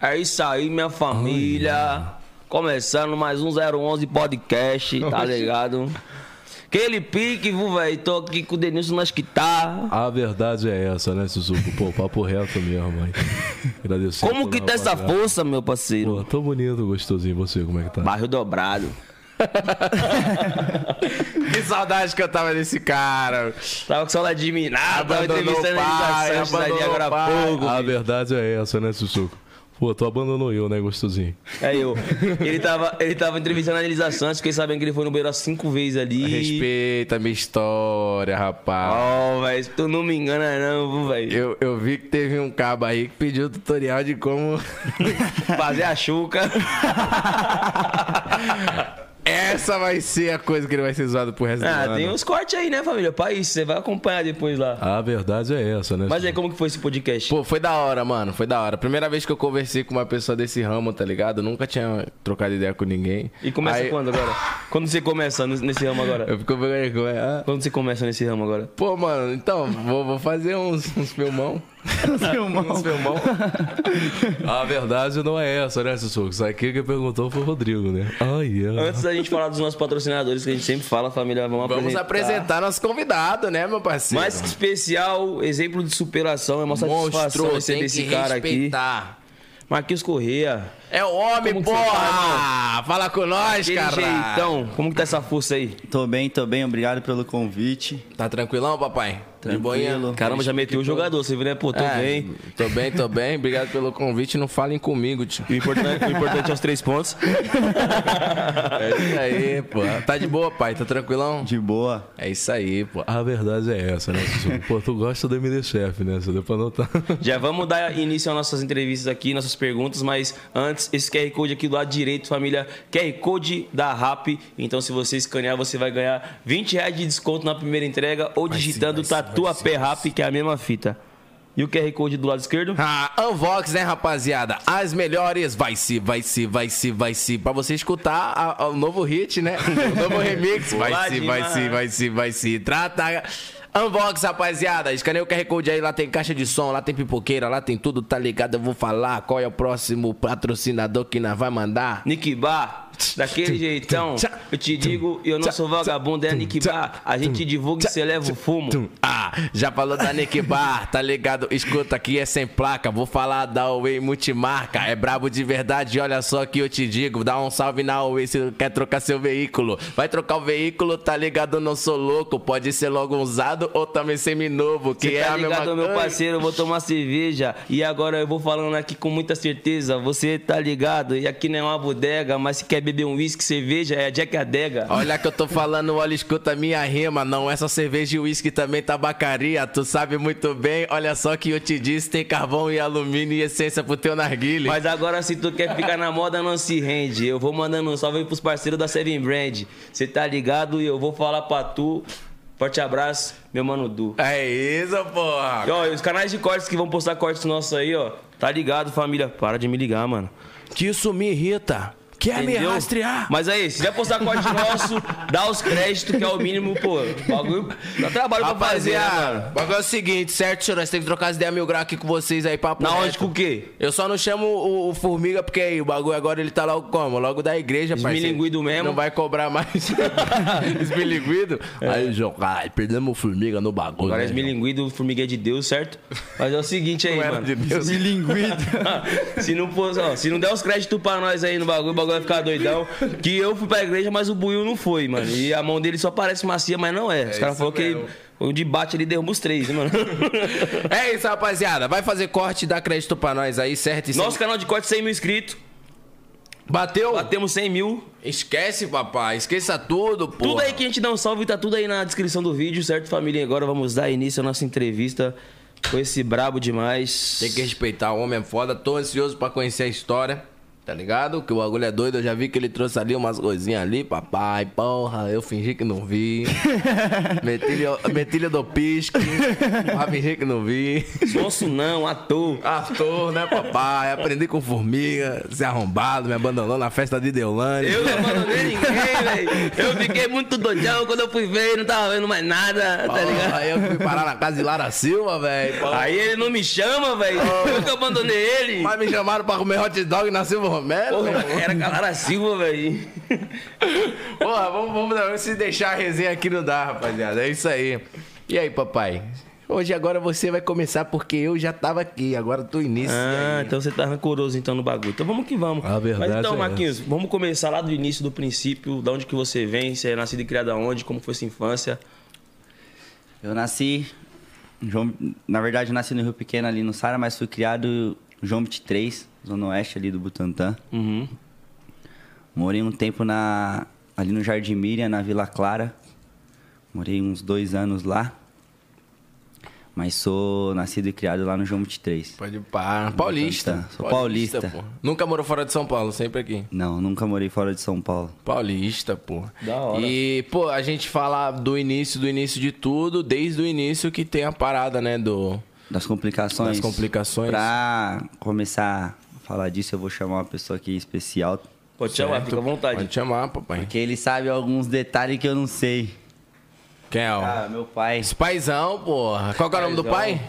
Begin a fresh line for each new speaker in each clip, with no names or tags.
É isso aí, minha família. Começando mais um 011 podcast, tá ligado? Aquele pique, viu, velho? Tô aqui com o Denilson tá. nas guitarras.
A verdade é essa, né, Suzuko? Pô, papo reto mesmo, mãe. Agradecer.
Como
a
que tá
toda
essa
a rapaziada.
força, meu parceiro?
Pô, tô bonito, gostosinho. Você, como é que tá?
Barril dobrado.
Que saudade que eu tava desse cara.
Tava com saudade de mim. Nada, tava
Abandonou
entrevistando
o pai,
ele Sanches ali
abandonou
agora há
o pai.
pouco.
A verdade é essa, né, Suzuko? Pô, tu abandonou eu, né, gostosinho?
É eu. Ele tava, ele tava entrevistando a Elisa Santos, fiquei sabendo que ele foi no banheiro há cinco vezes ali.
Respeita a minha história, rapaz.
Ó, velho, tu não me engana não, viu, velho.
Eu, eu vi que teve um cabo aí que pediu tutorial de como.
Fazer a chuca.
Essa vai ser a coisa que ele vai ser zoado pro resto do
Ah,
ano.
tem uns cortes aí, né, família? Pra isso, você vai acompanhar depois lá.
A verdade é essa, né?
Mas aí,
Suzuko?
como que foi esse podcast?
Pô, foi da hora, mano. Foi da hora. Primeira vez que eu conversei com uma pessoa desse ramo, tá ligado? Eu nunca tinha trocado ideia com ninguém.
E começa
Aí-
quando agora? Quando você começa n- nesse ramo agora?
Eu fico vergonha. Ah,
Quando você começa nesse ramo agora?
Pô, mano, então, vou, vou fazer uns, uns filmão. uns filmão.
A verdade não é essa, né, Suzuko? Isso aqui que perguntou foi o Rodrigo, né? Ai, yeah.
Antes da gente falar dos nossos patrocinadores, que a gente sempre fala, família, vamos,
Vamos apresentar nosso convidado, né, meu parceiro?
Mais que especial, exemplo de superação, é uma satisfação receber esse cara aqui. Marquinhos Corrêa,
É o homem,
Como que
porra!
você tá,
Fala com nós,
aquele
cara!
jeitão, como que tá essa força aí?
Tô bem, tô bem, obrigado pelo convite.
Tá tranquilão, papai? Tá De boinha?
Tranquilo.
Caramba, já meteu o jogador, você viu, né? Pô, tô
É,
bem.
Tô bem, tô bem. Obrigado pelo convite. Não falem comigo, tio.
O importante, o importante é os três pontos.
É isso aí, pô. Tá de boa, pai? Tá tranquilão?
De boa.
É isso aí, pô.
A verdade é essa, né, Suzuko? Pô, tu gosta do MD Chef, né? Você deu pra notar.
Já vamos dar início às nossas entrevistas aqui, nossas perguntas, mas antes, esse QR Code aqui do lado direito, família, QR Code da RAP. Então, se você escanear, você vai ganhar 20 reais de desconto na primeira entrega ou digitando Tatuapé RAP, que é a mesma fita. E o QR Code do lado esquerdo?
Ah, Unvox, né, rapaziada? As melhores, vai se, vai se, vai se, vai se. Pra você escutar a- a- o novo hit, né? O novo remix. Vai se, vai se, vai se, vai se. Trata. Unbox, rapaziada. Escaneia o QR Code aí. Lá tem caixa de som, lá tem pipoqueira, lá tem tudo, tá ligado? Eu vou falar qual é o próximo patrocinador que nós vai mandar.
Nick Bar, daquele jeitão, eu te digo, eu não sou vagabundo, é Nick Bar. A gente divulga e você leva o fumo.
Ah, já falou da Nick Bar, tá ligado? Escuta, aqui é sem placa. Vou falar da Huawei Multimarca. É brabo de verdade, olha só que eu te digo. Dá um salve na Huawei se quer trocar seu veículo. Vai trocar o veículo, tá ligado? Não sou louco. Pode ser logo um usado ou também semi-novo, que
Você
é
tá
a
ligado,
mesma
meu
coisa.
parceiro? Eu vou tomar cerveja. E agora eu vou falando aqui com muita certeza. Você tá ligado? E aqui não é uma bodega, mas se quer beber um uísque, cerveja, é Jack Adega.
Olha que eu tô falando, olha, escuta a minha rima. Não é só cerveja e uísque, também tabacaria. Tu sabe muito bem, olha só que eu te disse: tem carvão e alumínio e essência pro teu narguile.
Mas agora, se tu quer ficar na moda, não se rende. Eu vou mandando um salve pros parceiros da Seven Brand. Você tá ligado? E eu vou falar pra tu. Forte abraço, meu mano Du.
É isso, porra!
E, ó, os canais de cortes que vão postar cortes nossos aí, ó. Tá ligado, família? Para de me ligar, mano.
Que isso me irrita. Quer me
Entendeu?
É rastrear?
Mas aí, se já postar corte nosso, dá os créditos, que é o mínimo, pô. Bagulho. Dá trabalho pra fazer, né, mano?
Rapaziada, o bagulho é o seguinte, certo, senhor? Nós temos que trocar as ideias mil graus aqui com vocês aí, papo.
Na
reto.
onde com o quê?
Eu só não chamo o, o Formiga porque aí o bagulho agora ele tá logo como? Logo da igreja, parceiro.
Esmilinguido mesmo. É.
Não vai cobrar mais. Esmilinguido. Aí, João, ai, perdemos o Formiga no bagulho.
Agora é és
né,
milinguido, formiguinha de Deus, certo? Mas é o seguinte aí,
João? Não era
mano.
de Deus.
se, não pôs- ó, se não der os créditos pra nós aí no bagulho, o bagulho vai ficar doidão. Que eu fui pra igreja, mas o Buiu não foi, mano. E a mão dele só parece macia, mas não é. Os caras
isso
falaram que
mesmo.
o de bate ele derruba os três, né, mano?
É isso, rapaziada. Vai fazer corte, dá crédito pra nós aí, certo? E
Nosso canal de corte 100 mil inscritos,
Bateu?
batemos 100 mil.
Esquece, papai. Esqueça tudo, pô.
Tudo aí que a gente dá um salve, tá tudo aí na descrição do vídeo, certo, família? E Agora vamos dar início à nossa entrevista com esse brabo demais.
Tem que respeitar, o homem é foda. Tô ansioso pra conhecer a história, Tá ligado? Que o bagulho é doido, eu já vi que ele trouxe ali umas coisinhas ali, papai, porra, eu fingi que não vi. metilha, metilha do pisque, porra, fingi que não vi.
Sonso não, ator.
Ator, né, papai? Aprendi com formiga, se arrombado, me abandonou na festa de Deolândia.
Eu não abandonei ninguém, velho. Eu fiquei muito doidão quando eu fui ver, não tava vendo mais nada, tá ligado?
Aí eu fui parar na casa de Lara Silva, velho. porra.
Aí ele não me chama, velho. Eu que abandonei ele.
Mas me chamaram pra comer hot dog na Silva Romero.
Porra,
Porra,
era Calara Silva, velho.
Porra, vamos, vamos, vamos se deixar a resenha aqui não dá, rapaziada. É isso aí. E aí, papai? Hoje agora você vai começar porque eu já tava aqui, agora tu inicia.
Ah, então você tá rancoroso então no bagulho. Então vamos que vamos.
A verdade
Mas então,
é
Marquinhos, vamos começar lá do início, do princípio, da onde que você vem, você é nascido e criado aonde, como foi sua infância.
Eu nasci. em João, na verdade, eu nasci no Rio Pequeno, ali no Sara, mas fui criado em João 23, Zona Oeste ali do Butantã.
Uhum.
Morei um tempo na, ali no Jardim Miriam, na Vila Clara. Morei uns dois anos lá. Mas sou nascido e criado lá no João 23.
Pode parar. Paulista.
Sou paulista.
pô. Nunca morou fora de São Paulo, sempre aqui.
Não, nunca morei fora de São Paulo.
Paulista, pô.
Da hora.
E, pô, a gente fala do início, do início de tudo, desde o início que tem a parada, né, do...
Das complicações.
Das complicações.
Pra começar a falar disso, eu vou chamar uma pessoa aqui especial.
Pode chamar, fica à vontade.
Pode chamar, papai.
Porque ele sabe alguns detalhes que eu não sei.
Quem é o...
Ah, meu pai.
Esse paizão, porra. Qual que é o nome do pai?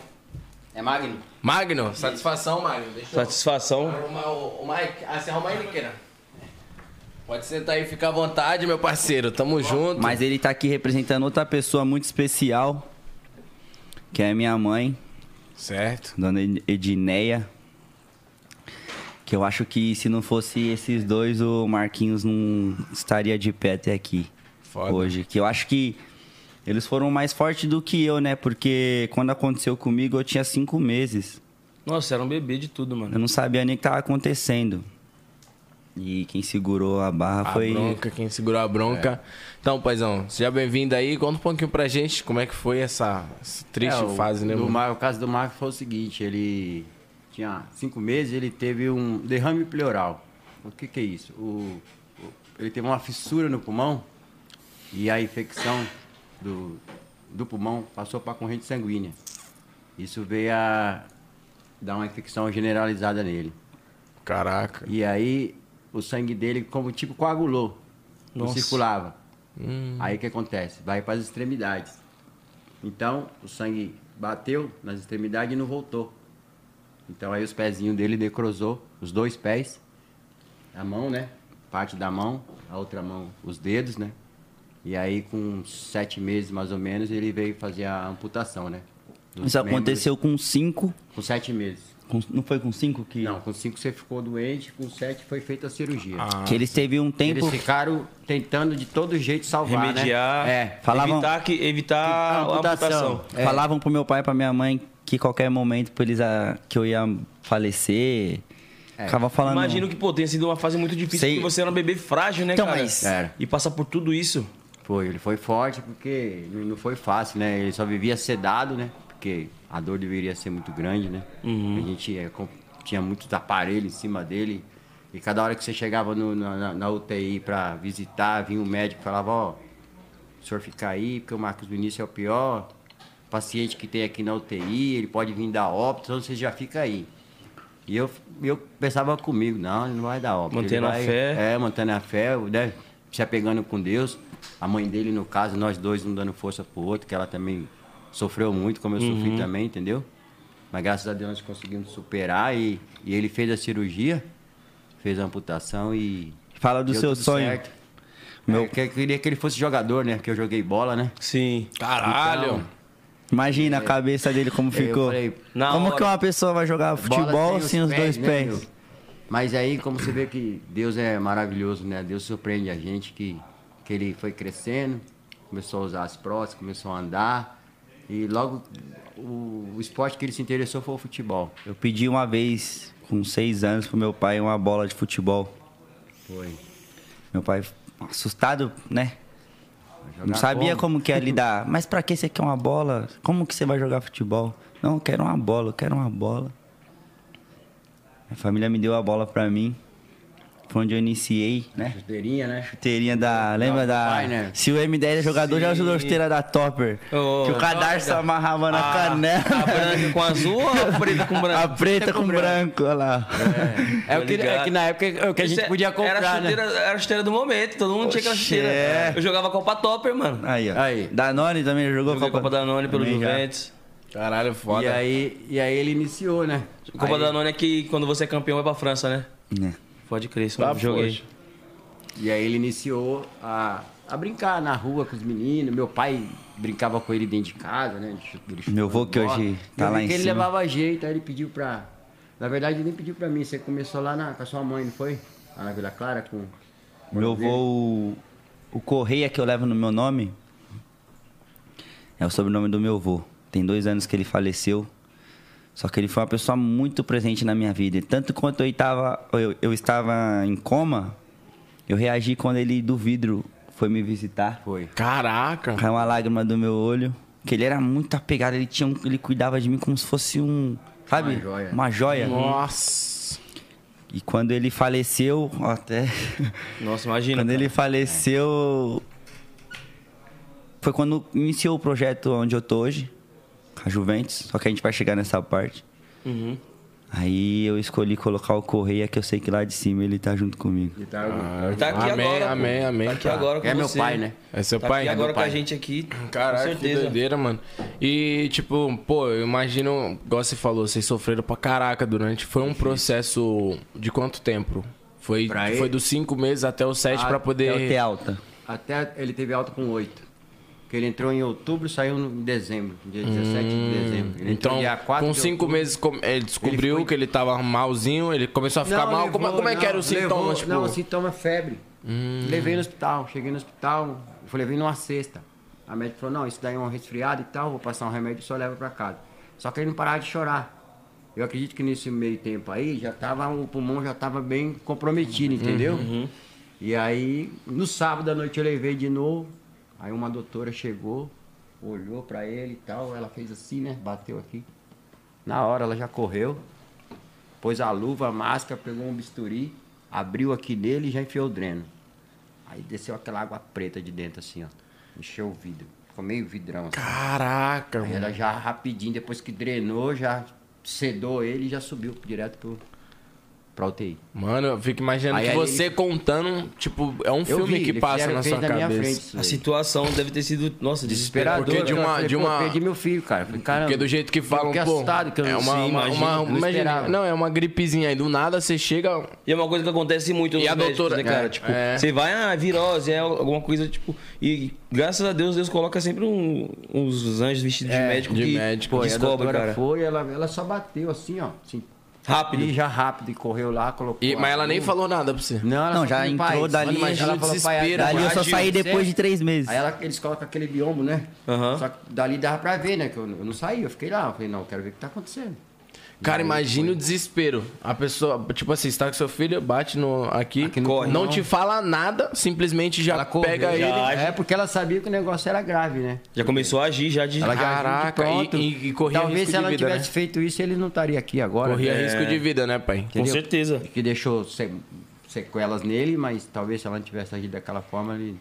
É Magno?
Magno. Satisfação, Magno. Deixa eu...
Satisfação.
Arrumar o, o Mike. Ah, você arruma ele, Queira. Pode sentar aí, fica à vontade, meu parceiro. Tamo junto.
Mas ele tá aqui representando outra pessoa muito especial, que é minha mãe,
Certo.
dona Ed- Edneia. Que eu acho que se não fosse esses dois, o Marquinhos não estaria de pé até aqui.
Foda.
Hoje. Que eu acho que eles foram mais fortes do que eu, né? Porque quando aconteceu comigo, eu tinha cinco meses.
Nossa, era um bebê de tudo, mano.
Eu não sabia nem o que tava acontecendo. E quem segurou a barra
A
foi.
bronca, quem segurou a bronca. Então, paizão, seja bem-vindo aí. Conta um pouquinho pra gente como é que foi essa, essa triste
É, o-
fase, né,
do
mano?
Marco, o caso do Marco foi o seguinte, ele tinha cinco meses, ele teve um derrame pleural. O que que é isso? O, o- ele teve uma fissura no pulmão e a infecção do, do pulmão passou para a corrente sanguínea. Isso veio a dar uma infecção generalizada nele.
Caraca.
E aí o sangue dele como tipo coagulou, não
Nossa.
circulava.
Hum.
Aí o que acontece? Vai para as extremidades. Então o sangue bateu nas extremidades e não voltou. Então aí os pezinhos dele necrosou, os dois pés, a mão, né? Parte da mão, a outra mão, os dedos, né? E aí com sete meses mais ou menos ele veio fazer a amputação, né? Dos
Isso
membros.
aconteceu com cinco.
com sete meses.
com- não foi com cinco que.
Não, com cinco você ficou doente, com sete foi feita a cirurgia.
Que eles teve um tempo.
Ah, Eles ficaram tentando de todo jeito salvar,
Remediar,
né? É.
falavam-
evitar, que, evitar a
amputação.
amputação.
É.
Falavam pro meu pai e pra minha mãe que qualquer momento pra eles, ah, que eu ia falecer. Ficava falando. um
Imagino que, pô, tenha sido uma fase muito difícil,
Sei.
porque você era um bebê frágil, né,
Então,
cara?
mas-
Era.
E passar por tudo isso.
Foi, ele foi forte porque não não foi fácil, né? Ele só vivia sedado, né? Porque a dor deveria ser muito grande, né? A gente é, com- tinha muitos aparelhos em cima dele. E cada hora que você chegava no- na, na- na UTI pra visitar, vinha um médico e falava, ó, o senhor fica aí, porque o Marcos Vinícius é o pior paciente que tem aqui na UTI, ele pode vir dar óbito, então você já fica aí. E eu, eu pensava comigo, não, ele não vai dar óbito. ele
Mantendo a
vai-
fé.
É, mantendo a fé, né? se apegando com Deus. A mãe dele, no caso, nós dois um dando força pro outro, que ela também sofreu muito, como eu
Uhum.
sofri também, entendeu? Mas graças a Deus nós conseguimos superar e, e ele fez a cirurgia, fez a amputação e.
Fala do
deu
seu
tudo
sonho.
certo. É, que- eu queria que ele fosse jogador, né? Porque eu joguei bola, né?
Sim.
Caralho.
Imagina a cabeça dele como ficou.
falei,
na
como
hora.
que uma pessoa vai jogar futebol
Bola
sem os dois
né,
pés?
meu? Mas aí, como você vê que Deus é maravilhoso, né? Deus surpreende a gente, que, que ele foi crescendo, começou a usar as próteses, começou a andar. E logo, o, o esporte que ele se interessou foi o futebol.
Eu pedi uma vez, com seis anos, pro meu pai uma bola de futebol.
Foi.
Meu pai, assustado, né?
Jogar
Não sabia
como?
como que ia lidar. Mas pra que você quer uma bola? Como que você vai jogar futebol? Não, eu quero uma bola, eu quero uma bola. A família me deu a bola pra mim. Foi onde eu iniciei, né?
Chuteirinha, né?
Chuteirinha da. Lembra da.
pai, né?
Se o M10 é jogador, já usou a chuteira da Topper.
Ô, Ah,
que o cadarço amarrava na
A-
canela.
A branca com azul ou a preta com tá branco?
A preta com branco, olha lá.
É, o que,
Tá ligado?
é que na época é o que a gente
Isso é-
podia
era a
comprar, né?
chuteira, era a chuteira do momento, todo mundo tinha aquela
Oxe,
chuteira.
é.
Eu jogava Copa Topper, mano.
Ah,
Aí, ó.
Aí.
Danone também já jogou
Joguei Copa Danone pelo
Também já.
Juventus.
Então,
Caralho, foda.
E aí, e aí ele iniciou, né?
Copa
Aí-
Danone é que quando você é campeão vai pra França, né?
Né.
Pode crer, isso
Tá,
eu joguei.
poxa.
E aí ele iniciou a, a brincar na rua com os meninos. Meu pai brincava com ele dentro de casa, né? Ele chu- ele chutava
Meu vô que
bola.
hoje tá
Eu vi
lá em
que ele
cima.
levava jeito, aí ele pediu pra... Na verdade, ele nem pediu pra mim. Você começou lá na, com a sua mãe, não foi? Lá na Vila Clara com...
Meu
dele.
avô, o Correia que eu levo no meu nome, é o sobrenome do meu avô. Tem dois anos que ele faleceu. Só que ele foi uma pessoa muito presente na minha vida. E Tanto quanto eu, estava eu, eu estava em coma, eu reagi quando ele do vidro foi me visitar.
Foi.
Caraca.
Caiu uma lágrima do meu olho. Que ele era muito apegado, ele, tinha um- ele cuidava de mim como se fosse um. Sabe?
Uma joia.
Uma joia.
Uhum.
Nossa.
E quando ele faleceu, ó, até.
Nossa, imagina.
Quando ele faleceu. Foi quando iniciou o projeto onde eu tô hoje, a Juventus. Só que a gente vai chegar nessa parte.
Uhum.
Aí eu escolhi colocar o Correia, que eu sei que lá de cima ele tá junto comigo.
Tá aqui
amém,
agora. pô.
amém, amém,
Tá aqui
cara.
agora com
É meu
você.
pai, né?
É seu
Tá
pai?
aqui
É
agora
meu
com a
pai.
gente aqui. com
Caralho, que
certeza.
doideira, mano. E, tipo, pô, eu imagino, igual você falou, vocês sofreram pra caraca durante. Foi um processo de quanto tempo? Foi,
Pra ele?
foi dos cinco meses até os sete
Ah,
pra
É o T
poder.
alta.
Até ele teve alta com oito. Porque ele entrou em outubro e saiu no- em dezembro. Dia 17 de dezembro. Ele entrou
Então,
dia 4
com
de
cinco
outubro.
meses, com- ele descobriu
Ele foi-
que ele tava malzinho, ele começou a ficar mal. como,
levou,
como é que
não,
eram os sintomas?
levou-
tipo? Hum.
Não, o sintoma é febre. Levei no hospital, cheguei no hospital, fui levei numa cesta. A médica falou, não, isso daí é um resfriado e tal, vou passar um remédio e só leva pra casa. Só que ele não parava de chorar. Eu acredito que nesse meio tempo aí, já tava, o pulmão já tava bem comprometido, entendeu?
Uhum,
E aí, no sábado à noite eu levei de novo, aí uma doutora chegou, olhou pra ele e tal, ela fez assim, né, bateu aqui. Na hora ela já correu, pôs a luva, a máscara, pegou um bisturi, abriu aqui nele e já enfiou o dreno. Aí desceu aquela água preta de dentro, assim, ó. Encheu o vidro. Ficou meio vidrão, assim.
Caraca,
Aí
mano.
ela já rapidinho, depois que drenou, já sedou ele e já subiu direto pro, pra UTI.
Mano, eu fico imaginando
Aí
que
ele-
você contando, tipo, é um filme
vi,
que
ele
passa
fizeram-
na
fez
sua cabeça.
minha frente isso
A
aí.
situação deve ter sido, nossa, desesperadora.
Desesperador,
Porque de
cara.
uma-
Eu falei,
de
pô,
uma-
perdi meu filho, cara. Eu Falei, caramba,
Porque do jeito que
eu
falam,
fiquei
pô,
assustado que eu
é uma,
sim,
uma,
imagina,
uma-
não
imagina-
esperava.
não, é uma gripezinha aí, do nada você chega,
E é uma coisa que acontece muito
E
nos
a
médicos,
doutora-
né, cara?
é,
tipo,
é.
você vai, ah, virose, é alguma coisa, tipo... E graças a Deus, Deus coloca sempre um- uns anjos vestidos de médico
É, de
que
médico.
Pô, e a
descobre,
doutora
cara.
foi, ela, ela só bateu assim, ó. Assim,
Rápido.
E já rápido, e correu lá, colocou.
e-
a
mas ela nem
luva.
falou nada pra você.
Não, ela
Não,
só
já
falou,
entrou
pai,
dali,
mano,
imagina
ela
o
falou, pai,
desespero,
ela-
Dali eu só
Agiu,
saí depois de três meses.
Aí ela- eles colocam aquele biombo, né?
Aham.
Só que dali dava pra ver, né? Que eu, eu não saí, eu fiquei lá. Eu falei, não, eu quero ver o que tá acontecendo.
Cara, imagina o desespero. A pessoa, tipo assim, você tá com seu filho, bate no aqui,
Aqui no
corre. não
pulmão.
te fala nada, simplesmente já
Ela correu,
pega
já
ele.
age.
É, porque ela sabia que o negócio era grave, né?
Já começou a agir, já de...
Ela já agiu
Caraca,
de pronto.
e- e- e corria
Talvez
risco de
se ela
vida,
tivesse
né?
feito isso, ele não estaria aqui agora.
Corria
né?
risco de vida, né, pai?
Com
Entendeu?
certeza.
Que deixou se- sequelas nele, mas talvez se ela não tivesse agido daquela forma, ele,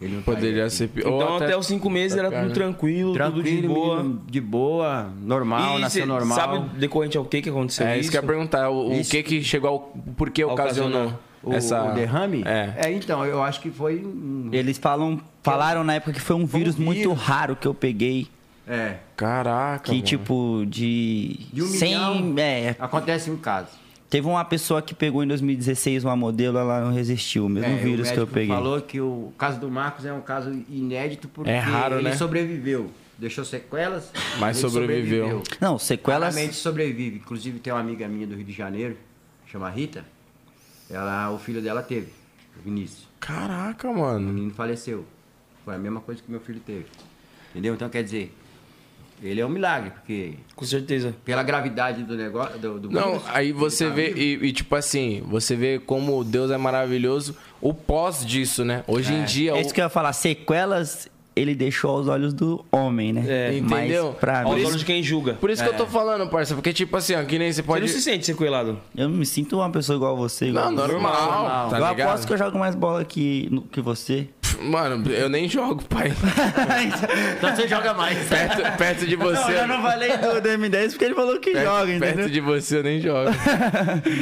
ele não estaria
Poderia
aqui.
ser pior.
Então
Ou
até, os cinco meses era tudo
Cara.
tranquilo, tudo de
Tranquilo,
boa.
menino, de boa, normal,
e
nasceu
cê
normal.
sabe decorrente ao que que aconteceu
É isso que eu ia perguntar. O, o
Isso.
que que chegou ao. Por que ocasionou
Ocasionou.
O,
essa.
o derrame?
É.
então, eu acho que foi. um-
Eles falam, falaram na época que foi um vírus muito
vírus.
raro que eu peguei.
É.
Caraca.
Que
mano.
tipo, de.
De um
100,
milhão.
é,
Acontece um caso.
Teve uma pessoa que pegou em 2016 uma modelo, ela não resistiu, o mesmo
É,
vírus
o
que eu
médico
peguei.
falou que o caso do Marcos é um caso inédito porque
É raro,
ele
né?
sobreviveu. Deixou sequelas,
Mas
ele
sobreviveu.
Não, sequelas.
Raramente sobrevive. Inclusive tem uma amiga minha do Rio de Janeiro, chama Rita. Ela, o filho dela teve, o Vinícius.
Caraca,
O
mano.
menino faleceu. Foi a mesma coisa que meu filho teve. Entendeu? Então quer dizer, ele é um milagre, porque
Com certeza.
pela gravidade do negócio, do, do
Não,
vírus,
aí
ele
você
tá
vê,
vivo.
e, e, tipo assim, você vê como Deus é maravilhoso, o pós disso, né? Hoje em dia. o-
É isso que eu ia falar, sequelas ele deixou aos olhos do homem, né?
É.
Mas
Entendeu?
pra
Aos
mim,
olhos de quem julga.
Por isso que eu tô falando, parça, porque tipo assim, ó, que nem você
Você
pode.
não se sente sequelado.
eu me sinto uma pessoa igual a você. Igual
Não,
a você.
normal, tá
eu
ligado?
aposto que eu jogo mais bola que, no- que você.
Mano, eu nem jogo, pai.
Então você joga mais.
Perto, perto de você.
Não, eu não falei do, do M10 porque ele falou que
Perto,
joga,
perto
entendeu?
de você eu nem jogo.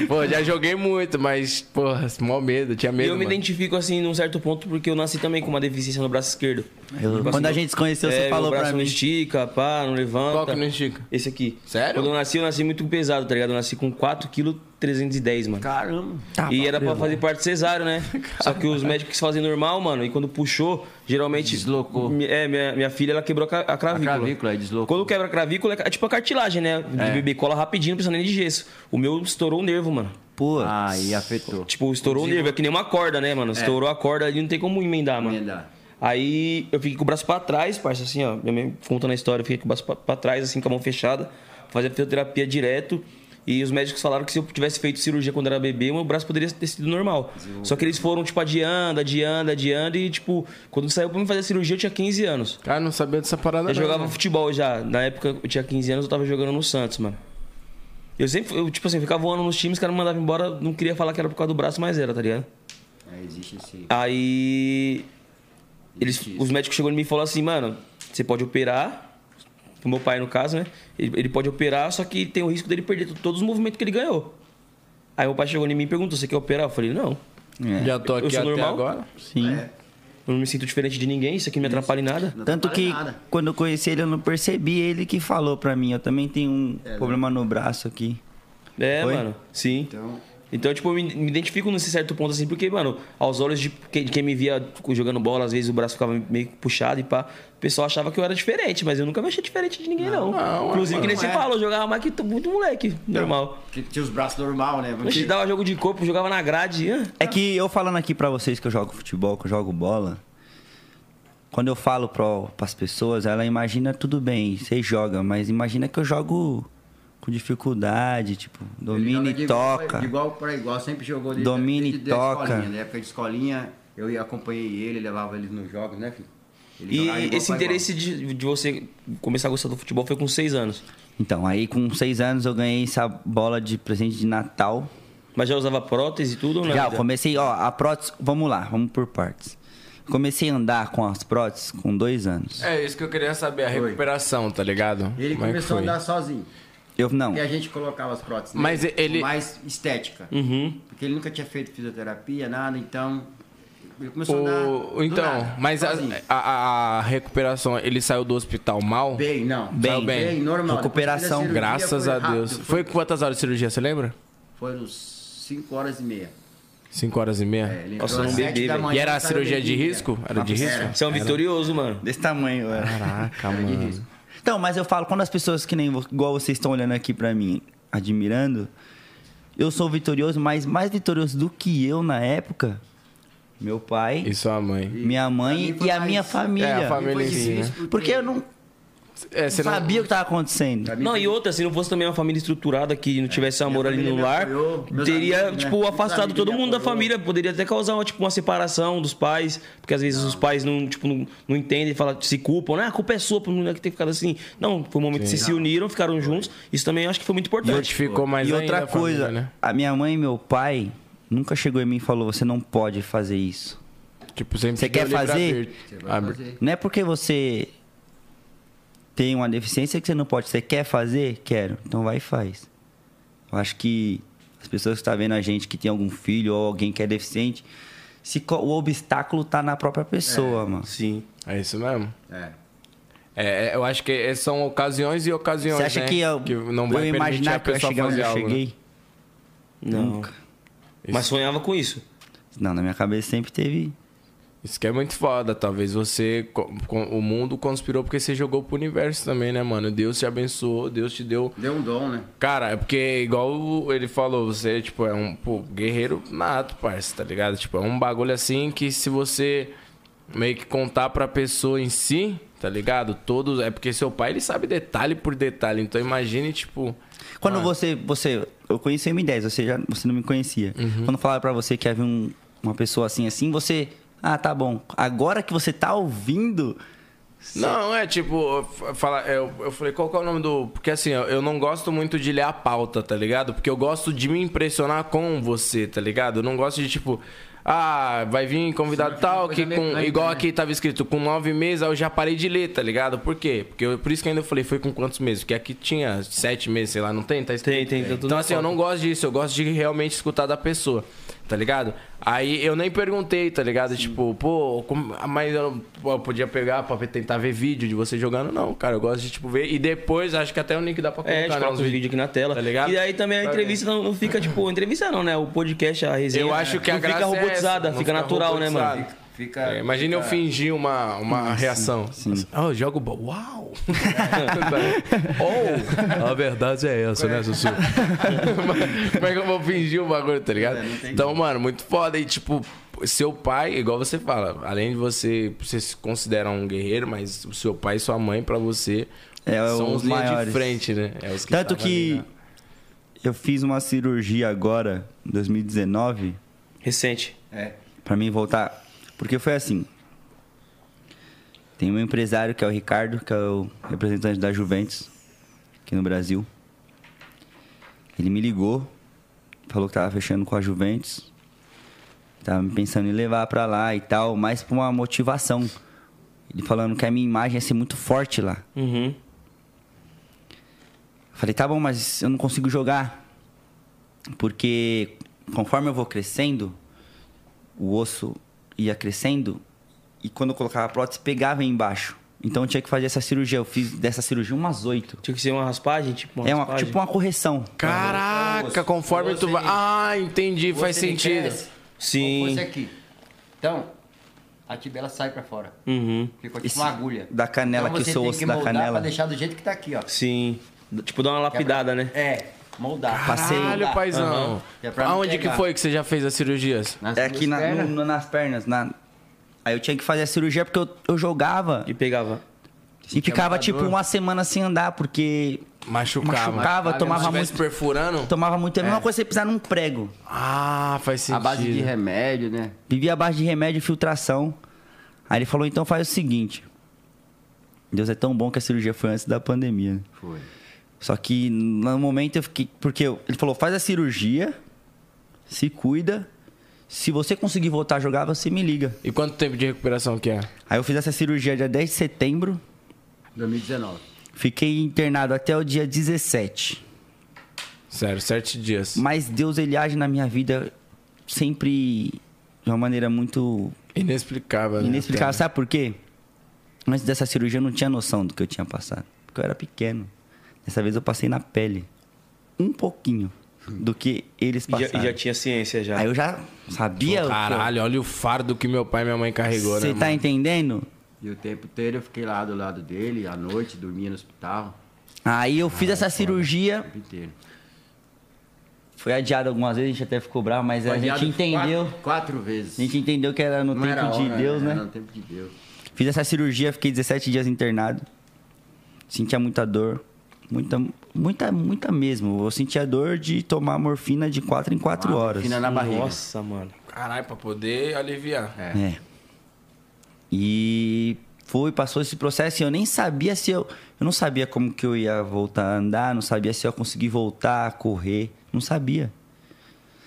Pô, já joguei muito, mas, porra, mó medo, tinha
E
medo.
eu me
mano.
identifico assim num certo ponto porque eu nasci também com uma deficiência no braço esquerdo.
Eu-
Tipo assim,
quando a gente se conheceu,
é,
você
meu
falou
braço
pra
não
mim.
estica, pá, não levanta.
Qual que não estica?
Esse aqui.
Sério?
Quando eu nasci, eu nasci muito pesado, tá ligado? Eu nasci com 4,310 kg, mano.
Caramba.
Tá
e era pra fazer parte cesárea, né? Só que os médicos fazem normal, mano. E quando puxou, geralmente.
Deslocou.
Mi- É, minha, minha filha, ela quebrou a ca- a cravícula.
A cravícula,
é,
aí deslocou.
Quando quebra a cravícula, é tipo a cartilagem, né? De bebê cola rapidinho, não precisa nem de gesso. O meu estourou o nervo, mano.
Pô,
Aí afetou.
Tipo, estourou o nervo. É que nem uma corda, né, mano? Estourou a corda ali, não tem como emendar, mano.
Emendar.
Aí eu fiquei com o braço pra trás, parça, assim, ó. Minha mãe contando a história, eu fiquei com o braço pra, pra trás, assim, com a mão fechada. Fazia fisioterapia direto. E os médicos falaram que se eu tivesse feito cirurgia quando era bebê, meu braço poderia ter sido normal. Só que eles foram, tipo, adiando, adiando, adiando. E, tipo, quando saiu pra me fazer cirurgia, eu tinha 15 anos.
Cara, Ah, não sabia dessa parada.
Eu
não, né?
jogava
mano.
futebol já. Na época eu tinha 15 anos, eu tava jogando no Santos, mano. Eu sempre, eu, tipo assim, eu ficava um ano nos times, os caras me mandavam embora, não queria falar que era por causa do braço, mas era, tá ligado?
Aí existe esse.
Aí. Eles, os médicos chegou em mim e falaram assim, mano, você pode operar. O meu pai, no caso, né? Ele, ele pode operar, só que tem o risco dele perder to- todos os movimentos que ele ganhou. Aí meu pai chegou em mim e perguntou: você quer operar? Eu falei: não.
é.
Já tô
Eu
aqui
sou
até
normal?
agora.
sim.
Eu não me sinto diferente de ninguém, isso aqui não me atrapalha em nada.
Não
Tanto
atrapalha
que
nada.
quando eu conheci ele, eu não percebi ele que falou pra mim. Eu também tenho um problema no braço aqui.
É,
Foi?
mano. Sim. Então...
Então-
tipo, eu me me identifico nesse certo ponto, assim, porque, mano, aos olhos de quem, de quem me via jogando bola, às vezes o braço ficava meio puxado e pá. O pessoal achava que eu era diferente, mas eu nunca me achei diferente de ninguém, não.
é
Inclusive, que nem você falou, eu jogava mais que t- muito moleque, normal.
Que tinha os braços normal,
A
né?
gente
Porque...
dava jogo de corpo, jogava na grade. hã?
É que eu falando aqui pra vocês que eu jogo futebol, que eu jogo bola. Quando eu falo pro, pras pessoas, ela imagina tudo bem, você joga, mas imagina que eu jogo com dificuldade, tipo, domina
Ele
e
joga
toca.
De igual para igual, sempre jogou desde-
Domina
desde-
e
desde a
toca.
escolinha. né? Na época de escolinha, eu ia acompanhei ele, levava ele nos jogos, né, filho? Ele
E
jogava é igual
esse
pra igual.
interesse de, de você começar a gostar do futebol foi com seis anos.
Então, aí com seis anos eu ganhei essa bola de presente de Natal.
Mas já usava prótese e tudo ou não?
Já, eu comecei, ó, a prótese. Vamos lá, vamos por partes. Comecei a andar com as próteses com dois anos.
É isso que eu queria saber, a
Foi.
recuperação, tá ligado?
Ele
Como é que
começou a
foi?
andar sozinho.
Eu não.
E a gente colocava as próteses.
Mas
nele,
ele- Uhum.
Mais estética. Porque ele nunca tinha feito fisioterapia, nada, então. Ele começou a andar.
O-
do
Então,
nada,
mas a,
sozinho.
a- a- a recuperação, ele saiu do hospital mal?
Bem, não.
Bem.
Saiu bem normal.
Recuperação,
Depois da cirurgia,
Graças
foi
a
rápido,
Deus.
Foi,
Foi quantas horas de cirurgia, você lembra?
foi uns 5 horas e meia.
5 horas e meia?
É, ele
Nossa,
entrou
eu
às
não
sete
bebi,
da
velho.
manhã,
E era a
saiu
cirurgia de
meio-dia.
risco? Era de risco?
Você é um vitorioso, mano.
Desse tamanho, é. velho.
Caraca, Ah, mano.
Então, mas eu falo, quando as pessoas que nem vo- igual vocês estão olhando aqui pra mim, admirando, eu sou vitorioso, mas mais vitorioso do que eu na época, meu pai,
E sua mãe?
minha
Pra
mãe
mim foi
e a
mais-
minha família.
É, a
Pra mim
família
foi
em si, né?
difícil,
Porque eu não
É, você não-
sabia o que tava acontecendo.
Pra mim
Não,
foi
e outra, se não fosse também uma família estruturada que não tivesse amor
Minha
ali no
família me
lar,
apoiou, meus
teria,
amigos, né?
tipo,
Meus
afastado
amigos
todo
me
mundo da
apoiou.
família. Poderia até causar, uma, tipo, uma separação dos pais, porque às vezes os pais não, tipo, não, não entendem, falam, se culpam, né? A culpa é sua por não ter ficado assim. Não, foi um momento que vocês se uniram, ficaram juntos. Isso também eu acho que foi muito importante.
Fortificou mais
e
ainda
outra
a família,
coisa,
né?
a minha mãe e meu pai nunca chegou em mim e falou: você não pode fazer isso.
Tipo, sempre
Você
deu
quer
livre
fazer?
arbítrio.
Você vai
Abre-
fazer.
Não é porque você tem uma deficiência que você não pode. Você quer fazer? Quero. Então vai e faz. Eu acho que as pessoas que estão vendo a gente que tem algum filho ou alguém que é deficiente, se co- o obstáculo tá na própria pessoa, mano.
Sim.
É isso mesmo.
É.
É, é, eu acho que é- são ocasiões e ocasiões.
Você acha
né?
que eu,
não
eu
vai permitir a
imaginar que eu ia
pessoa
chegar
fazer
onde eu
algo, né?
cheguei?
Não.
Nunca.
Mas sonhava com isso.
Não, na minha cabeça sempre teve.
Isso que é muito foda. Talvez você. co- co- O mundo conspirou porque você jogou pro universo também, né, mano? Deus te abençoou, Deus te deu.
Deu um dom, né?
Cara, é porque, igual o- ele falou, você, tipo, é um pô, guerreiro nato, parça, tá ligado? Tipo, é um bagulho assim que se você meio que contar pra pessoa em si, tá ligado? Todos. É porque seu pai, ele sabe detalhe por detalhe. Então imagine, tipo.
Quando você, você. Eu conheci o M10, você, já, você não me conhecia. Quando falava pra você que havia um- uma pessoa assim, assim, você. Ah, tá bom. Agora que você tá ouvindo,
Não, é tipo, eu, fala- eu, eu falei, qual que é o nome do. Porque assim, eu, eu não gosto muito de ler a pauta, tá ligado? Porque eu gosto de me impressionar com você, tá ligado? Eu não gosto de tipo. Ah, vai vir convidado
é
tal, que
coisa
com.
mecânica,
igual
né?
aqui tava escrito, com nove meses, aí eu já parei de ler, tá ligado? Por quê? Porque eu- por isso que ainda eu falei, foi com quantos meses? Porque aqui tinha sete meses, sei lá, não tem? Tá escrito.
Tem, tem, tá tudo
Então
na
assim, eu
pauta.
não gosto disso, eu gosto de realmente escutar da pessoa, tá ligado? Aí eu nem perguntei, tá ligado? Tipo, pô, como- mas eu, pô, eu podia pegar pra ver- tentar ver vídeo de você jogando. Não, cara, eu gosto de, tipo, ver. E depois, acho que até o link dá pra colocar,
É, a gente
né,
coloca os
uns vídeos.
vídeos aqui na tela.
Tá ligado?
E aí também a
Tá
entrevista não, não fica, tipo, entrevista não, né? O podcast, a resenha.
Eu acho que a
né? não
graça
fica
é essa,
robotizada,
não
fica
fica
natural, né, mano?
robotizado.
Fica.
É, imagina eu fingir uma, uma reação. Tá
sim.
Ah, eu jogo bola. Uau! Ou. A verdade é essa, né, Sussu? Como é que eu vou fingir o bagulho, tá
É,
ligado? então, mano, muito foda. E, tipo, seu pai, igual você fala, além de você, você se considera um guerreiro, mas o seu pai e sua mãe, pra você,
É, é
são
os
os linhas de
maiores.
frente, né? É os
Tanto
tava ali,
que
né?
eu fiz uma cirurgia agora, em 2019,
Recente.
É.
pra mim voltar. Porque foi assim. Tem um empresário que é o Ricardo, que é o representante da Juventus aqui no Brasil. Ele me ligou, falou que tava fechando com a Juventus. Tava me pensando em levar pra lá e tal, mas por uma motivação. Ele falando que a minha imagem ia ser muito forte lá.
Uhum.
Eu Falei, tá bom, mas eu não consigo jogar. Porque conforme eu vou crescendo, o osso ia crescendo e quando eu colocava a prótese, pegava aí embaixo. Então eu tinha que fazer essa cirurgia. Eu fiz dessa cirurgia umas oito.
Tinha que ser uma raspagem, tipo uma
É uma,
raspagem.
tipo uma correção.
Caraca, conforme tu vai. Ah, entendi, faz
Você
sentido.
cresce, Como
Sim.
fosse aqui. Então, a tibela sai pra fora.
Uhum.
Ficou tipo
Esse-
uma agulha.
da canela
então
aqui,
você
seu
tem
osso
que
da
moldar
canela.
Pra deixar do jeito que tá aqui, ó.
Sim. Tipo, dá uma lapidada, né?
É, moldar.
Passei.
Caralho,
Moldar.
paizão.
Aham. Que é pra não
Aonde que
pegar.
foi que você já fez as cirurgias?
Nas
É aqui
duas
na-
pernas.
no- nas pernas. Na... Aí eu tinha que fazer a cirurgia porque eu, eu jogava
E
Tipo,
pegava.
e ficava tipo uma semana sem andar, porque
Machucava.
Machucava,
né?
tomava
Se tivesse
muito-
perfurando?
tomava muito. É a mesma coisa você pisar num prego.
Ah, faz sentido.
A base de remédio, né?
Vivia à base de remédio e filtração. Aí ele falou, então faz o seguinte. Deus é tão bom que a cirurgia foi antes da pandemia. né?
Foi.
Só que no momento eu fiquei... Porque eu- ele falou, faz a cirurgia, se cuida. Se você conseguir voltar a jogar, você me liga.
E quanto tempo de recuperação que é?
Aí eu fiz essa cirurgia dia 10 de setembro.
2019.
Fiquei internado até o dia 17.
Sério, sete dias.
Mas Deus, ele age na minha vida sempre de uma maneira muito
Inexplicável, né?
Inexplicável, sabe por quê? Antes dessa cirurgia eu não tinha noção do que eu tinha passado. Porque eu era pequeno. Dessa vez eu passei na pele. Um pouquinho do que eles
E já,
passaram.
e já tinha ciência já.
Aí eu já sabia. o que eu-
Caralho, olha o fardo que meu pai e minha mãe carregou,
Você
né?
tá
mano?
entendendo?
E o tempo inteiro eu fiquei lá do lado dele, à noite, dormia no hospital,
Aí eu fiz essa
o
cirurgia.
tempo inteiro.
Foi adiado algumas vezes, a gente até ficou bravo, mas a
Baseado
gente entendeu.
Quatro, quatro
A
vezes.
gente entendeu que era no
Não
tempo
era
de
hora,
Deus, né?
Era no tempo de Deus.
Fiz essa cirurgia, fiquei 17 dias internado. Sentia muita dor. Muita, muita, muita mesmo. Eu sentia dor de tomar morfina de 4 em 4 horas.
Fina na barriga.
Nossa, mano.
Caralho, pra poder aliviar.
É.
É. E foi, passou esse processo e eu nem sabia se eu. Eu não sabia como que eu ia voltar a andar, não sabia se eu ia conseguir voltar a correr. Não sabia.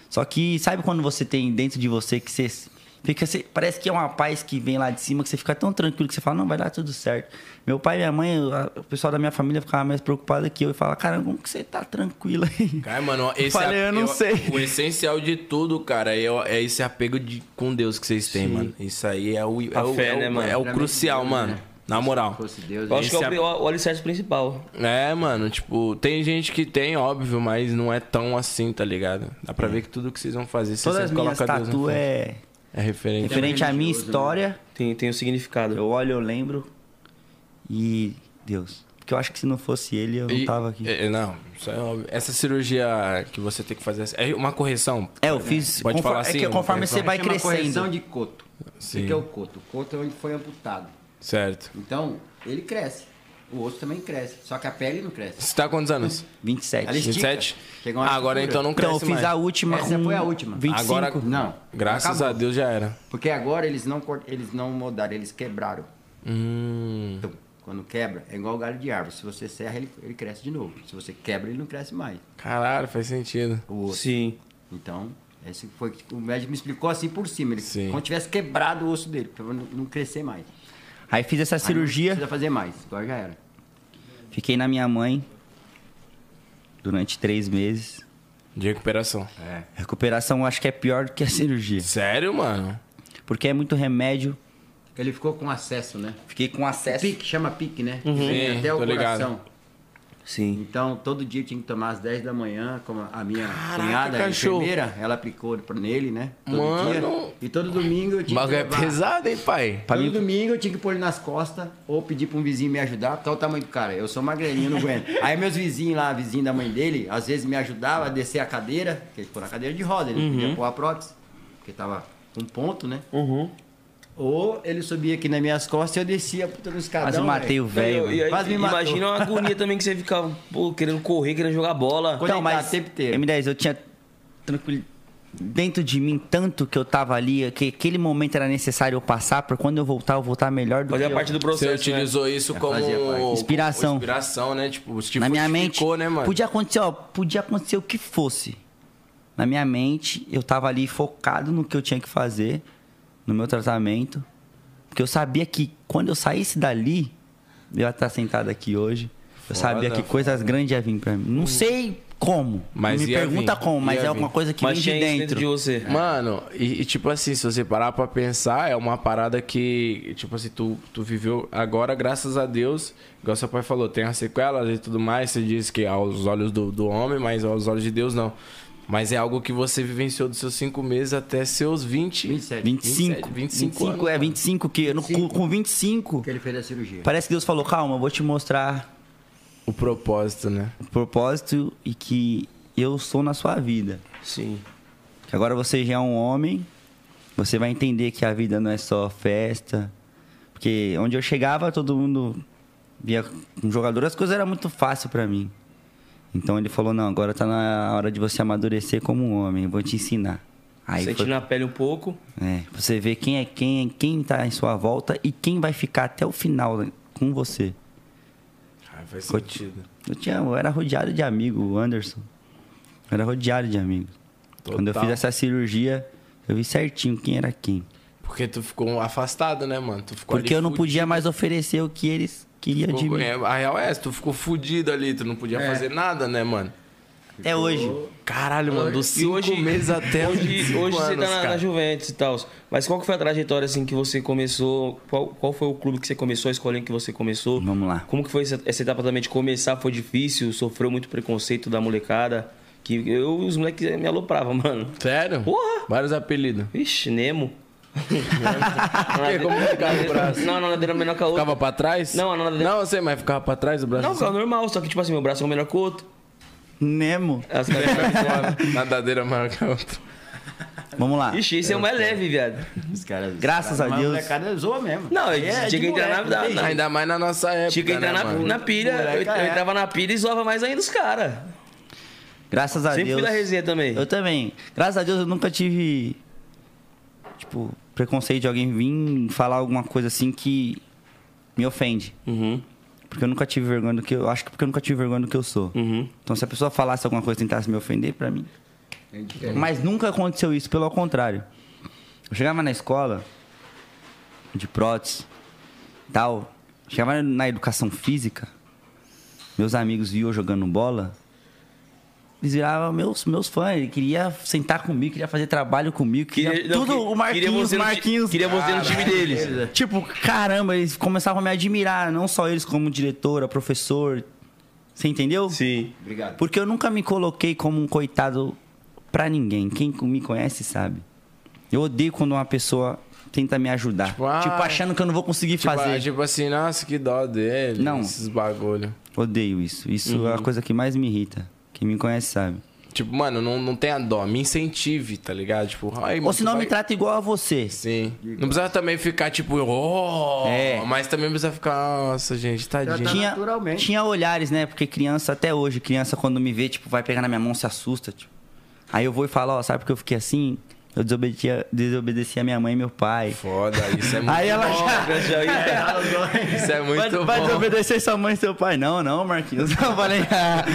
Só que sabe quando você tem dentro de você que você fica. você- parece que é uma paz que vem lá de cima, que você fica tão tranquilo que você fala, não, vai dar tudo certo. Meu pai e minha mãe, a- o pessoal da minha família ficava mais preocupado que eu e falava, caramba, como que você tá tranquilo aí?
Cara, mano, esse
Falei, eu não sei.
O essencial de tudo, cara, é, é esse apego de, com Deus que vocês têm, mano. Isso aí é o, é
A
o,
fé,
é o-
né, mano?
é o crucial, mano. Na moral.
Se fosse Deus,
Eu acho que é o,
Esse
pri-
é-
o alicerce principal.
É, mano, tipo, tem gente que tem, óbvio, mas não é tão assim, tá ligado? Dá pra ver que tudo que vocês vão fazer, vocês
É. Todas as
sempre
minhas
colocam Deus na
tatu
frente.
é
É referente.
referente à minha história.
Tem, tem o significado.
Eu olho, eu lembro. E. Deus. Porque eu acho que se não fosse ele, eu não
E-
tava aqui.
é, não, isso é óbvio. Essa cirurgia que você tem que fazer é uma correção?
É, eu fiz.
Pode falar
é
assim,
que
uma
conforme você
correção?
vai
Chama correção
crescendo.
de coto.
Sim.
O que é o coto? O coto é onde foi amputado.
Certo.
Então, ele cresce. O osso também cresce. Só que a pele não cresce.
Você tá com quantos anos?
27.
Ela estica.
27?
Chegou uma
Ah, agora
altura.
então não
Então
cresce
eu fiz
mais.
a última.
Essa
com
foi a última.
25.
Agora-
Não.
Graças
acabou.
a Deus já era.
Porque agora eles não, cort- eles não moldaram, eles quebraram.
Hum.
Então, quando quebra, é igual galho de árvore. Se você serra, ele, ele cresce de novo. Se você quebra, ele não cresce mais.
Caralho, faz sentido.
O osso.
Sim.
Então, esse foi o que o médico me explicou assim por cima. Ele,
Sim.
Quando tivesse quebrado o osso dele, pra não não crescer mais. Aí
Aí fiz essa
não
cirurgia,
precisa fazer mais. Agora já era.
fiquei na minha mãe durante três meses.
De recuperação.
Recuperação eu acho que é pior do que a cirurgia.
Sério, mano?
Porque é muito remédio.
Ele ficou com acesso, né?
Fiquei com acesso.
Pique, chama pique, né?
Uhum. Sim,
Vem até o
tô ligado.
coração.
Sim.
Então, todo dia tinha que tomar às 10 da manhã, como a minha
Caraca,
cunhada, a
cachorro.
enfermeira, ela aplicou pra- nele, né? Todo
Mano.
dia. E todo domingo eu
O
tinha que
bagulho é
levar-
pesado, hein, pai?
Todo domingo eu tinha que pôr ele nas costas ou pedir pra um vizinho me ajudar, porque olha o tamanho do cara. Eu sou magrelinho, não aguento. Aí meus vizinhos lá, vizinho da mãe dele, às vezes me ajudava a descer a cadeira, que ele ficou na cadeira de roda, ele não
Uhum.
podia pôr a prótese, porque tava com ponto, né?
Uhum.
Ou ele subia aqui nas minhas costas e eu descia puta no escadão.
Quase matei
velho.
o velho.
E
mano.
aí,
Quase me matou.
imagina uma agonia também que você ficava pô, querendo correr, querendo jogar bola.
Quando-
Então,
conectado
mas
o tempo inteiro.
M10, eu tinha tranquilo dentro de mim tanto que eu tava ali, que aquele momento era necessário eu passar, pra quando eu voltar, eu voltar melhor do
Fazia
que
parte
eu.
do
Você
processo. né?
utilizou isso
fazia parte.
como
Inspiração.
como inspiração, né? Tipo, tipo
Na minha
te
mente,
ficou, né, mano?
podia acontecer, ó, podia acontecer o que fosse. Na minha mente, eu tava ali focado no que eu tinha que fazer, no meu tratamento, porque eu sabia que quando eu saísse dali, eu ia estar sentado aqui hoje. Eu
Foda,
sabia que
foda.
coisas grandes ia vir pra mim. Não sei como.
Mas
Não me
ia
pergunta
vir,
como, mas
ia
é alguma
vir.
coisa que
Mas
vem
tinha
de
isso dentro
dentro.
de você.
Mano, e, e tipo assim, se você parar pra pensar, é uma parada que, tipo assim, tu, tu viveu agora, graças a Deus, igual seu pai falou, tem as sequelas e tudo mais, você diz que aos olhos do, do homem, mas aos olhos de Deus não. Mas é algo que você vivenciou dos seus 5 meses até seus 20.
27.
25.
25 anos,
é, 25 que eu não- com- com 25,
Que ele fez a cirurgia.
parece que Deus falou: "Calma, eu vou te mostrar
O propósito, né?
o propósito e que eu sou na sua vida.
Sim.
Que agora você já é um homem, você vai entender que a vida não é só festa. Porque onde eu chegava, todo mundo via um jogador, as coisas eram muito fácil pra mim. Então ele falou: "Não, agora tá na hora de você amadurecer como um homem, eu vou te ensinar". Aí
Sente
foi
na pele um pouco.
É, você vê quem é quem, quem tá em sua volta e quem vai ficar até o final com você.
Ah, faz
Eu, ti- eu tinha, eu era rodeado de amigo, o Anderson. Eu era rodeado de amigos. Quando eu
Total.
fiz essa cirurgia, eu vi certinho quem era quem.
Porque tu ficou afastado, né, mano? Tu ficou
Porque
ali
eu não
fudido.
podia mais oferecer o que eles queriam de
Ficou-
mim.
é, A real é essa, tu ficou fudido ali, tu não podia
É.
fazer nada, né, mano?
Até hoje.
Caralho, mano, dos
E
cinco
hoje,
meses até os
hoje,
25
hoje você
anos,
tá na,
cara.
na Juventus e tal. Mas qual que foi a trajetória assim que você começou? Qual, qual foi o clube que você começou, a escolinha que você começou?
Vamos lá.
Como que foi essa, essa etapa também de começar? Foi difícil? Sofreu muito preconceito da molecada? Que eu os moleques me alopravam, mano.
Sério?
Porra!
Vários apelidos.
Ixi, Nemo.
quê? Como ficava o braço?
Não, não, não, menor que a outra.
Ficava pra trás?
Não, não, não.
Não, eu sei, mas ficava pra trás o braço.
Não,
assim?
cara, normal, só que tipo assim, meu braço é um melhor que o outro.
Nemo.
As caras-
Nadadeira é maior que a outra.
Vamos lá.
Ixi, esse é o mais leve, viado.
Os caras,
Graças
os
a
caras- mas
Deus.
O molecada zoa mesmo.
Não,
Aí
tinha
de
que entrar
moleque,
na-
né, não tem
na-
jeito.
Ainda mais na nossa época,
Tinha que entrar
né,
na,
mano?
na pilha, eu,
Moleca,
eu
é.
entrava na pilha e zoava mais ainda os caras.
Graças a
Sempre
Deus.
fui da resenha também.
Eu também. Graças a Deus eu nunca tive. Tipo, preconceito de alguém vir falar alguma coisa assim que me ofende.
Uhum,
Porque eu nunca tive vergonha do que eu. Acho que porque eu nunca tive vergonha do que eu sou.
uhum.
Então se a pessoa falasse alguma coisa e tentasse me ofender, pra mim.
É diferente.
Mas nunca aconteceu isso, pelo contrário. Eu chegava na escola, de prótese, tal. Chegava na educação física, meus amigos viam eu jogando bola, eles viravam meus, meus fãs, ele queria sentar comigo, queria fazer trabalho comigo, queria,
não, que-
tudo o
queria
Marquinhos,
você no ti-
Marquinhos.
Queria você no time deles.
Tipo, caramba, eles começavam a me admirar, não só eles como diretora, professor. Você entendeu?
Sim.
Obrigado.
Porque eu nunca me coloquei como um coitado pra ninguém. Quem me conhece sabe. Eu odeio quando uma pessoa tenta me ajudar. Tipo,
Tipo, ah,
achando que eu não vou conseguir
Tipo,
fazer.
ah, tipo assim, nossa, que dó dele.
Não.
Esses bagulho.
Odeio isso. Isso
Uhum.
é a coisa que mais me irrita. Quem me conhece sabe.
Tipo, mano, não, não tenha dó. Me incentive, tá ligado? Tipo, ai,
Ou
mano,
se não
tu
me
vai-
trata igual a você.
Sim. Não precisa também ficar, tipo, oh,
É.
mas também precisa ficar, nossa, gente, tadinho.
Tratar-
Tinha,
naturalmente.
tinha olhares, né? Porque criança, até hoje, criança quando me vê, tipo, vai pegar na minha mão, se assusta, tipo. Aí eu vou e falo, ó, sabe porque eu fiquei assim? eu desobedecia, desobedecia minha mãe e meu pai.
Foda, isso é muito
Aí ela
bom.
já.
Já ia-
Isso é
Vai,
muito
vai
bom.
desobedecer sua mãe e seu pai. Não, não, Marquinhos. Eu falei, ah.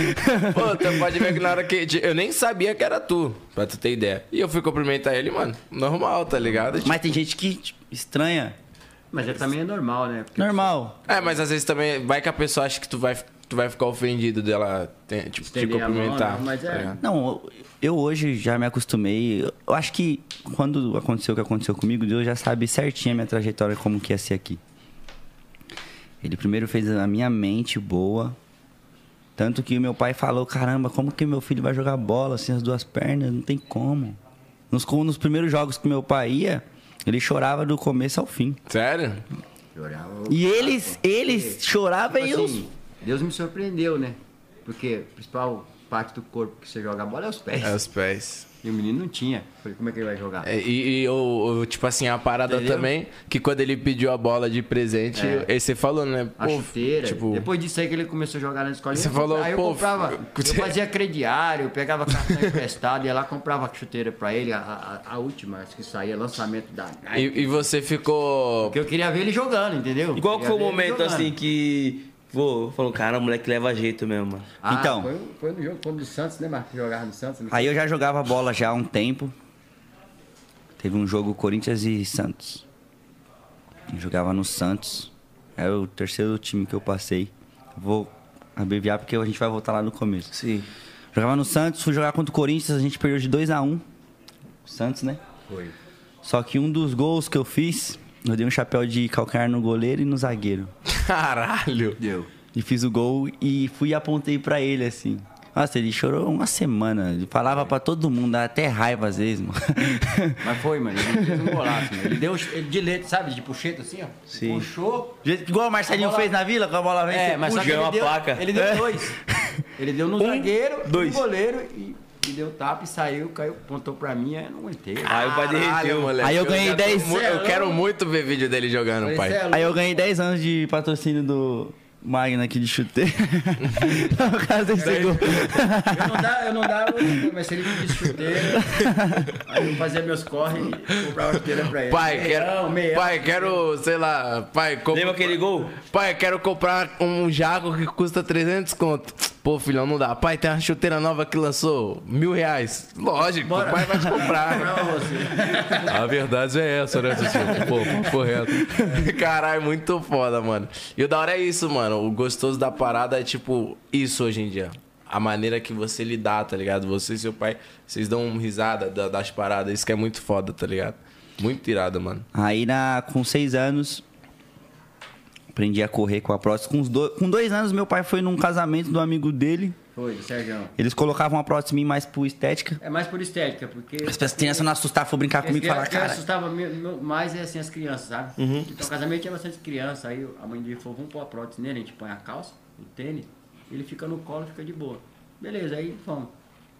Pô, tu pode ver que na hora que. Eu nem sabia que era tu, pra tu ter ideia. E eu fui cumprimentar ele, mano. Normal, tá ligado? Tipo,
Mas tem gente que tipo, estranha.
Mas já também é normal, né? Porque
Normal.
É, mas às vezes também vai que a pessoa acha que tu vai, tu vai ficar ofendido dela te, tipo, te
Estender a mão,
cumprimentar.
né? Mas é.
tá ligado?
Não, eu hoje já me acostumei. Eu acho que quando aconteceu o que aconteceu comigo, Deus já sabe certinho a minha trajetória como que ia ser aqui. Ele primeiro fez a minha mente boa. Tanto que o meu pai falou, caramba, como que meu filho vai jogar bola sem as duas pernas? Não tem como. Nos, co- nos primeiros jogos que meu pai ia, ele chorava do começo ao fim.
Sério?
Chorava.
E eles, eles choravam e
Tipo
eu...
assim, Deus me surpreendeu, né? Porque a principal parte do corpo que você joga a bola é os pés.
É os pés.
E o menino não tinha. Falei, como é que ele vai jogar?
É, E, e eu, eu, tipo assim, a parada
Entendeu?
também, que quando ele pediu a bola de presente,
É.
aí você falou, né?
A
pô,
chuteira.
Tipo,
Depois disso aí que ele começou a jogar na escola.
Você
eu
falou,
comprava- aí eu
pô,
comprava.
você-
Eu fazia crediário, eu pegava cartão emprestado, ia lá, comprava a chuteira pra ele, a, a, a última, acho que saía, lançamento da Nike.
e, e você ficou.
Porque eu queria ver ele jogando, entendeu?
E qual que foi
Queria
o
ver ele
momento
jogando.
assim que. Pô, falou, cara, o moleque leva jeito mesmo, mano.
Ah,
Então.
Foi, foi no jogo contra o Santos, né, Marcos? Jogava no Santos. né?
Aí eu já jogava bola já há um tempo. Teve um jogo Corinthians e Santos. Eu jogava no Santos. É o terceiro time que eu passei. Vou abreviar porque a gente vai voltar lá no começo.
Sim.
Jogava no Santos, fui jogar contra o Corinthians, a gente perdeu de 2 a 1 Santos, né?
Foi.
Só que um dos gols que eu fiz, eu dei um chapéu de calcanhar no goleiro e no zagueiro.
Caralho!
Deu.
E fiz o gol e fui e apontei pra ele assim. Nossa, ele chorou uma semana. Ele falava pra todo mundo, dava até raiva às vezes, mano.
Mas foi, mano. Ele fez um golaço, mano. Ele deu ele de letra, sabe? De puxeta assim, ó.
Sim.
Puxou.
Do jeito- Igual o Marcelinho
A bola-
fez na vila, com a bola vem.
É,
você
mas só
puxa.
que
Puxa, é
ele
uma
deu,
placa.
ele deu
É. Um,
dois. Ele deu no zagueiro,
dois.
no goleiro e, e deu tapa e saiu, caiu, apontou pra mim, aí eu não aguentei.
Aí o pai
Caralho,
derreteu.
moleque.
Aí eu ganhei
já tô
10
mu- Eu quero muito ver vídeo dele jogando,
Falei, "Cê é
pai.
louco".
Aí eu ganhei 10 anos de patrocínio do Magna aqui de chuteiro. Por causa desse gol.
Eu não dava, eu não dava, mas se ele me disse chuteiro, aí eu fazia meus corre e comprava chuteira pra ele.
Pai,
Meião,
quero.
meião.
Pai, quero, sei lá, pai, compra.
Lembra aquele gol?
Pai, quero comprar um jaco que custa 300 conto. Pô, filhão, não dá. Pai, tem uma chuteira nova que lançou mil reais. Lógico, o pai vai te comprar. né?
Não, você.
A verdade é essa, né, Tio? Pô, correto. Caralho, muito foda, mano. E o da hora é isso, mano. O gostoso da parada é, tipo, isso hoje em dia. A maneira que você lidar, tá ligado? Você e seu pai, vocês dão uma risada da- das paradas. Isso que é muito foda, tá ligado? Muito irado, mano.
Aí na, com 6 anos, aprendi a correr com a prótese. Com, os do- com dois anos, meu pai foi num casamento do amigo dele.
Foi, Sérgio.
Eles colocavam a prótese em mim mais por estética.
É mais por estética, porque. é
As pessoas- crianças não assustavam, foram brincar comigo e falar,
que
cara.
assustava me- me- mais é assim as crianças, sabe? Então, casamento tinha bastante criança, aí a mãe dele falou, vamos pôr a prótese nele, a gente põe a calça, o tênis, ele fica no colo, fica de boa. Beleza, aí vamos.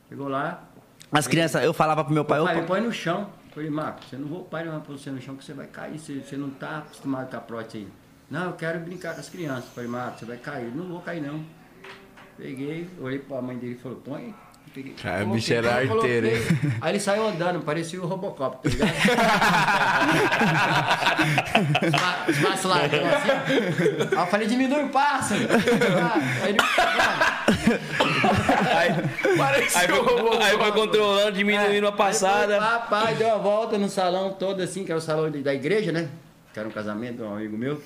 Chegou lá,
As crianças, eu falava pro meu pai,
pai, me
opa,
põe no chão. Eu falei, Marco, você não vou pai não vai pôr você no chão, que você vai cair, você, você não tá acostumado com a prótese aí. Não, eu quero brincar com as crianças. Eu falei, Marco, você vai cair. Não vou cair não. Peguei, olhei pra mãe dele e falou, põe. Peguei,
Cara, o
coloquei,
bicho era
coloquei.
arteiro, hein?
Aí ele saiu andando, parecia o Robocop, tá ligado? Os braços largão assim. Aí eu falei, diminui o passo. Aí ele, "Ah,
Aí, aí, foi, aí foi controlando, diminuindo a
É. Aí
passada.
foi, pá, pá, deu uma volta no salão todo assim, que era o salão de- da igreja, né? Que era um casamento de um amigo meu.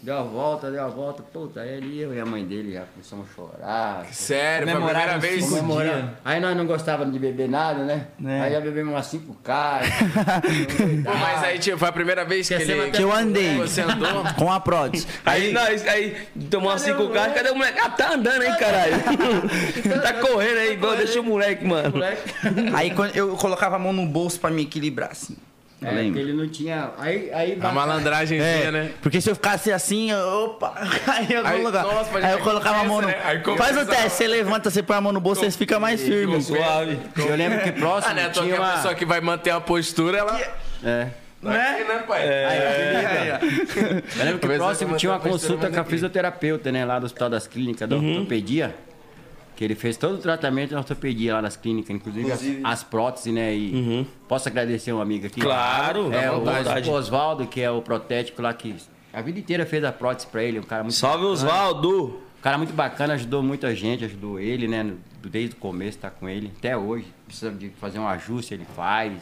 Deu uma volta, deu uma volta. Puta, aí ele, eu e a mãe dele já começamos a chorar.
Sério, foi a primeira vez.
comemorando. Aí nós não gostávamos de beber nada, né?
Né.
Aí já bebemos umas cinco caras.
Pô, mas aí, tipo, foi a primeira vez que
Esquecemos
ele...
até
que eu andei
um Você andou?
com a prótese.
Aí, nós, aí tomou umas
Cadê o
5 carros,
moleque?
cadê o moleque? Ah, tá andando aí, caralho. tá correndo aí, bro, deixa o moleque, mano.
moleque.
Aí quando eu colocava a mão no bolso pra me equilibrar, assim. Eu
É, porque
lembro.
ele não tinha. Aí, aí
A malandragemzinha, né?
É, Porque se eu ficasse assim, eu, opa, caí em algum
Aí,
lugar.
nossa, pode
aí eu
ser
colocava a mão no.
né? Aí começa
Faz o
a-
teste, você levanta, você põe a mão no bolso, você fica mais firme. assim.
Suave.
Eu lembro que próximo
Ah, né? Tô
tinha
aqui a
uma...
pessoa que vai manter a postura, ela...
É.
Não é? né, pai?
Eu lembro que
Talvez
próximo
eu
tinha uma
vou ter uma
consulta com a
aqui.
fisioterapeuta, né? Lá do Hospital das Clínicas, da ortopedia. Que ele fez todo o tratamento na ortopedia lá nas clínicas, inclusive,
Inclusive.
As, as próteses, né? E posso agradecer um amigo aqui.
Claro,
é
à vontade.
o Oswaldo, que é o protético lá que a vida inteira fez a prótese pra ele. Um cara muito
Salve,
bacana.
Osvaldo!
Um cara muito bacana, ajudou muita gente, ajudou ele, né? no- Desde o começo tá com ele, até hoje. Precisa de fazer um ajuste, ele faz.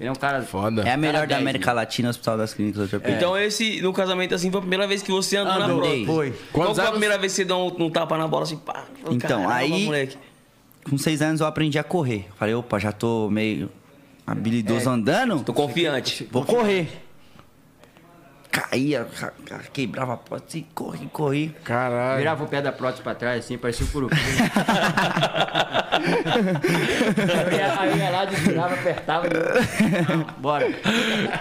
Ele é um cara.
Foda.
É a melhor da
Parabéns,
América Latina, Hospital das Clínicas Ortopedia.
Então, esse, no casamento, assim, foi a primeira vez que você andou, na
Andou,
prova.
foi.
Qual foi
Quantos
a
é
anos-
primeira vez que você deu um, um tapa na bola, assim, pá? Falou,
Então,
"Caramba,
aí-
moleque."
Com seis anos eu aprendi a correr. Eu Falei, opa, já tô meio habilidoso
É,
andando.
Tô confiante.
Vou correr. Caía, ca- ca- quebrava a porta e corri, corri.
Caralho.
Virava o pé da prótese pra trás, assim, parecia um curupim. eu, ia, aí eu ia lá, desvirava, apertava. e- Bora.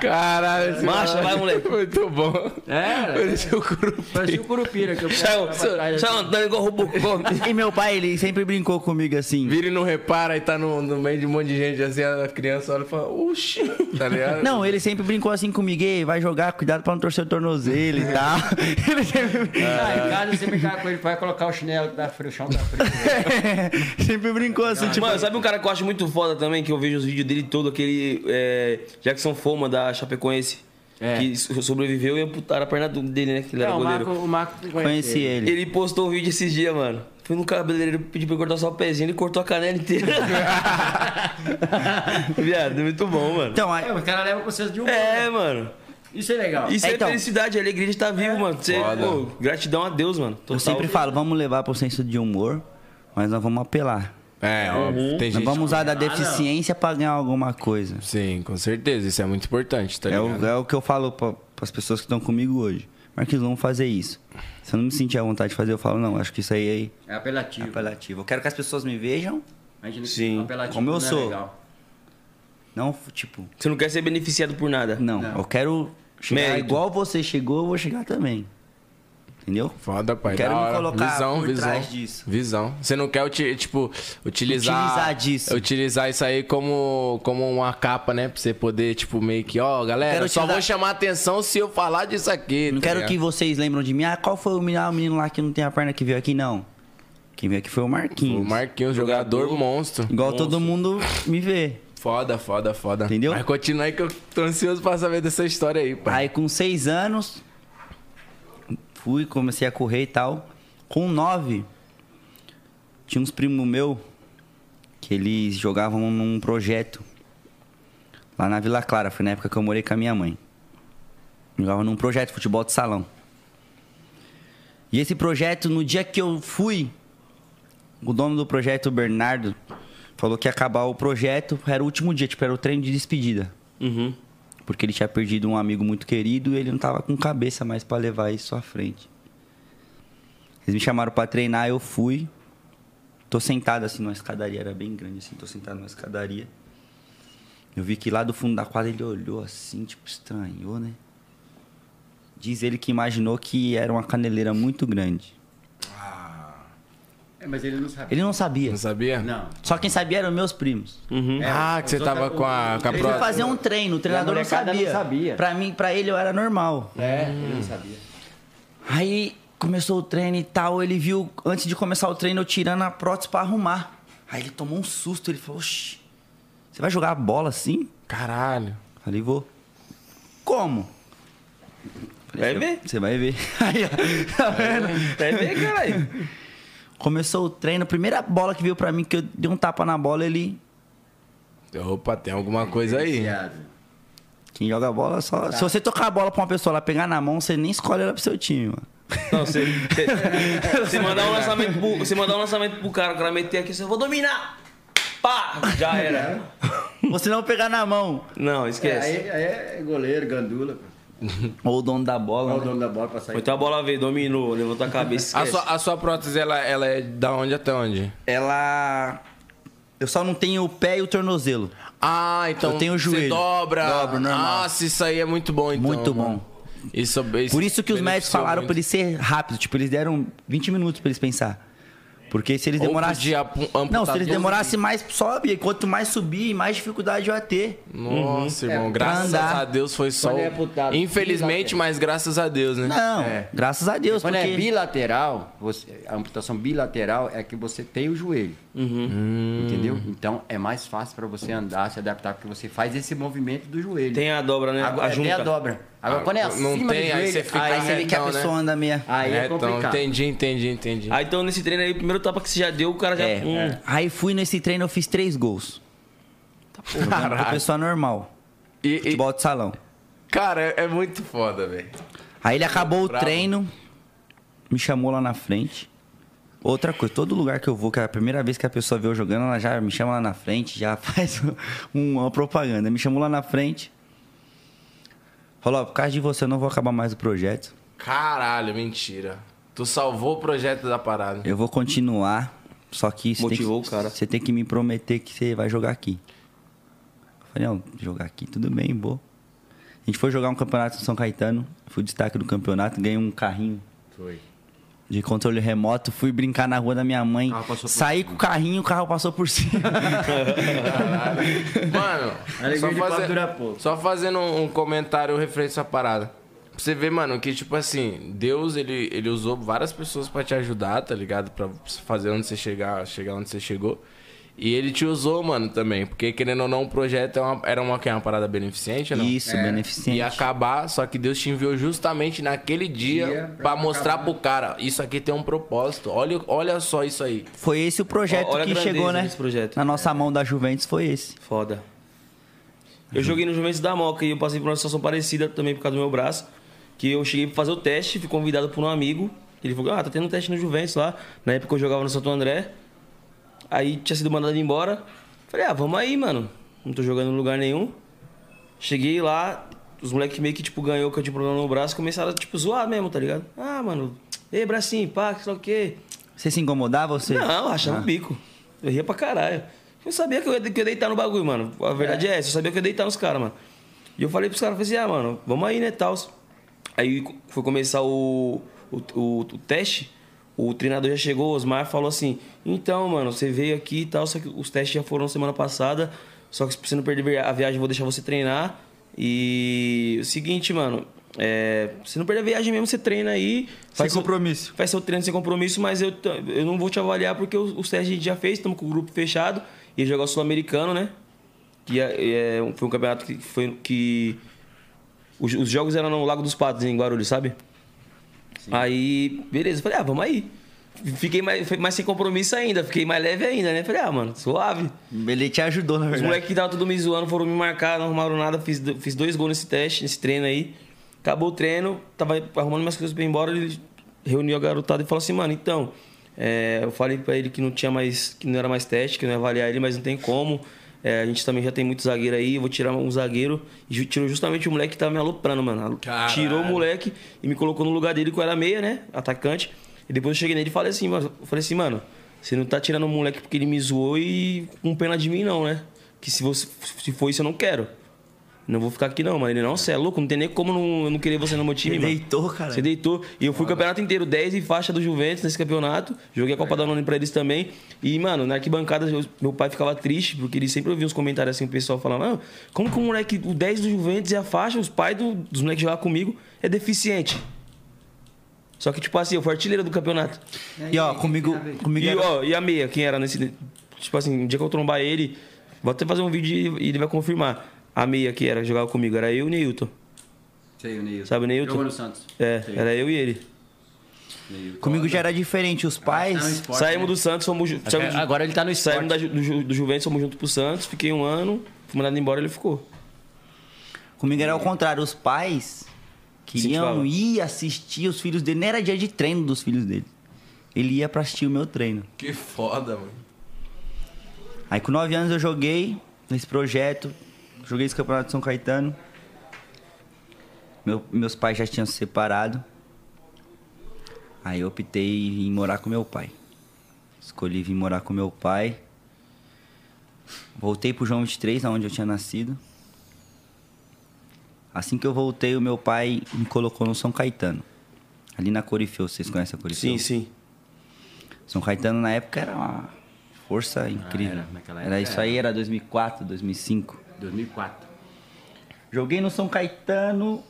Caralho. esse
Marcha,
cara-
vai, moleque.
Muito bom.
É,
Parecia o Curupira.
parecia um curupira. Que eu
Saiu,
pra trás, assim.
saiu andando igual
Tipo
Robocop.
E meu pai, ele sempre brincou comigo assim.
Vira e não repara e tá no, no meio de um monte de gente assim, a criança olha e fala, oxi, tá ligado?
Não, ele sempre brincou assim comigo, ei, vai jogar, cuidado pra não torcer o tornozelo e tal. Ele sempre,
Lá Ah, em casa, eu sempre ficava com ele, vai colocar o chinelo que tá frio, o chão tá frio.
sempre brincou assim, tipo,
Mano, sabe um cara que eu acho muito foda também, que eu vejo os vídeos dele todo, aquele é, Jackson Foma da Chapecoense,
É.
que so- sobreviveu e amputaram a perna do- dele, né, que ele era
Não, o
goleiro.
Marco, o Marco conhece
conheci ele.
Ele postou um vídeo esses dias, mano. Fui no cabeleireiro, pedi pra ele cortar só o pezinho, ele cortou a canela inteira. Viado, muito bom, mano.
Então, aí-
É, o cara leva vocês de um.
É, mano.
Isso é legal.
Isso é,
Então-
felicidade, é alegria de estar vivo, mano. Você, pô, gratidão a Deus, mano. Total.
eu sempre falo, vamos levar pro senso de humor, mas nós vamos apelar.
É, ó,
Uhum.
tem
Nós
gente.
vamos usar da deficiência pra ganhar alguma coisa.
Sim, com certeza, isso é muito importante, tá
É
ligado?
o, é o que eu falo pra, pras pessoas que estão comigo hoje. Marquinhos, vamos fazer isso. Se eu não me sentir à vontade de fazer, eu falo, não, acho que isso aí
É
é
apelativo.
apelativo. Eu quero que as pessoas me vejam,
A gente não-
Sim.
apelativo
Como eu
não
sou.
É legal.
não, tipo,
Você não quer ser beneficiado por nada.
não, eu quero chegar
Mérito.
igual você chegou, eu vou chegar também. Entendeu?
Foda, pai.
Quero
da
me
hora.
colocar
visão,
por
visão,
trás disso.
Visão. Você não quer, uti- tipo, utilizar...
Utilizar disso.
Utilizar isso aí como, como uma capa, né? Pra você poder, tipo, meio que... Ó, galera,
Quero
só
utilizar-
vou chamar atenção se eu falar disso aqui.
Não
tá
quero que
ligado?
vocês lembram de mim. Ah, qual foi o menino, ah, o menino lá que não tem a perna que veio aqui, não. Quem veio aqui foi o
O
Marquinhos.
Marquinhos, jogador,
Jogador.
monstro.
Igual todo mundo me vê.
Foda, foda, foda.
Entendeu?
Mas continua aí que eu tô ansioso pra saber dessa história aí, pai.
Aí com seis anos, fui, comecei a correr e tal. Com nove, tinha uns primos meu que eles jogavam num projeto lá na Vila Clara. Foi na época que eu morei com a minha mãe. Jogavam num projeto de futebol de salão. E esse projeto, no dia que eu fui, o dono do projeto, o Bernardo, falou que ia acabar o projeto. Era o último dia, tipo, era o treino de despedida
Uhum.
porque ele tinha perdido um amigo muito querido e ele não tava com cabeça mais pra levar isso à frente. Eles me chamaram pra treinar, eu fui. Tô sentado assim numa escadaria, era bem grande assim, tô sentado numa escadaria. Eu vi que lá do fundo da quadra ele olhou assim, tipo, estranhou, né? Diz ele que imaginou que era uma caneleira muito grande.
É, mas ele não sabe.
Ele não é, sabia.
Não sabia?
Não.
Só quem sabia eram meus primos.
Ah, que você tava com a, com a
Eu
pró-
fui fazer um treino, o treinador não
molecada não
sabia.
sabia.
Pra mim, pra ele eu era normal.
É, ele não sabia.
Aí começou o treino e tal, ele viu, antes de começar o treino, eu tirando a prótese pra arrumar. Aí ele tomou um susto, ele falou, oxi, você vai jogar a bola assim?
Caralho.
Falei, vou. Como?
Vai ver.
Você vai ver. Aí, ó, tá vendo?
Vai ver, caralho.
Começou o treino, a primeira bola que veio pra mim, que eu dei um tapa na bola, ele...
Opa, tem alguma coisa aí.
Viado.
Quem joga a bola só... Se você tocar a bola pra uma pessoa, ela pegar na mão, você nem escolhe ela pro seu time, mano.
Não, você, você, você mandar um lançamento pro, você mandar um lançamento pro cara, o cara meter aqui, você vou dominar. Pá! Já era.
Você não pegar na mão.
Não,
É,
esquece.
aí, aí é goleiro, gandula.
Ou o dono da bola,
Qual o
né?
dono da bola pra sair?
Então a bola veio, dominou, levantou a cabeça,
A
esquece.
sua, a sua prótese, ela, ela é da onde até onde?
Ela... Eu só não tenho o pé e o tornozelo.
Ah, então
Eu tenho o
Você
joelho.
dobra.
Dobro, normal.
Nossa, isso aí é muito bom, então.
Muito bom.
mano. Isso,
Por isso que os médicos falaram
para
pra ele ser rápido. Tipo, eles deram 20 minutos pra eles pensar. Porque se eles
Ou
demorassem.
podia apu- amputar
Não, se eles
todo
demorassem mais, sobe. Quanto mais subir, mais dificuldade eu ia ter.
Nossa, irmão,
pra
graças
Uhum. É, andar.
a Deus foi só.
Quando
o-
é amputado,
Infelizmente,
bilateral.
mas graças a Deus, né?
Não,
É.
graças a Deus.
Quando é
porque-
bilateral, você- a amputação bilateral é que você tem o joelho.
Hum.
Entendeu? Então é mais fácil pra você andar, se adaptar, porque você faz esse movimento do joelho.
Tem a dobra, né?
Agora,
a junta.
Tem a dobra. Agora,
Ah,
quando é acima
não tem,
do joelho,
aí
aí
você fica
Aí você vê que a
Então, né?
pessoa anda meio.
é,
então,
complicado.
entendi, entendi, entendi.
Ah, então nesse treino aí, primeiro tapa que você já deu, o cara já.
É.
Hum.
Aí fui nesse treino, eu fiz três gols. Jogando com pessoa normal.
E- e-
Futebol de salão.
cara, é é muito foda, velho.
Aí ele acabou o
Bravo.
treino, me chamou lá na frente. Outra coisa, todo lugar que eu vou, que é a primeira vez que a pessoa vê eu jogando, ela já me chama lá na frente, já faz um- uma propaganda. Me chamou lá na frente. Falou, ó, por causa de você eu não vou acabar mais o projeto.
Caralho, mentira. Tu salvou o projeto da parada.
Eu vou continuar. Só que você,
Motivou
tem, que,
o cara.
você tem que me prometer que você vai jogar aqui. Eu falei, não, jogar aqui, tudo bem, vou. A gente foi jogar um campeonato em São Caetano, fui destaque do campeonato, ganhei um carrinho
Foi.
de controle remoto, fui brincar na rua da minha mãe,
carro passou por
saí com o carrinho, o carro passou por cima.
Mano,
Alegria
só,
de
faze-
papo dura pouco.
só fazendo um um comentário referente a essa parada. Pra você ver, mano, que tipo assim, Deus, ele, ele usou várias pessoas pra te ajudar, tá ligado? Pra você fazer onde você chegar, chegar onde você chegou. E ele te usou, mano, também. Porque, querendo ou não, o projeto é uma- era uma, que é uma parada beneficente, não?
Isso,
É.
beneficente.
E acabar, só que Deus te enviou justamente naquele dia,
Dia pra
pra mostrar pro cara, isso aqui tem um propósito. Olha, olha só isso aí.
Foi esse o projeto
Olha a
que
grandeza
chegou, né?
desse projeto.
Na nossa mão da Juventus foi esse.
Foda. Eu joguei no Juventus da Moca e eu passei por uma situação parecida também por causa do meu braço. Que eu cheguei pra fazer o teste, fui convidado por um amigo. Ele falou: Ah, tá tendo um teste no Juventus lá. Na época eu jogava no Santo André. Aí tinha sido mandado embora. Falei: Ah, vamos aí, mano. Não tô jogando em lugar nenhum. Cheguei lá, os moleques meio que, tipo, ganhou que eu tinha problema no braço. Começaram a, tipo, zoar mesmo, tá ligado? Ah, mano, ei, bracinho, pá, que sei lá o quê.
Você se incomodava? Você...
Não, eu achava o bico. Eu ria pra caralho. Eu sabia que eu ia, que eu ia deitar no bagulho, mano. A verdade é. essa, eu sabia que eu ia deitar nos caras, mano. E eu falei pros caras, falei assim, ah, mano, vamos aí, né, tal. Aí co- foi começar o, o, o- o teste, o treinador já chegou, o Osmar falou assim, então, mano, você veio aqui e tal, só que os testes já foram semana passada, só que se você não perder a viagem, eu vou deixar você treinar. E o seguinte, mano, é, se não perder a viagem mesmo, você treina aí. faz seu-
compromisso.
vai ser o treino sem compromisso, mas eu, t- eu não vou te avaliar porque os, os testes a gente já fez, estamos com o grupo fechado. Ia jogar o Sul-Americano, né? Que é, é um- foi um campeonato que foi que. Os, os jogos eram no Lago dos Patos, em Guarulhos, sabe? Aí, beleza, eu falei, ah, vamos aí. Fiquei mais, fui mais sem compromisso ainda, fiquei mais leve ainda, né? Falei, ah, mano, suave.
Ele te ajudou, na
Os
verdade.
moleques que estavam tudo me zoando foram me marcar, não arrumaram nada. Fiz, do- fiz dois gols nesse teste, nesse treino aí. Acabou o treino, tava arrumando minhas coisas pra ir embora. Ele reuniu a garotada e falou assim: mano, então. é, eu falei pra ele que não tinha mais. que não era mais teste, que não ia avaliar ele, mas não tem como. É, a gente também já tem muito zagueiro aí, eu vou tirar um zagueiro. E ju- tirou justamente o moleque que tava me aloprando, mano. Alu-
Caralho.
Tirou o moleque e me colocou no lugar dele, que eu era meia, né? Atacante. E depois eu cheguei nele e falei assim, mano, eu falei assim, mano, você não tá tirando o moleque porque ele me zoou e com pena de mim, não, né? Que se, você, se for isso, eu não quero. Não vou ficar aqui, não, mano. Ele, não, você é louco, não tem nem como não, eu não querer você no meu time,
Ele
mano.
deitou, cara.
Você deitou. E eu fui o campeonato inteiro, 10 em faixa do Juventus nesse campeonato. Joguei a
É.
Copa da Noni pra eles também. E, mano, na arquibancada, eu- meu pai ficava triste, porque ele sempre ouvia uns comentários assim, o pessoal falando, "Ah, como que o moleque, o 10 do Juventus e a faixa, os pais do- dos moleques que jogavam comigo, é deficiente. Só que, tipo assim, eu fui artilheiro do campeonato.
E ó, comigo, comigo
E,
era-
ó, e a meia, quem era nesse. Tipo assim, no dia que eu trombar ele, vou até fazer um vídeo e ele vai confirmar. A meia que era, jogava comigo, era eu e o Neilton.
Sei, o Neilton.
Sabe o Neilton?
Jogou no Santos.
É,
Sei,
era eu e ele.
Neilton.
comigo já era diferente. Os
Tá no
pais.
esporte,
Saímos
né?
do Santos, fomos. ju- saímos-
agora ele tá no
Saímos
esporte.
da Ju- do, Ju- do Juventus, fomos junto pro Santos, fiquei um ano, fui mandado embora ele ficou.
Comigo era ao contrário. Os pais queriam
Incentivava.
ir assistir os filhos dele. Não era dia de treino dos filhos dele. Ele ia pra assistir o meu treino.
Que foda, mano.
Aí com 9 anos eu joguei nesse projeto, joguei esse campeonato de São Caetano. Meu- meus pais já tinham se separado. Aí eu optei em morar com meu pai. Escolhi vir morar com meu pai. Voltei pro João 23, onde eu tinha nascido. Assim que eu voltei, o meu pai
Então,
me colocou no São Caetano. Ali na Corifeu, vocês conhecem a Corifeu?
Sim, sim.
São Caetano na época era uma força incrível.
Ah, era, naquela
era,
época
isso
era.
aí, era 2004, 2005.
2004.
Joguei no São Caetano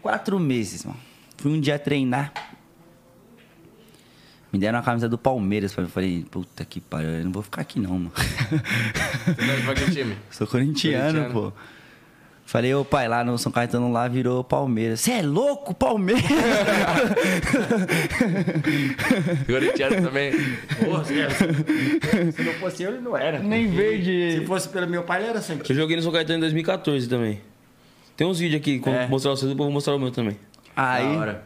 quatro meses, mano. Fui um dia treinar. Me deram a camisa do Palmeiras pra mim. Eu Falei, puta que pariu, eu não vou ficar aqui não, mano.
Você tá de pra que time?
Sou corintiano,
Corintiano.
pô. Falei, ô pai, lá no São Caetano lá virou Palmeiras. Você é louco, Palmeiras?
Corintiano também.
Porra, se se não fosse eu, ele não era.
Nem verde.
Se fosse pelo meu pai, ele era
Eu
Santinho.
joguei no São Caetano em 2014 também. Tem uns vídeos aqui, quando
É.
mostrar o seu, depois eu vou mostrar o meu também.
Aí,
Da hora.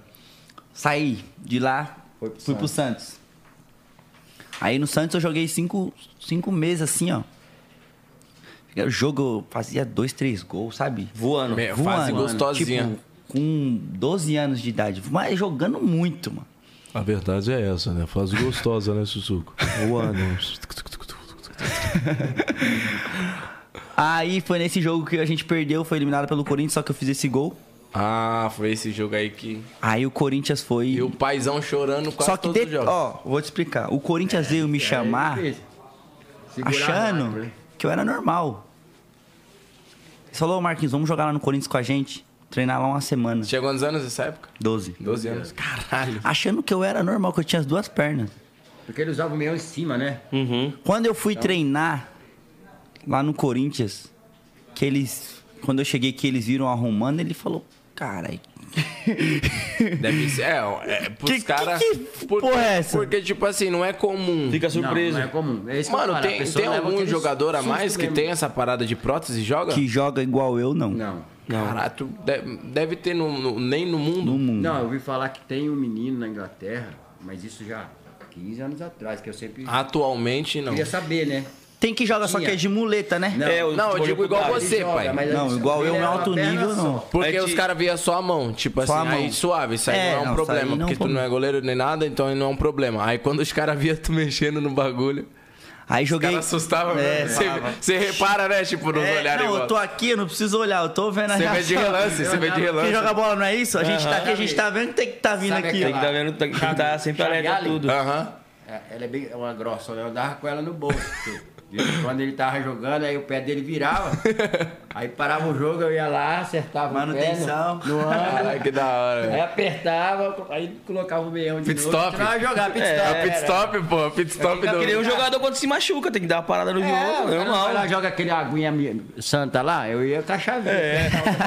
saí de lá,
Foi pro
fui pro Santos. Aí no Santos eu joguei cinco, cinco meses assim, ó. O jogo eu fazia dois, três gols, sabe?
Voando.
Meu, fase
Voando,
gostosinha.
Tipo, com 12 anos de idade. Mas jogando muito, mano.
A verdade é essa, né? Fase gostosa, né, Sussuco? Voando.
Aí foi nesse jogo que a gente perdeu, foi eliminado pelo Corinthians, só que eu fiz esse gol.
Ah, foi esse jogo aí que.
Aí o Corinthians foi.
E o paizão chorando quase
Só que,
todos
de-
os jogos. É,
ó, vou te explicar. O Corinthians veio me chamar
é Ah.
achando que eu era normal. Ele falou, "Ô, Marquinhos, vamos jogar lá no Corinthians com a gente? Treinar lá uma semana.
Chegou nos anos nessa época?
12.
12 anos. Caralho.
Achando que eu era normal, que eu tinha as duas pernas.
Porque ele usava o meião em cima, né?
Quando eu fui treinar lá no Corinthians, que eles. Quando eu cheguei que eles viram arrumando, ele falou, cara,
Deve ser. É, é pros
Que- que-
caras.
que porra é essa?
Porque, tipo assim, não é comum.
Fica surpreso.
Não, não é comum. É isso que eu
Mano,
falo, a
tem,
pessoa
tem
leva
algum
aquele
jogador a
susto
mais que
mesmo.
tem essa parada de prótese e joga?
que joga igual eu, não.
Não.
Caralho, tu deve, deve ter no, no- nem no mundo.
No mundo.
Não, eu ouvi falar que tem um menino na Inglaterra, mas isso já há 15 anos atrás, que eu sempre
Atualmente, Ah, não.
queria saber, né?
Tem que joga, só que
Tinha.
é de muleta, né?
Não.
É, o
Não, eu
futebol
digo igual
popular.
você,
Joga,
pai.
mas a
Não,
gente-
igual eu,
ele
no
era uma
alto
perna
nível,
só.
não.
Porque
É
os
de-
caras via só a mão, tipo
Só
assim,
a mão.
aí suave, isso aí
É,
não é um
não, isso aí
problema,
não é um
porque tu não
problema.
é goleiro nem nada, então aí não é um problema. Aí quando os caras via tu mexendo no bagulho,
Aí
os
joguei.
caras assustavam,
É,
né? Você-
falava.
Você repara, né, tipo, nos
É,
olhares
não, eu
igual.
tô aqui, eu não preciso olhar, eu tô vendo a
Você vê de
reação.
relance, você vê de
Quem
relance.
joga bola não é isso? A gente tá aqui, a gente tá vendo que tem que tá vindo
Sabe
aqui.
Tem
ó.
que tá vendo, tem que tá sempre
Chave
alerta a
ali.
tudo.
Aham.
É, Ela é bem é uma grossa, né? eu andava com ela no bolso. porque de vez em Quando ele tava jogando, aí o pé dele virava. Aí parava o jogo, eu ia lá, acertava
tá Manutenção.
o pé no, no ângulo.
Caralho, que da hora. velho.
Aí apertava, aí colocava o meião de
É. Pit
novo,
stop.
continuava a jogar, pit
É,
stop.
é o pit stop, pô, pit stop
Fica que nem um
do...
jogador quando se machuca, tem que dar uma parada no jogo,
É, é normal. Ela
normal.
joga aquele aguinha mi- santa lá, eu ia com a Então, chavinha.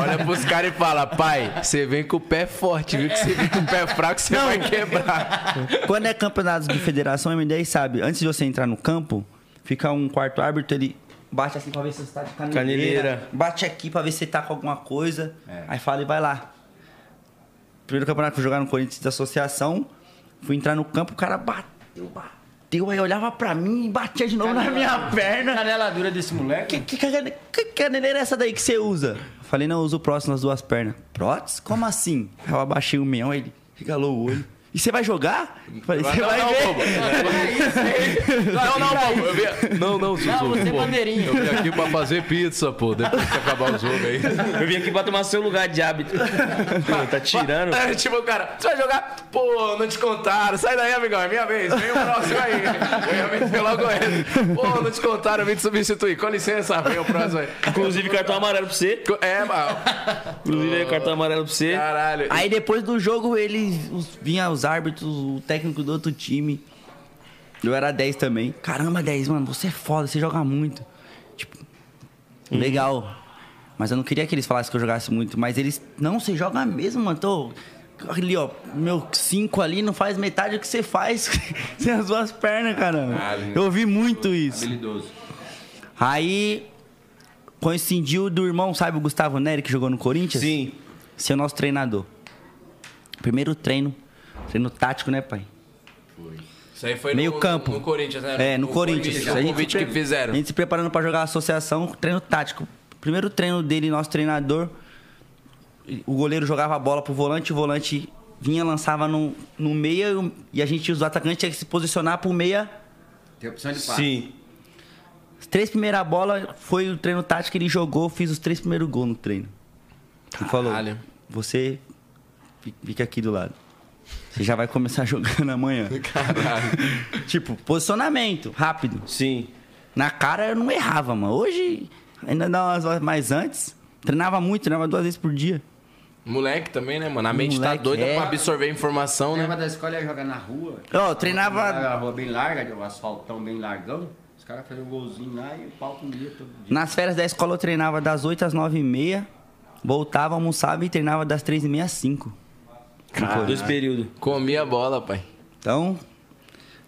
Olha pros caras e fala, pai, você vem com o pé forte, viu? Que você vem com o pé fraco, você vai quebrar.
Quando é campeonato de federação, a M10 sabe, antes de você entrar no campo, fica um quarto árbitro, ele bate assim pra ver se você tá de caneleira.
Caneleira.
Bate aqui pra ver se você tá com alguma coisa.
É.
Aí fala e vai lá. Primeiro campeonato que eu jogar no Corinthians da associação, fui entrar no campo, o cara bateu, bateu, aí olhava pra mim e batia de novo na minha perna.
Canela dura desse moleque.
Que, que, cane- que caneleira é essa daí que você usa? Eu falei, não, eu uso o próximo nas duas pernas. Prótese? Como assim? Aí eu abaixei o meião, ele regalou o olho. E você vai jogar? Eu falei, você
Não,
vai
não,
ver.
bobo. Não, não, bobo. um Eu vi-
Não, não, Sussuco.
você é
pô.
bandeirinha.
Eu vim aqui pra fazer pizza, pô, depois que acabar o jogo aí.
Eu vim aqui pra tomar seu lugar de hábito. Pô, tá tirando.
É, tipo, o cara, você vai jogar? Pô, não te contaram. Sai daí, amigão, é minha vez. Vem o próximo aí. Vem a vez, foi logo ele. Pô, não te contaram, eu vim te substituir. Com licença, vem o próximo aí.
Inclusive, cartão amarelo pra você.
Co- É, mano.
Inclusive, cartão amarelo pra você.
Caralho.
Aí depois do jogo, ele os- vinha os árbitros, o técnico do outro time. Eu era 10 também. Caramba, 10, mano, você é foda, você joga muito. Tipo, legal. Mas eu não queria que eles falassem que eu jogasse muito, mas eles. Não, você joga mesmo, mano. Tô. Ali, ó, meu 5 ali não faz metade do que você faz sem as duas pernas, caramba. Eu ouvi muito isso. Aí, coincidiu do irmão, sabe, o Gustavo Neri, que jogou no Corinthians?
Sim.
ser o nosso treinador. Primeiro treino, treino tático, né, pai?
Isso aí foi
Meio campo. É, no, Corinthians.
né? O um
A gente
convite
se
que
pre-
fizeram.
A gente se preparando pra jogar a associação, treino tático. Primeiro treino dele, nosso treinador, o goleiro jogava a bola pro volante, o volante vinha, lançava no, no meia e o- e a gente, os atacantes, tinha que se posicionar pro meia.
Tem opção de passe.
Sim.
As três primeiras bolas foi o treino tático, ele jogou, fiz os três primeiros gols no treino. Ele falou,
Caralho.
você fi- fica aqui do lado. Você já vai começar jogando amanhã. Caralho. tipo, posicionamento, rápido.
Sim.
Na cara eu não errava, mano. Hoje, ainda dá umas horas mais antes. Treinava muito, treinava duas vezes por dia.
Moleque também, né, mano? A mente tá
Moleque,
doida
é.
pra absorver informação, né?
Lembra da escola ia jogar na rua?
Ó,
Uma
treinava.
rua bem larga, um asfaltão bem largão. Os caras faziam um golzinho lá e o pau comia todo dia.
Nas férias da escola eu treinava das 8 às 9 e meia. Voltava, almoçava e treinava das 3 e meia às 5.
Dois períodos.
Comia bola, pai.
Então,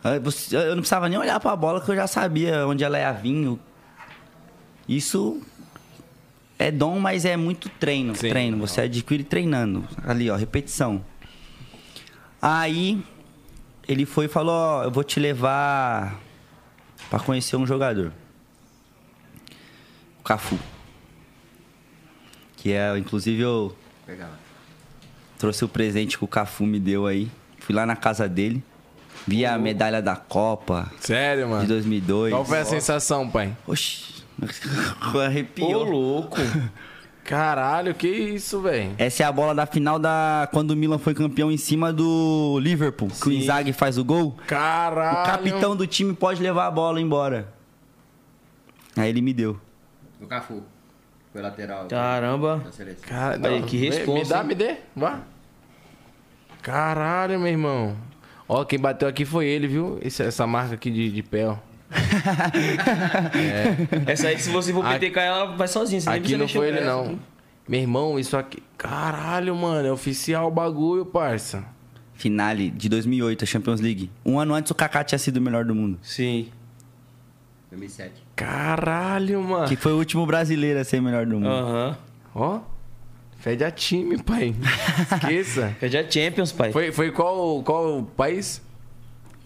ah, você- eu não precisava nem olhar pra bola que eu já sabia onde ela ia vir. o- Isso é dom, mas é muito treino.
Sim.
treino, você adquire treinando. Ali, ó, repetição. Aí ele foi e falou: Ó, eu vou te levar pra conhecer um jogador. O Cafu. Que é, inclusive, eu
Pegava.
trouxe o presente que o Cafu me deu aí. Fui lá na casa dele, vi a medalha da Copa
Sério,
de
mano?
2002.
Qual foi a sensação, pai?
Oxi,
Ô,
arrepiou.
louco.
Caralho, que isso, velho?
Essa é a bola da final da quando o Milan foi campeão em cima do Liverpool, que o Inzaghi faz o gol.
Caralho.
Ah,
O capitão do time pode levar a bola embora. Aí ele me deu.
O Cafu. Foi lateral
Tá.
Caramba.
da seleção.
Cara,
Aí, que
me- Me
responsa,
dá,
hein?
me dê. Vá. Caralho, meu irmão. Ó, quem bateu aqui foi ele, viu? Esse- essa marca aqui de, de pé, ó.
Essa aí, se você for
Aqui-
PTK, ela vai sozinha. Você nem
Aqui
precisa
não
mexer
foi
com né?
ele,
ela.
não. Meu irmão, isso aqui... Caralho, mano, é oficial o bagulho, parça.
Finale de 2008, a Champions League. Um ano antes o Kaká tinha sido o melhor do mundo.
Sim.
2007.
Caralho, mano.
Que foi o último brasileiro a ser o melhor do mundo.
Aham.
Ó, fede a time, pai. Esqueça.
Eu É já Champions, pai.
Foi, foi qual, qual país?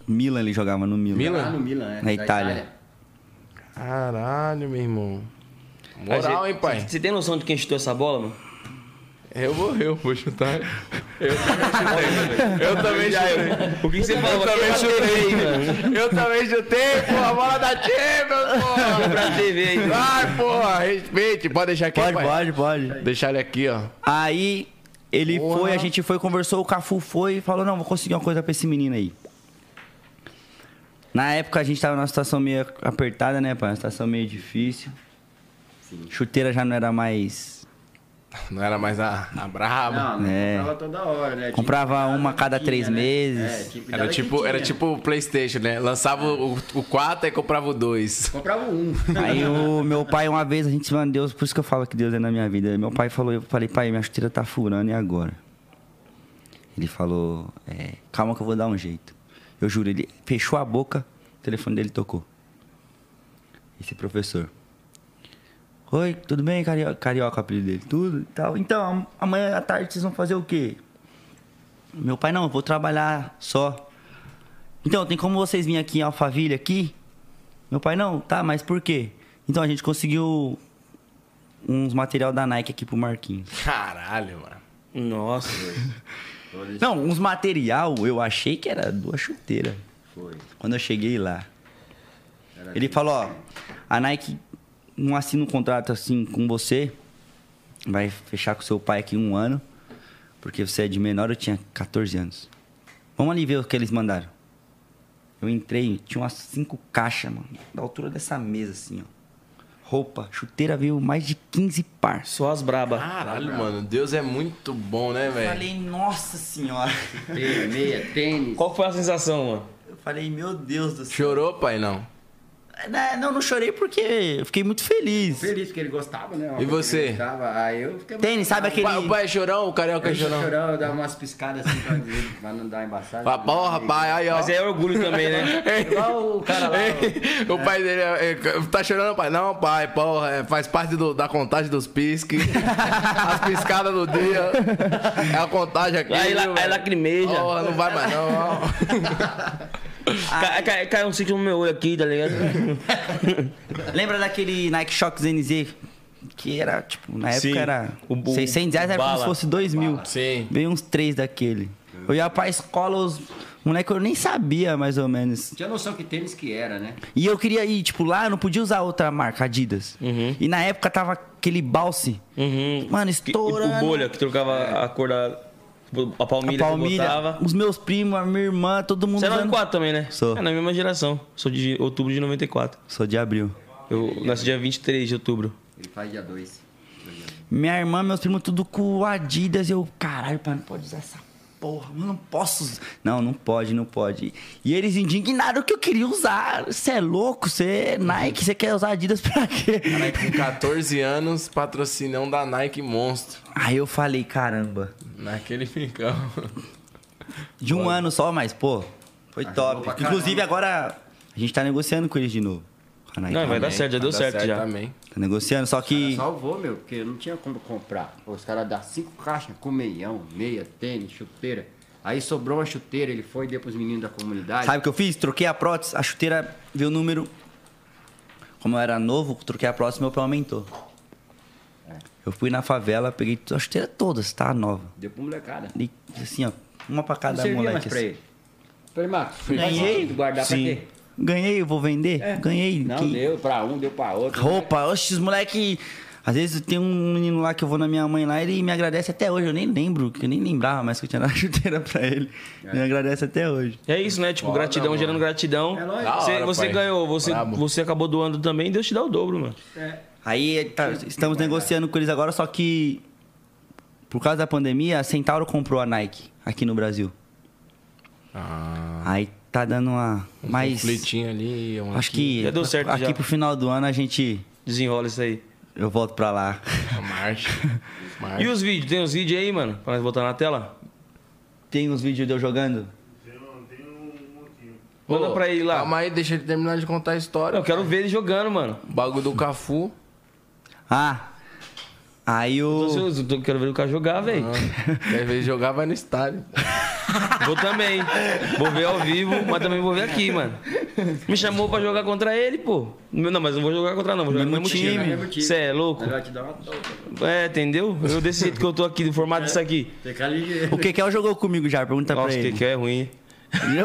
Milan ele jogava no Milan.
Milan?
Lá no Milan, né?
Na Itália.
Caralho, meu irmão.
Mas
Moral,
você-
hein, pai?
Você tem noção de quem chutou essa bola, mano?
Eu vou, eu vou chutar. Eu também chutei. Eu também chutei.
O que, você falou?
Eu também chutei, mano. Eu também chutei, porra. Bola da Champions, porra.
Pra TV aí.
Vai, porra. Respeite. Pode deixar aqui,
Pode,
pai?
pode, pode.
Deixar ele aqui, ó.
Aí ele
Porra.
foi, a gente foi, conversou, o Cafu foi e falou: não, vou conseguir uma coisa pra esse menino aí. Na época a gente tava numa situação meio apertada, né, pai? Uma situação meio difícil. Chuteira já não era mais.
Não era mais a, a braba.
Não, não
É.
Ah, comprava toda hora, né? Tinha
Comprava
que cuidar
uma
do que
cada três
né?
meses.
É, tinha que cuidar
Era
do que
tipo, era
tinha.
tipo o Playstation, né? Lançava o, o 4 e comprava o 2.
Comprava um.
Aí o meu pai, uma vez, a gente mano, Deus, por isso que eu falo que Deus é na minha vida. Meu pai falou, eu falei, pai, minha chuteira tá furando e agora? Ele falou, é, calma que eu vou dar um jeito. Eu juro, ele fechou a boca, o telefone dele tocou. Esse professor. Oi, tudo bem, carioca, carioca o apelido dele? Tudo e tal. Então, am- amanhã à tarde vocês vão fazer o quê? Meu pai, não, eu vou trabalhar só. Então, tem como vocês virem aqui em Alphaville aqui? Meu pai, não, tá, mas por quê? Então, a gente conseguiu uns material da Nike aqui pro Marquinhos.
Caralho, mano.
Nossa.
Não, uns material, eu achei que era duas chuteiras.
Foi.
Quando eu cheguei lá.
Era
Ele falou, ó, a Nike não assina um contrato assim com você, vai fechar com seu pai aqui um ano, porque você é de menor, eu tinha 14 anos. Vamos ali ver o que eles mandaram. Eu entrei, tinha umas cinco caixas, mano, da altura dessa mesa, assim, ó. Roupa, chuteira veio mais de 15 par.
Só as braba.
Caralho, mano. Deus é muito bom, né,
É.
Eu
velho?
falei, nossa senhora.
Meia, meia, tênis.
Qual foi a sensação, mano?
Eu falei, meu Deus do céu.
Chorou, pai, não?
Né, Não, não chorei porque eu fiquei muito feliz.
Feliz que ele gostava, né? Uma
E
coisa que ele
você?
Gostava. Aí eu fiquei...
Tênis,
O
sabe aquele...
pai, o pai é chorão, o carioca é
Eu
chorão.
chorava, eu dava umas piscadas assim pra, dizer, pra não dar embaçada.
Fala, porra, pai, aí, ó.
Mas é orgulho também, né?
Igual o cara lá.
Ei, o pai dele é, é, tá chorando, pai. Não, pai, porra, é, faz parte do- da contagem dos pisques. as piscadas do dia. É a contagem aqui.
Aí, la-
viu,
aí
velho?
lacrimeja.
Porra, não vai mais não. ó.
Cai, cai- cai um sítio no meu olho aqui, tá ligado?
Lembra daquele Nike Shox NZ? Que era, tipo, na época
Sim.
era
O bu-
600 reais, era como
bala.
se fosse 2 mil.
Sim.
Veio uns três daquele. Eu ia pra escola, os moleque eu nem sabia, mais ou menos.
Tinha noção que tênis que era, né?
E eu queria ir, tipo, lá eu não podia usar outra marca, Adidas. E na época tava aquele balse.
Uhum.
Mano,
Que- O
estourando.
bolha que trocava a cor da. A palmilha,
a
que eu botava.
palmilha, os meus primos, a minha irmã, todo mundo.
Você é
usando.
94 também, né?
Sou.
É na mesma geração. Sou de outubro de 94.
Sou de abril.
Eu nasci dia 23 de outubro.
Ele faz dia 2.
Minha irmã, meus primos, tudo com Adidas. Eu, caralho, pai, não pode usar essa porra, mano, não posso. usar. Não, não pode, não pode. E eles indignaram que eu queria usar. Você é louco, você é Nike, você quer usar Adidas pra quê?
Moleque Com 14 anos, patrocinão da Nike Monstro.
Aí eu falei, caramba.
Naquele fincão.
De um ano só, mas, pô, foi top. Inclusive, agora a gente tá negociando com eles de novo. Com a Nike.
Não, vai dar certo, já deu
Dá
certo, já.
Também.
Tá negociando, só que.
Salvou, meu, porque eu não tinha como comprar. Os caras dão cinco caixas com meião, meia, tênis, chuteira. Aí sobrou uma chuteira, ele foi e deu pros meninos da comunidade.
Sabe o que eu fiz? Troquei a prótese, a chuteira viu o número. Como eu era novo, troquei a prótese e meu pé aumentou.
É.
Eu fui na favela, peguei a chuteira toda, tá? Nova.
Deu pra molecada.
Dei, assim, ó, uma pra
Não
cada
servia mais
moleque.
pra
Assim.
ele. Falei, Marcos,
Ganhei.
faz guardar
Sim.
pra quê?
Ganhei, eu vou vender? Ganhei.
É. Não,
que-
deu pra um, deu pra outro.
Roupa, oxe, os moleque. Às vezes tem um menino lá que eu vou na minha mãe lá, ele me agradece até hoje. Eu nem lembro, que eu nem lembrava mais que eu tinha dado a chuteira pra ele.
É.
Me agradece até hoje.
É isso, né? Tipo, gratidão gerando gratidão.
É lógico.
Da
Você,
hora,
você
pai.
ganhou, você,
Brabo.
você acabou doando também, Deus te dá o dobro, mano.
É.
Aí tá, estamos negociando com eles agora, só que por causa da pandemia, a Centauro comprou a Nike aqui no Brasil.
Ah, um
Aí tá dando uma mais
conflitinho ali. um
acho
aqui,
que
Já deu certo
aqui
já.
pro final do ano a gente
Desenrola isso aí.
eu volto pra lá.
a Marcha.
E
Marcha.
os vídeos? Tem os vídeos aí, mano? Pra nós botar na tela?
Tem uns vídeos de eu jogando?
Manda
Ô,
pra ele lá.
Calma aí, deixa ele terminar de contar a história.
Eu quero ver ele jogando, mano.
O bagulho do Cafu.
Ah. Aí
Tô
o
ansioso, tô- quero ver o cara jogar, velho.
Quer ver jogar, vai no estádio.
Vou também. Vou ver ao vivo, mas também vou ver aqui, mano. Me chamou pra jogar contra ele, pô. Não, mas não vou jogar contra não, vou jogar no mesmo time. Você é louco?
Ele vai te dar uma toca.
É, entendeu? Eu desse jeito que eu tô aqui, do formato disso aqui.
Fica ligeiro.
o Kekel jogou comigo já, pergunta pra
Nossa, o que
ele.
que é ruim.
Ele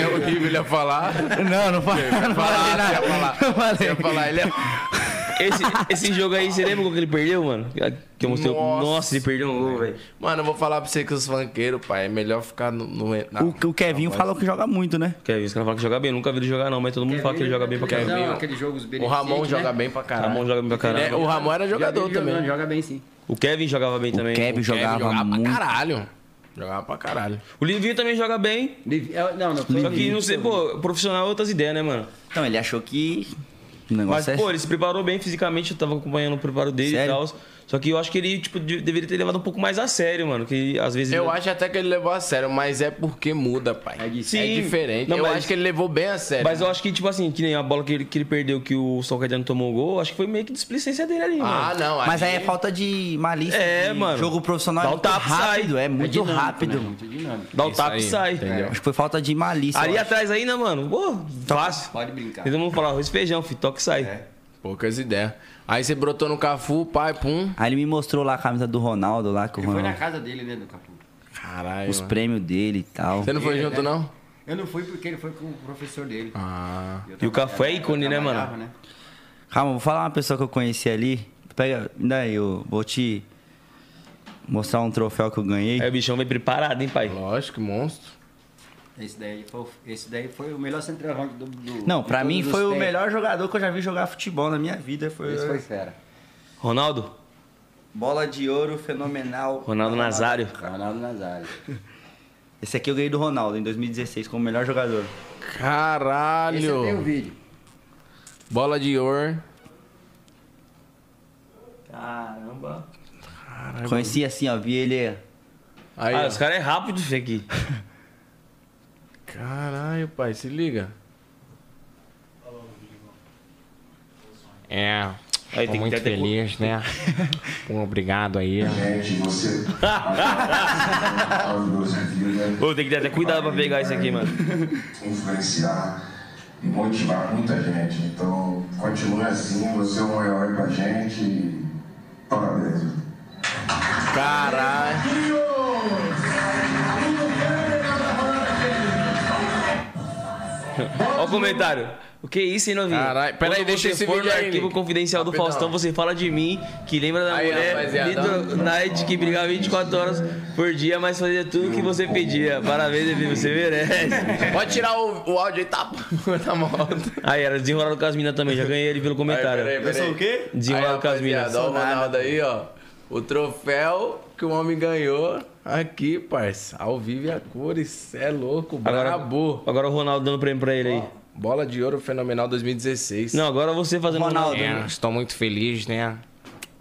é horrível, ele ia falar.
Não, não fala.
Ele ia falar, você ia falar.
Não falei.
Você ia falar, ele é.
Esse, esse jogo aí, você lembra qual que ele perdeu, mano? Que eu mostrei. o-
Nossa.
Nossa, ele perdeu um gol, velho.
Mano, eu vou falar pra você que os funkeiros, pai, é melhor ficar no. no na-
O, o Kevinho fala que joga muito, né?
Quer ver? Os caras falam que joga bem. Eu nunca vi ele jogar, não, mas todo mundo fala que ele joga bem pra caramba.
Não, aquele jogo, os
O Ramon
beneficentes,
joga
né?
bem pra
O
caramba.
Ramon joga bem pra
Ele é-
caramba.
o Ramon era jogador
Joga bem,
também.
jogando, Joga bem sim.
O Kevin jogava bem também.
O Kevin jogava, muito.
pra caralho. Jogava pra caralho.
O Livinho também joga bem.
Livi- é, Não, não, foi
Só que,
Livi.
não sei, pô, profissional é outras ideias, né, mano?
Então, ele achou que o
Mas,
negócio é...
pô, ele se preparou bem fisicamente, eu tava acompanhando o preparo dele e
Sério?
tal. Só que eu acho que ele, tipo, de- deveria ter levado um pouco mais a sério, mano. Que às vezes.
Eu
ele-
acho até que ele levou a sério, mas é porque muda, pai.
É de-
É
Sim.
diferente.
Não,
eu
mas-
acho que ele levou bem a sério.
Mas eu acho que, tipo assim, que nem a bola que ele, que ele perdeu, que o São Caetano tomou o gol, acho que foi meio que displicência dele ali,
Ah,
mano.
não.
Mas aí é falta de malícia.
É,
de
mano.
Jogo profissional
Dá
é
o
muito
tapa, sai.
rápido, é
É
muito
dinâmico,
rápido.
né? Muito dinâmico.
Dá o
Isso
tapa e
aí,
sai. É.
entendeu?
Acho que foi falta de malícia.
Ali
eu acho.
atrás ainda, mano, pô, fácil.
Pode brincar.
Todo mundo fala arroz e feijão, fi, toque e sai.
Poucas ideias. Aí você brotou no Cafu, pai, pum.
Aí ele me mostrou lá a camisa do Ronaldo lá, que o
Foi na
Ronaldo,
casa dele, né, do Capu?
Caralho.
os
mano.
prêmios dele e tal.
Você não foi junto, não?
Eu não fui porque ele foi com o professor dele.
Ah.
Eu
E o Cafu é ícone,
eu
né, mano?
trabalhava, né?
Calma, vou falar uma pessoa que eu conheci ali. Pega, daí eu vou te mostrar um troféu que eu ganhei.
Aí o bichão vem preparado, hein, pai?
Lógico, monstro.
Esse daí foi, o- esse daí foi o melhor centroavante do, do
Não,
de
pra
todos
mim
os
foi o
tempos.
melhor jogador que eu já vi jogar futebol na minha vida. Foi,
Esse foi fera.
Ronaldo?
bola de ouro fenomenal.
Ronaldo Nazário.
Ronaldo Nazário.
Esse aqui eu ganhei do Ronaldo em 2016 como melhor jogador.
Esse eu tenho o
Caralho.
vídeo.
Bola de ouro.
Caramba.
Conheci assim, ó, vi ele
Aí,
ah,
ó.
os caras é rápido, fi, aqui.
Caralho, pai, se liga. É,
Aí tem que ter- ter-
né? Pô, obrigado aí.
pede você ao Deus em vida, né?
Ô, tem que ter até cuidado pra pegar isso aqui, mano.
influenciar e motivar muita gente. Então, continue assim, você é um herói pra gente. e Parabéns.
Caralho.
Ó o comentário. O que é isso, hein, novinho?
Caralho, peraí,
Quando
deixa
você
esse
for
vídeo
no
aí,
arquivo
Nick.
confidencial do
Rapidão.
Faustão, você fala de mim, que lembra da
Aí,
mulher
rapaziada.
Midnight, que brigava 24 horas por dia, mas fazia tudo o que você pedia. Parabéns, Levi, você merece.
Pode tirar o, o áudio aí, tá? tá moto.
Aí, era desenrolado com as minas também, já ganhei ele pelo comentário.
o quê?
Desenrolado com as minas.
Ó, o Ronaldo aí, ó. O troféu que o homem ganhou aqui, parça. Ao vivo e a cores. Cê é louco,
Agora,
brabo.
agora o Ronaldo dando prêmio pra ele aí.
Bola de ouro fenomenal 2016.
Não, agora você fazendo um
Ronaldo.
É, estou muito feliz, né?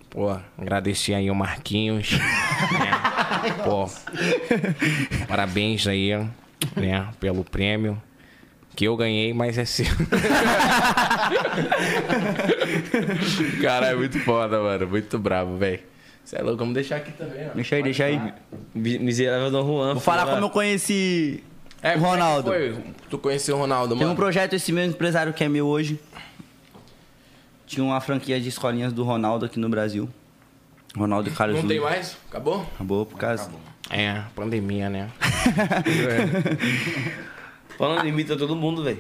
Pô, agradeci aí o Marquinhos. né? Pô, parabéns aí, né? Pelo prêmio que eu ganhei, mas é seu. Cara, é muito foda, mano. Muito brabo, velho. Você é louco, vamos deixar aqui também, ó. É,
Deixa aí, deixa aí.
Mi- Miserável Dom Juan.
Vou falar
filho,
como eu conheci o
como é que
Ronaldo.
foi? Tu conheceu o Ronaldo,
Tem
mano?
um projeto, esse mesmo empresário que é meu hoje. Tinha uma franquia de escolinhas do Ronaldo aqui no Brasil. Ronaldo e Carlos
Não tem
Júnior.
mais? Acabou?
Acabou por causa.
É, pandemia, né?
Falando, imita todo mundo, velho.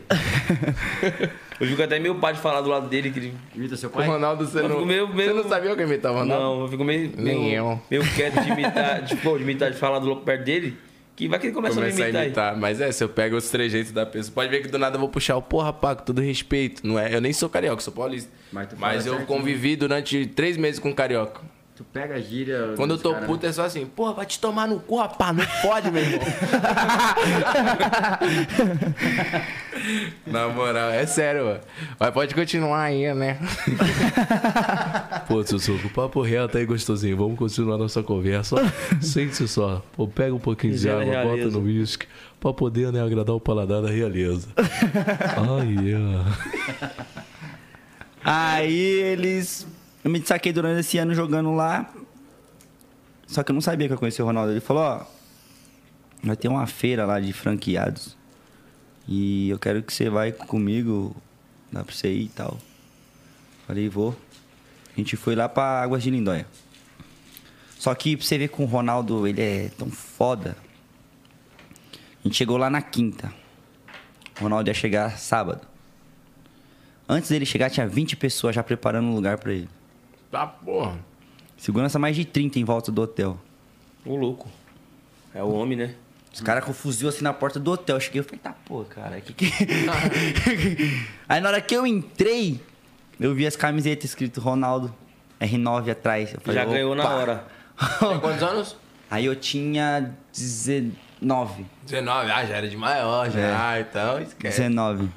Eu vi que até meu pai de falar do lado dele, que ele
Imita seu
O
pai?
Ronaldo, você
Eu
não,
fico meio-
você
meio-
não sabia o que imitava o Ronaldo?
Não, eu fico meio.
Nem
meio,
eu.
meio quieto de imitar, de, pô, de imitar, de falar do louco perto dele. Que vai que ele começa,
Começa
a me
a
imitar,
imitar. Mas é, se eu pego os trejeitos da pessoa. Pode ver que do nada eu vou puxar o porra, pá, com todo respeito. Não é? Eu nem sou carioca, sou paulista.
Mas
Mas,
tu fala
eu
certinho.
convivi durante três meses com carioca.
Tu pega a gíria.
Quando eu
dos né?
tô
cara,
puto é só assim, porra, vai te tomar no cu, rapá, não pode, meu irmão. Na moral, é sério, mano. Mas pode continuar aí, né?
Pô, Sussuco, papo reto aí, gostosinho. Vamos continuar nossa conversa. Ó, Sente-se só. Pô, pega um pouquinho de
Já
água,
é
bota
realeza.
no uísque, pra poder né, agradar o paladar da realeza. Ah, yeah.
Aí eles. Eu me destaquei durante esse ano jogando lá. Só que eu não sabia que eu conhecia o Ronaldo. Ele falou: Ó, vai ter uma feira lá de franqueados. E eu quero que você vai comigo. Dá pra você ir e tal. Falei: Vou. A gente foi lá pra Águas de Lindóia. Só que pra você ver com o Ronaldo, ele é tão foda. A gente chegou lá na quinta. O Ronaldo ia chegar sábado. Antes dele chegar, tinha 20 pessoas já preparando um lugar pra ele.
Tá, porra.
Segurança mais de 30 em volta do hotel.
O louco. É o homem, né?
Os caras com o fuzil assim na porta do hotel. Eu cheguei e falei, tá pô, cara, que que... Aí na hora que eu entrei, eu vi as camisetas escrito Ronaldo R9 atrás. Eu falei,
Já ganhou na
"Opa."
hora.
Tem quantos anos?
Aí eu tinha 19.
19, ah, já era de maior, já. Ah, então
É.
esquece.
19.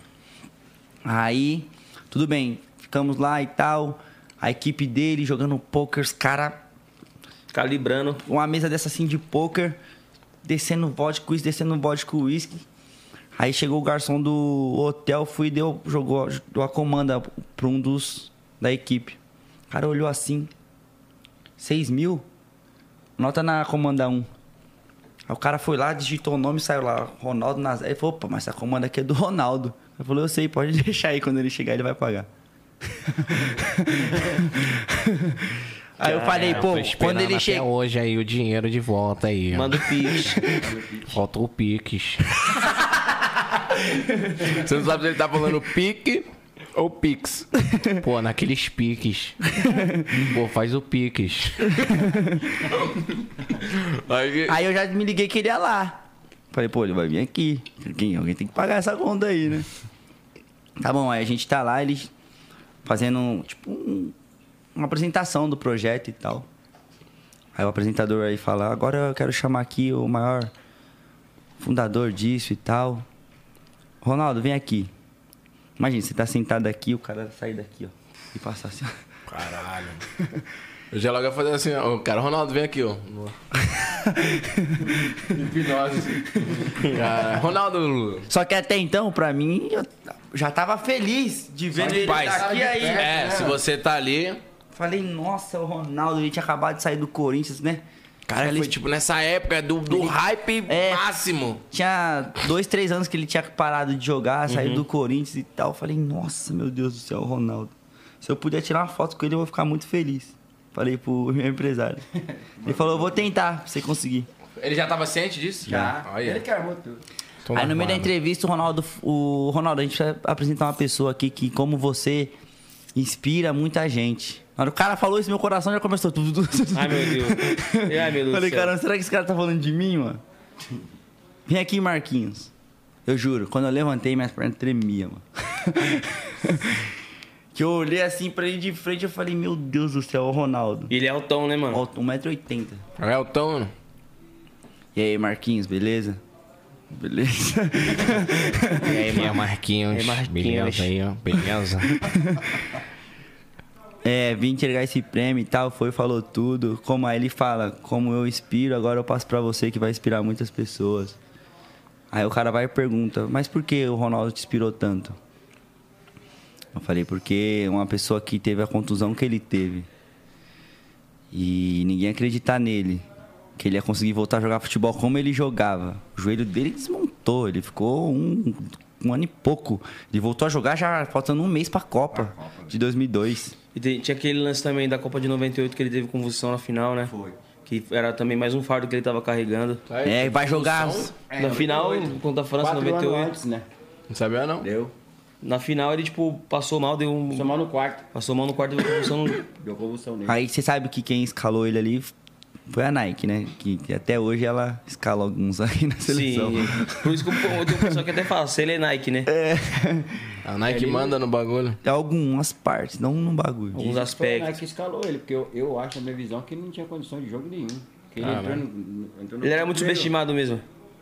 Aí, tudo bem, ficamos lá e tal. A equipe dele jogando poker, os caras
Calibrando.
uma mesa dessa assim de poker, descendo vodka, uísque, descendo vodka, uísque. Aí chegou o garçom do hotel, fui e deu, jogou, deu a comanda pra um dos da equipe. O cara olhou assim, 6 mil? Nota na comanda 1. Aí o cara foi lá, digitou o nome, saiu lá, Ronaldo Nazaré. Ele falou, opa, mas essa comanda aqui é do Ronaldo. Ele falou, eu sei, pode deixar aí, quando ele chegar ele vai pagar. aí eu falei, pô, quando ele chega...
hoje aí o dinheiro de volta aí.
Manda o pix.
Falta o Pix. Você não sabe se ele tá falando pique ou Pix. Pô, naqueles piques. Pô, faz o Pix. Aí,
Aí eu já me liguei que ele ia lá. Falei, pô, ele vai vir aqui. Quem- Alguém tem que pagar essa conta aí, né? Tá bom, aí a gente tá lá, eles fazendo, tipo, um- uma apresentação do projeto e tal. Aí o apresentador aí fala, agora eu quero chamar aqui o maior fundador disso e tal. Ronaldo, vem aqui. Imagina, você tá sentado aqui, o cara sair daqui, ó. E passar assim, ó.
Caralho. Eu já logo ia fazer assim, ó. Cara, Ronaldo, vem aqui, ó. Hipnose. assim. Cara, Ronaldo.
Só que até então, pra mim, eu já tava feliz de ver ele tá
Paz.
aqui aí. né?
É, se você tá ali.
Falei, nossa, o Ronaldo, ele tinha acabado de sair do Corinthians, né?
Cara,
ele
foi tipo nessa época do, do hype
É.
máximo.
tinha dois, três anos que ele tinha parado de jogar, saído do Corinthians e tal. Falei, nossa, meu Deus do céu, o Ronaldo. Se eu puder tirar uma foto com ele, eu vou ficar muito feliz. Falei pro meu empresário. Ele falou, eu vou tentar pra você conseguir.
Ele já tava ciente disso?
Já.
né? Olha.
Ele que armou tudo.
Toma
Aí no meio da
água.
entrevista, o Ronaldo, o Ronaldo, a gente vai apresentar uma pessoa aqui que, como você, inspira muita gente. Na hora que o cara falou isso, meu coração já começou.
Ai, meu Deus. Ai, meu Deus do
Falei,
céu.
cara, será que esse cara tá falando de mim, mano? Vem aqui, Marquinhos. Eu juro, quando eu levantei, minhas pernas tremiam, mano. que eu olhei assim pra ele de frente, eu falei, meu Deus do céu, é o Ronaldo. um
E ele é o Tom, né, mano?
Ó, 1,80m.
É o Tom.
E aí, Marquinhos, beleza? Beleza.
E aí, é Marquinhos?
E Marquinhos.
Beleza aí, ó. Beleza.
É, vim entregar esse prêmio e tal, foi, falou tudo. Como aí ele fala, como eu inspiro, agora eu passo pra você que vai inspirar muitas pessoas. Aí o cara vai e pergunta, mas por que o Ronaldo te inspirou tanto? Eu falei, porque é uma pessoa que teve a contusão que ele teve. E ninguém ia acreditar nele. Que ele ia conseguir voltar a jogar futebol como ele jogava. O joelho dele desmontou, ele ficou um, um ano e pouco. Ele voltou a jogar já faltando um mês pra Copa, né? de 2002.
E tem- tinha aquele lance também da Copa de 98 que ele teve convulsão na final, né? Foi. Que era também mais um fardo que ele tava carregando.
É, vai jogar.
É,
na final, contra a França,
Quatro anos
98.
antes, né?
Não sabia, não?
Deu.
Na final ele, tipo, passou mal, deu um.
Chamar no quarto.
Passou mal no quarto e deu convulsão no.
Deu convulsão nele.
Aí você sabe que quem escalou ele ali foi a Nike, né? Que, que até hoje ela escala alguns aí na seleção.
Sim. Por isso que eu, eu tenho um pessoal que até fala, se ele é Nike, né?
A Nike manda no bagulho.
É algumas partes, não num bagulho.
Alguns
Foi o
aspectos.
Nike escalou ele, porque eu, eu acho, na minha visão, que ele não tinha condição de jogo nenhum. Que ele entrou no, entrou no
Ele era muito
meio-
subestimado mesmo.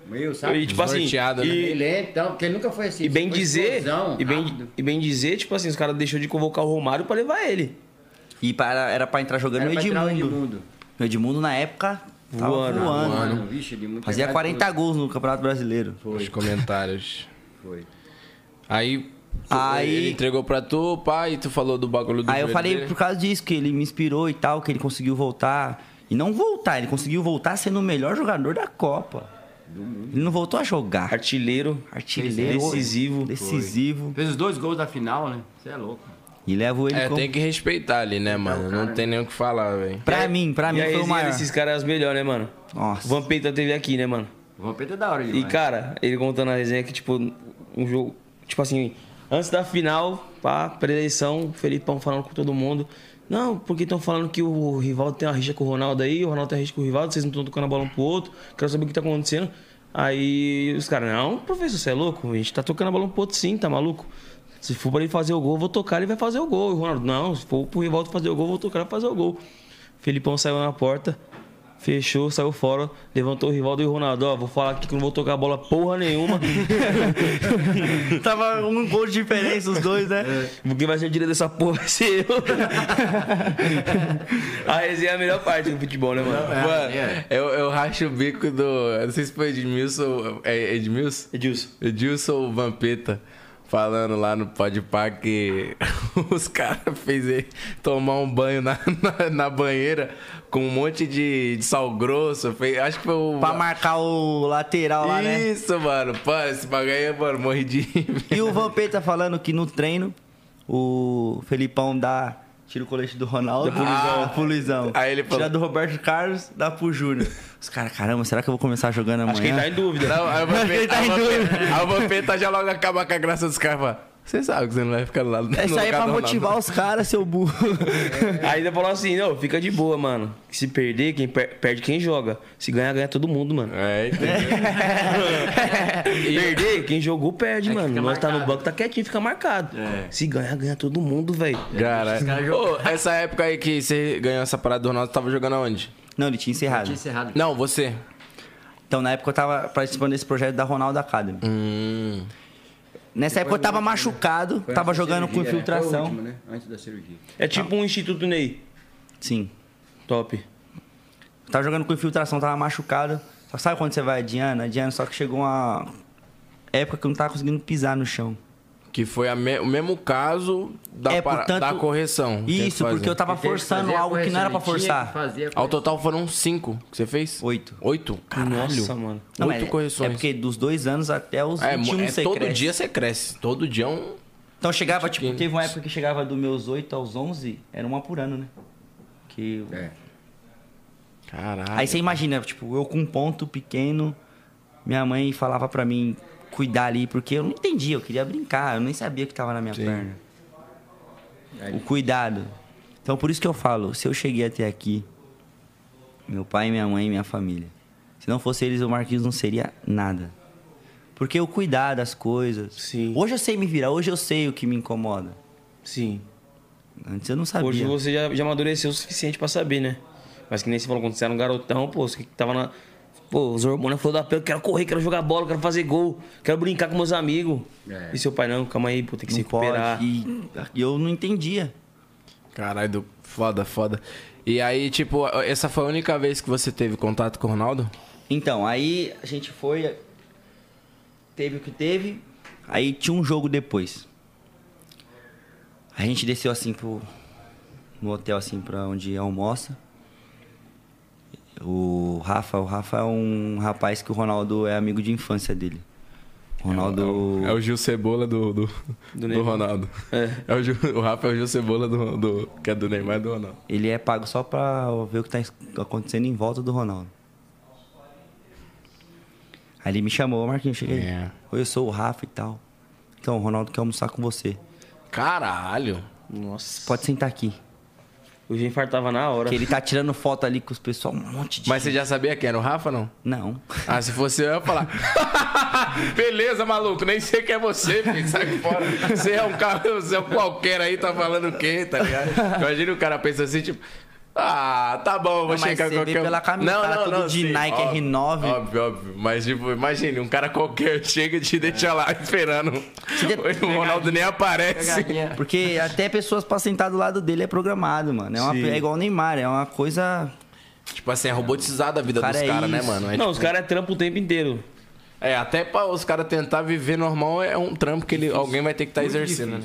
Meio,
Tá
sabe?
E, tipo assim.
Sorteado, né?
e-
Ele é, então, porque ele nunca foi assim.
E bem
foi
dizer,
explosão,
e bem,
rápido.
e bem dizer, tipo assim, os caras deixou de convocar o Romário pra levar ele.
E para, era pra entrar jogando
Era
no
pra entrar no
Edmundo.
Edmundo.
O Edmundo na época tava
Voando.
voando.
Mano, vixe, ele muito
Um Fazia
errado.
40 gols no Campeonato Brasileiro.
Os comentários.
Foi.
Aí,
Aí-
ele entregou pra tu, pai, e tu falou do bagulho do
Aí eu
joelho
falei
dele.
por causa disso, que ele me inspirou e tal, que ele conseguiu voltar. E não voltar, ele conseguiu voltar sendo o melhor jogador da Copa. Ele não voltou a jogar.
Artilheiro.
Artilheiro.
Decisivo.
Decisivo.
Fez os dois gols da final, né? Você é louco.
E levo ele
É,
como...
tem que respeitar ali, né, mano? Não tem nem o que falar, velho.
Pra mim, pra
E
mim
a
foi o
resenha
maior.
desses caras é os melhores, né, mano?
Nossa.
O Vampeta teve aqui, né, mano?
O Vampeta é da hora, ele
E, cara, ele contando a resenha que, tipo, um jogo. Tipo assim, antes da final, pá, preleção, o Felipão falando com todo mundo. Não, porque estão falando que o Rivaldo tem uma rixa com o Ronaldo aí, o Ronaldo tem uma rixa com o Rivaldo, vocês não estão tocando a bola um pro outro, quero saber o que tá acontecendo. Aí os caras, não, professor, você é louco? A gente tá tocando a bola um pro outro sim, tá maluco? Se for pra ele fazer o gol, eu vou tocar, ele vai fazer o gol. E o Ronaldo, não, se for pro Rivaldo fazer o gol, eu vou tocar, ele vai fazer o gol. Felipão saiu na porta, fechou, saiu fora, levantou o Rivaldo e o Ronaldo. Ó, vou falar aqui que eu não vou tocar bola porra nenhuma,
Tava um gol de diferença os dois, né?
porque vai ser direito dessa porra vai ser eu. a resenha é a melhor parte do futebol, né, mano?
Mano, eu, eu racho o bico do. eu Não sei se foi Edmilson. É Edmilson?
Edilson.
Edilson Vampeta falando lá no Podpah que os caras fez ele tomar um banho na, na, na banheira com um monte de, de sal grosso. Fez, acho que foi o.
Pra marcar o lateral lá, né?
Isso, mano. Pô, esse bagulho aí, mano, morri de.
E o Vampeta falando que no treino o Felipão dá. Tira o colete do Ronaldo.
Do Luizão.
Ah, pro Luizão.
Aí ele falou-
Tira do Roberto Carlos, dá pro Júnior. Os caras, caramba, será que eu vou começar jogando amanhã?
Acho que ele tá em dúvida.
Não, aí o
Ele
Vampeta,
tá
aí
em
o Vampeta-
dúvida.
aí o Vampeta já logo acaba com a graça dos caras. fala, Você sabe que você não vai ficar lá no
É isso aí
lugar
pra
do Ronaldo."
motivar os caras, seu burro.
Aí ainda falou assim, não, fica de boa, mano. Que se perder, quem per- perde quem joga. Se ganhar, ganha todo mundo, mano.
É, entendeu?
Perder, quem jogou perde, mano. Nós tá no banco, tá quietinho, fica marcado. Se ganhar, ganha todo mundo, velho.
Caralho. Ô, essa época aí que você ganhou essa parada do Ronaldo, você tava jogando aonde?
Não, ele tinha encerrado.
Tinha encerrado.
Não, você.
Então, na época eu tava participando desse projeto da Ronaldo Academy.
Hum.
Nessa época eu tava machucado,
Foi
tava
antes da
jogando com
cirurgia, né? Foi o
infiltração.
último, né? Antes da cirurgia.
É tipo um Instituto Ney.
Sim.
Top.
Tava jogando com infiltração, tava machucado. Só sabe quando você vai adiando? Adiando, só que chegou uma época que eu não tava conseguindo pisar no chão.
Que foi a me- o mesmo caso da,
É,
para-
portanto-
da correção. que
Isso,
você
porque
fazia.
eu tava
Ele teve que
forçando
fazer a
algo que não era pra
correção, ele tinha que
forçar.
fazer a
Ao total foram cinco que você fez?
Oito.
Oito? Caralho.
Nossa, mano.
Não,
Oito
é,
correções.
É porque dos dois anos até os
É,
21
mo- é
você
todo
cresce.
dia você cresce. Todo dia é um.
Então chegava, tipo,
Chiquinho.
teve uma época que chegava dos meus 8 aos 11, era uma por ano, né? Que...
É.
Caralho.
Aí você imagina, tipo, eu com um ponto pequeno, minha mãe falava pra mim cuidar ali, porque eu não entendia, eu queria brincar, eu nem sabia o que tava na minha perna. O cuidado. Então por isso que eu falo, se eu cheguei até aqui, meu pai, minha mãe e minha família. Se não fosse eles, o Marquinhos não seria nada. Porque eu cuidar das coisas.
Sim.
Hoje eu sei me virar, hoje eu sei o que me incomoda.
Sim.
Antes eu não sabia.
Hoje você já, já amadureceu o suficiente pra saber, né? Mas que nem você falou, quando você era um garotão, pô, você que tava na. Pô, os hormônios falou da pele, quero correr, quero jogar bola, quero fazer gol, quero brincar com meus amigos. E seu pai, não, calma aí, pô, tem que se
Não pode.
recuperar.
E e eu não entendia.
Caralho, do- foda, foda. E aí, tipo, essa foi a única vez que você teve contato com o Ronaldo?
Então, aí a gente foi. Teve o que teve. Aí tinha um jogo depois. A gente desceu assim pro. No hotel, assim, pra onde almoça. O Rafa, o Rafa é um rapaz que o Ronaldo é amigo de infância dele. O Ronaldo.
É o Gil Cebola do, do, do,
Neymar.
Ronaldo. É. o, Gil, o Rafa é o Gil Cebola do, do- que é do Neymar e do Ronaldo.
Ele é pago só pra ver o que tá es- acontecendo em volta do Ronaldo. Aí ele me chamou, Marquinhos, cheguei.
É.
Oi, eu sou o Rafa e tal. Então, o Ronaldo quer almoçar com você.
Caralho.
Nossa.
Pode sentar aqui.
Eu já infartava na hora.
Porque ele tá tirando foto ali com os pessoal, um monte de.
Mas você já sabia quem era o Rafa, não?
Não.
Ah, se fosse eu, eu ia falar. Beleza, maluco, nem sei quem é você, filho, sai fora. Você é um cara, você é um qualquer aí, tá falando o quê, tá ligado? Imagina o cara pensa assim, tipo. Ah, tá bom, vou
Não, mas
chegar
você
com qualquer um.
vê pela camisa, o cara todo de Nike R9.
Óbvio, óbvio. Mas, tipo, imagine, um cara qualquer chega e te deixa lá esperando. O Ronaldo nem aparece.
Porque até pessoas pra sentar do lado dele é programado, mano. É, uma- é igual o Neymar, é uma coisa.
Tipo assim, é robotizada a vida
Cara,
dos
é
caras, né,
isso.
mano? É,
Não,
tipo-
os caras é trampo o tempo inteiro.
é, até pra os caras tentar viver normal é um trampo que ele, alguém vai ter que estar exercendo, né?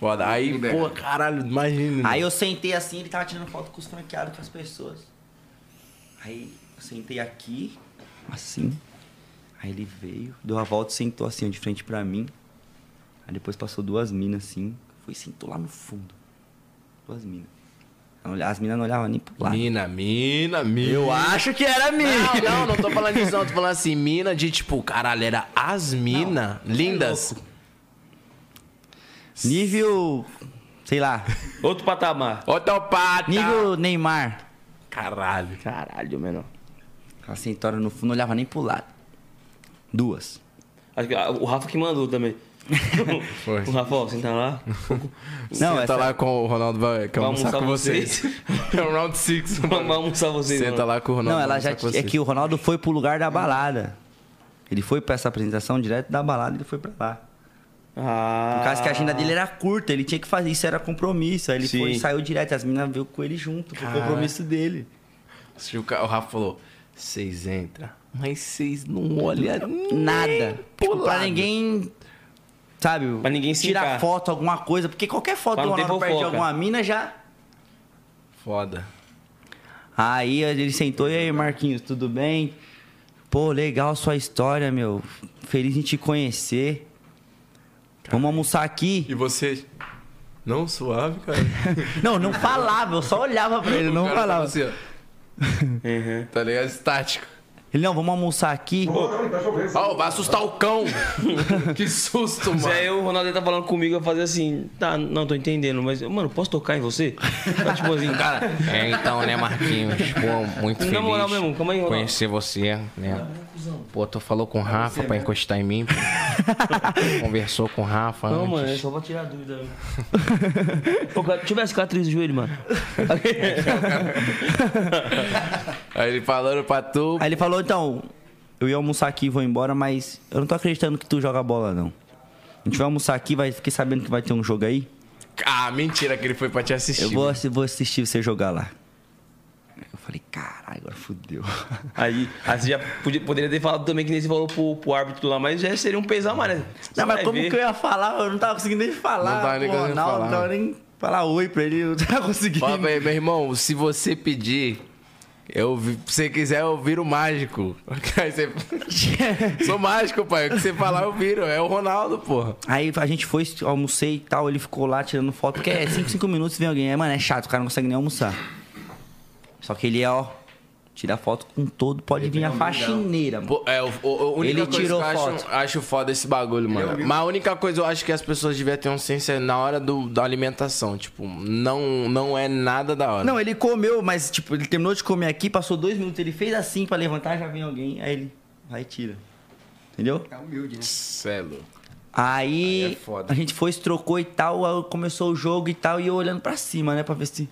Foda. Aí, pô, caralho, imagina.
Aí eu sentei assim, ele tava tirando foto com os franqueados, com as pessoas. Aí eu sentei aqui, assim. Aí ele veio, deu a volta e sentou assim, de frente pra mim. Aí depois passou duas minas assim. Foi e sentou lá no fundo. Duas minas. As minas não olhavam nem pro lado.
Mina, mina, mina.
acho que era minha.
Não, não, não tô falando disso, não. Tô falando assim, mina de tipo, caralho, era as mina
é
lindas.
Nível. Sei lá.
Outro patamar.
Tá.
Otopata.
Nível Neymar.
Caralho.
Caralho, menor.
A sentora no fundo não olhava nem pro lado. Duas.
Acho que, ah, o Rafa que mandou também.
Foi.
O Rafa, ó, senta lá.
Não,
Senta
essa-
lá com o Ronaldo, vai quer
Vamos
almoçar
almoçar
com vocês.
vocês.
É o round 6.
Vamos almoçar vocês,
Senta
mano.
lá com o Ronaldo.
Não, ela
vai
já.
almoçar com
É
vocês.
que o Ronaldo foi pro lugar da balada. Ele foi pra essa apresentação direto da balada, ele foi pra lá.
Ah.
Por causa que a agenda dele era curta, ele tinha que fazer, isso era compromisso. Aí ele
Sim.
foi e saiu direto, as meninas veio com ele junto, pro compromisso dele.
Se O ca- o Rafa falou, vocês entram, mas vocês não
É,
olham
hum,
nem
Nada.
pro
Tipo, pra
lado."
ninguém. Sabe?
Pra ninguém se
tirar
encar.
foto, alguma coisa. Porque qualquer foto
Pra
do
não ter
Ronaldo perto de
fofoca.
alguma mina já.
Foda.
Aí ele sentou, e aí, Marquinhos, tudo bem? Pô, legal sua história, meu. Feliz em te conhecer. Vamos almoçar aqui?
E você, não suave, cara?
Não, não falava, eu só olhava pra ele, não
O cara tava
falava.
assim, ó,
Uhum.
tá ligado? Estático.
Ele, não, vamos almoçar aqui.
Ó, vai assustar o cão. que susto, mano.
Se aí o Ronaldo tá falando comigo, eu fazer assim, tá, não tô entendendo, mas, mano, posso tocar em você? Tá, tipo assim, cara,
É, então, né, Marquinhos? Pô, muito
Na
feliz.
moral mesmo, calma aí, Ronaldo.
Conhecer você, né?
é
Pô, tu falou com o Rafa
né?
pra encostar em mim. pô. Conversou com o Rafa
não, mano, é
antes.
só pra tirar a dúvida. né? Pô, cara, deixa eu ver a cicatriz do joelho, mano.
Aí ele falando pra tu.
Aí ele falou, então, eu ia almoçar aqui e vou embora, mas eu não tô acreditando que tu joga bola, não. A gente vai almoçar aqui, vai, fiquei sabendo que vai ter um jogo aí.
Ah, mentira que ele foi pra te assistir.
Eu vou, assi- vou assistir você jogar lá. Eu falei, caralho, agora fudeu.
Aí, aí você já podia- poderia ter falado também que nem você falou pro, pro árbitro lá, mas já seria um peso a mais, né? Você
Não, mas
vai
como
ver.
que eu ia falar? Eu não tava conseguindo nem falar.
Não tava nem
pro
conseguindo
Ronaldo,
falar.
Não tava nem falar oi pra ele, eu não tava conseguindo.
Fala pra ele, meu irmão, se você pedir, eu, vi- se você quiser, eu viro mágico. Aí você. Sou mágico, pai. O que você falar, eu viro. É o Ronaldo, porra.
Aí a gente foi, almocei e tal, ele ficou lá tirando foto, porque é 5, 5 minutos vem alguém. É, mano, é chato, o cara não consegue nem almoçar. Só que ele é, ó, Tirar foto com todo, pode vir a faxineira, mano.
Pô, é, o, o, o- a única
Ele
coisa
tirou
que eu
foto.
Acho, acho foda esse bagulho, mano. Mas a única coisa eu acho que as pessoas deviam ter um ciência na hora do, da alimentação. Tipo, não, não é nada da hora.
Não, ele comeu, mas tipo, ele terminou de comer aqui, passou dois minutos, ele fez assim pra levantar, já vem alguém, aí ele vai e tira. Entendeu?
Cê é louco.
Aí,
Aí é foda.
a gente foi, se trocou e tal, aí começou o jogo e tal, e eu olhando pra cima, né, pra ver se...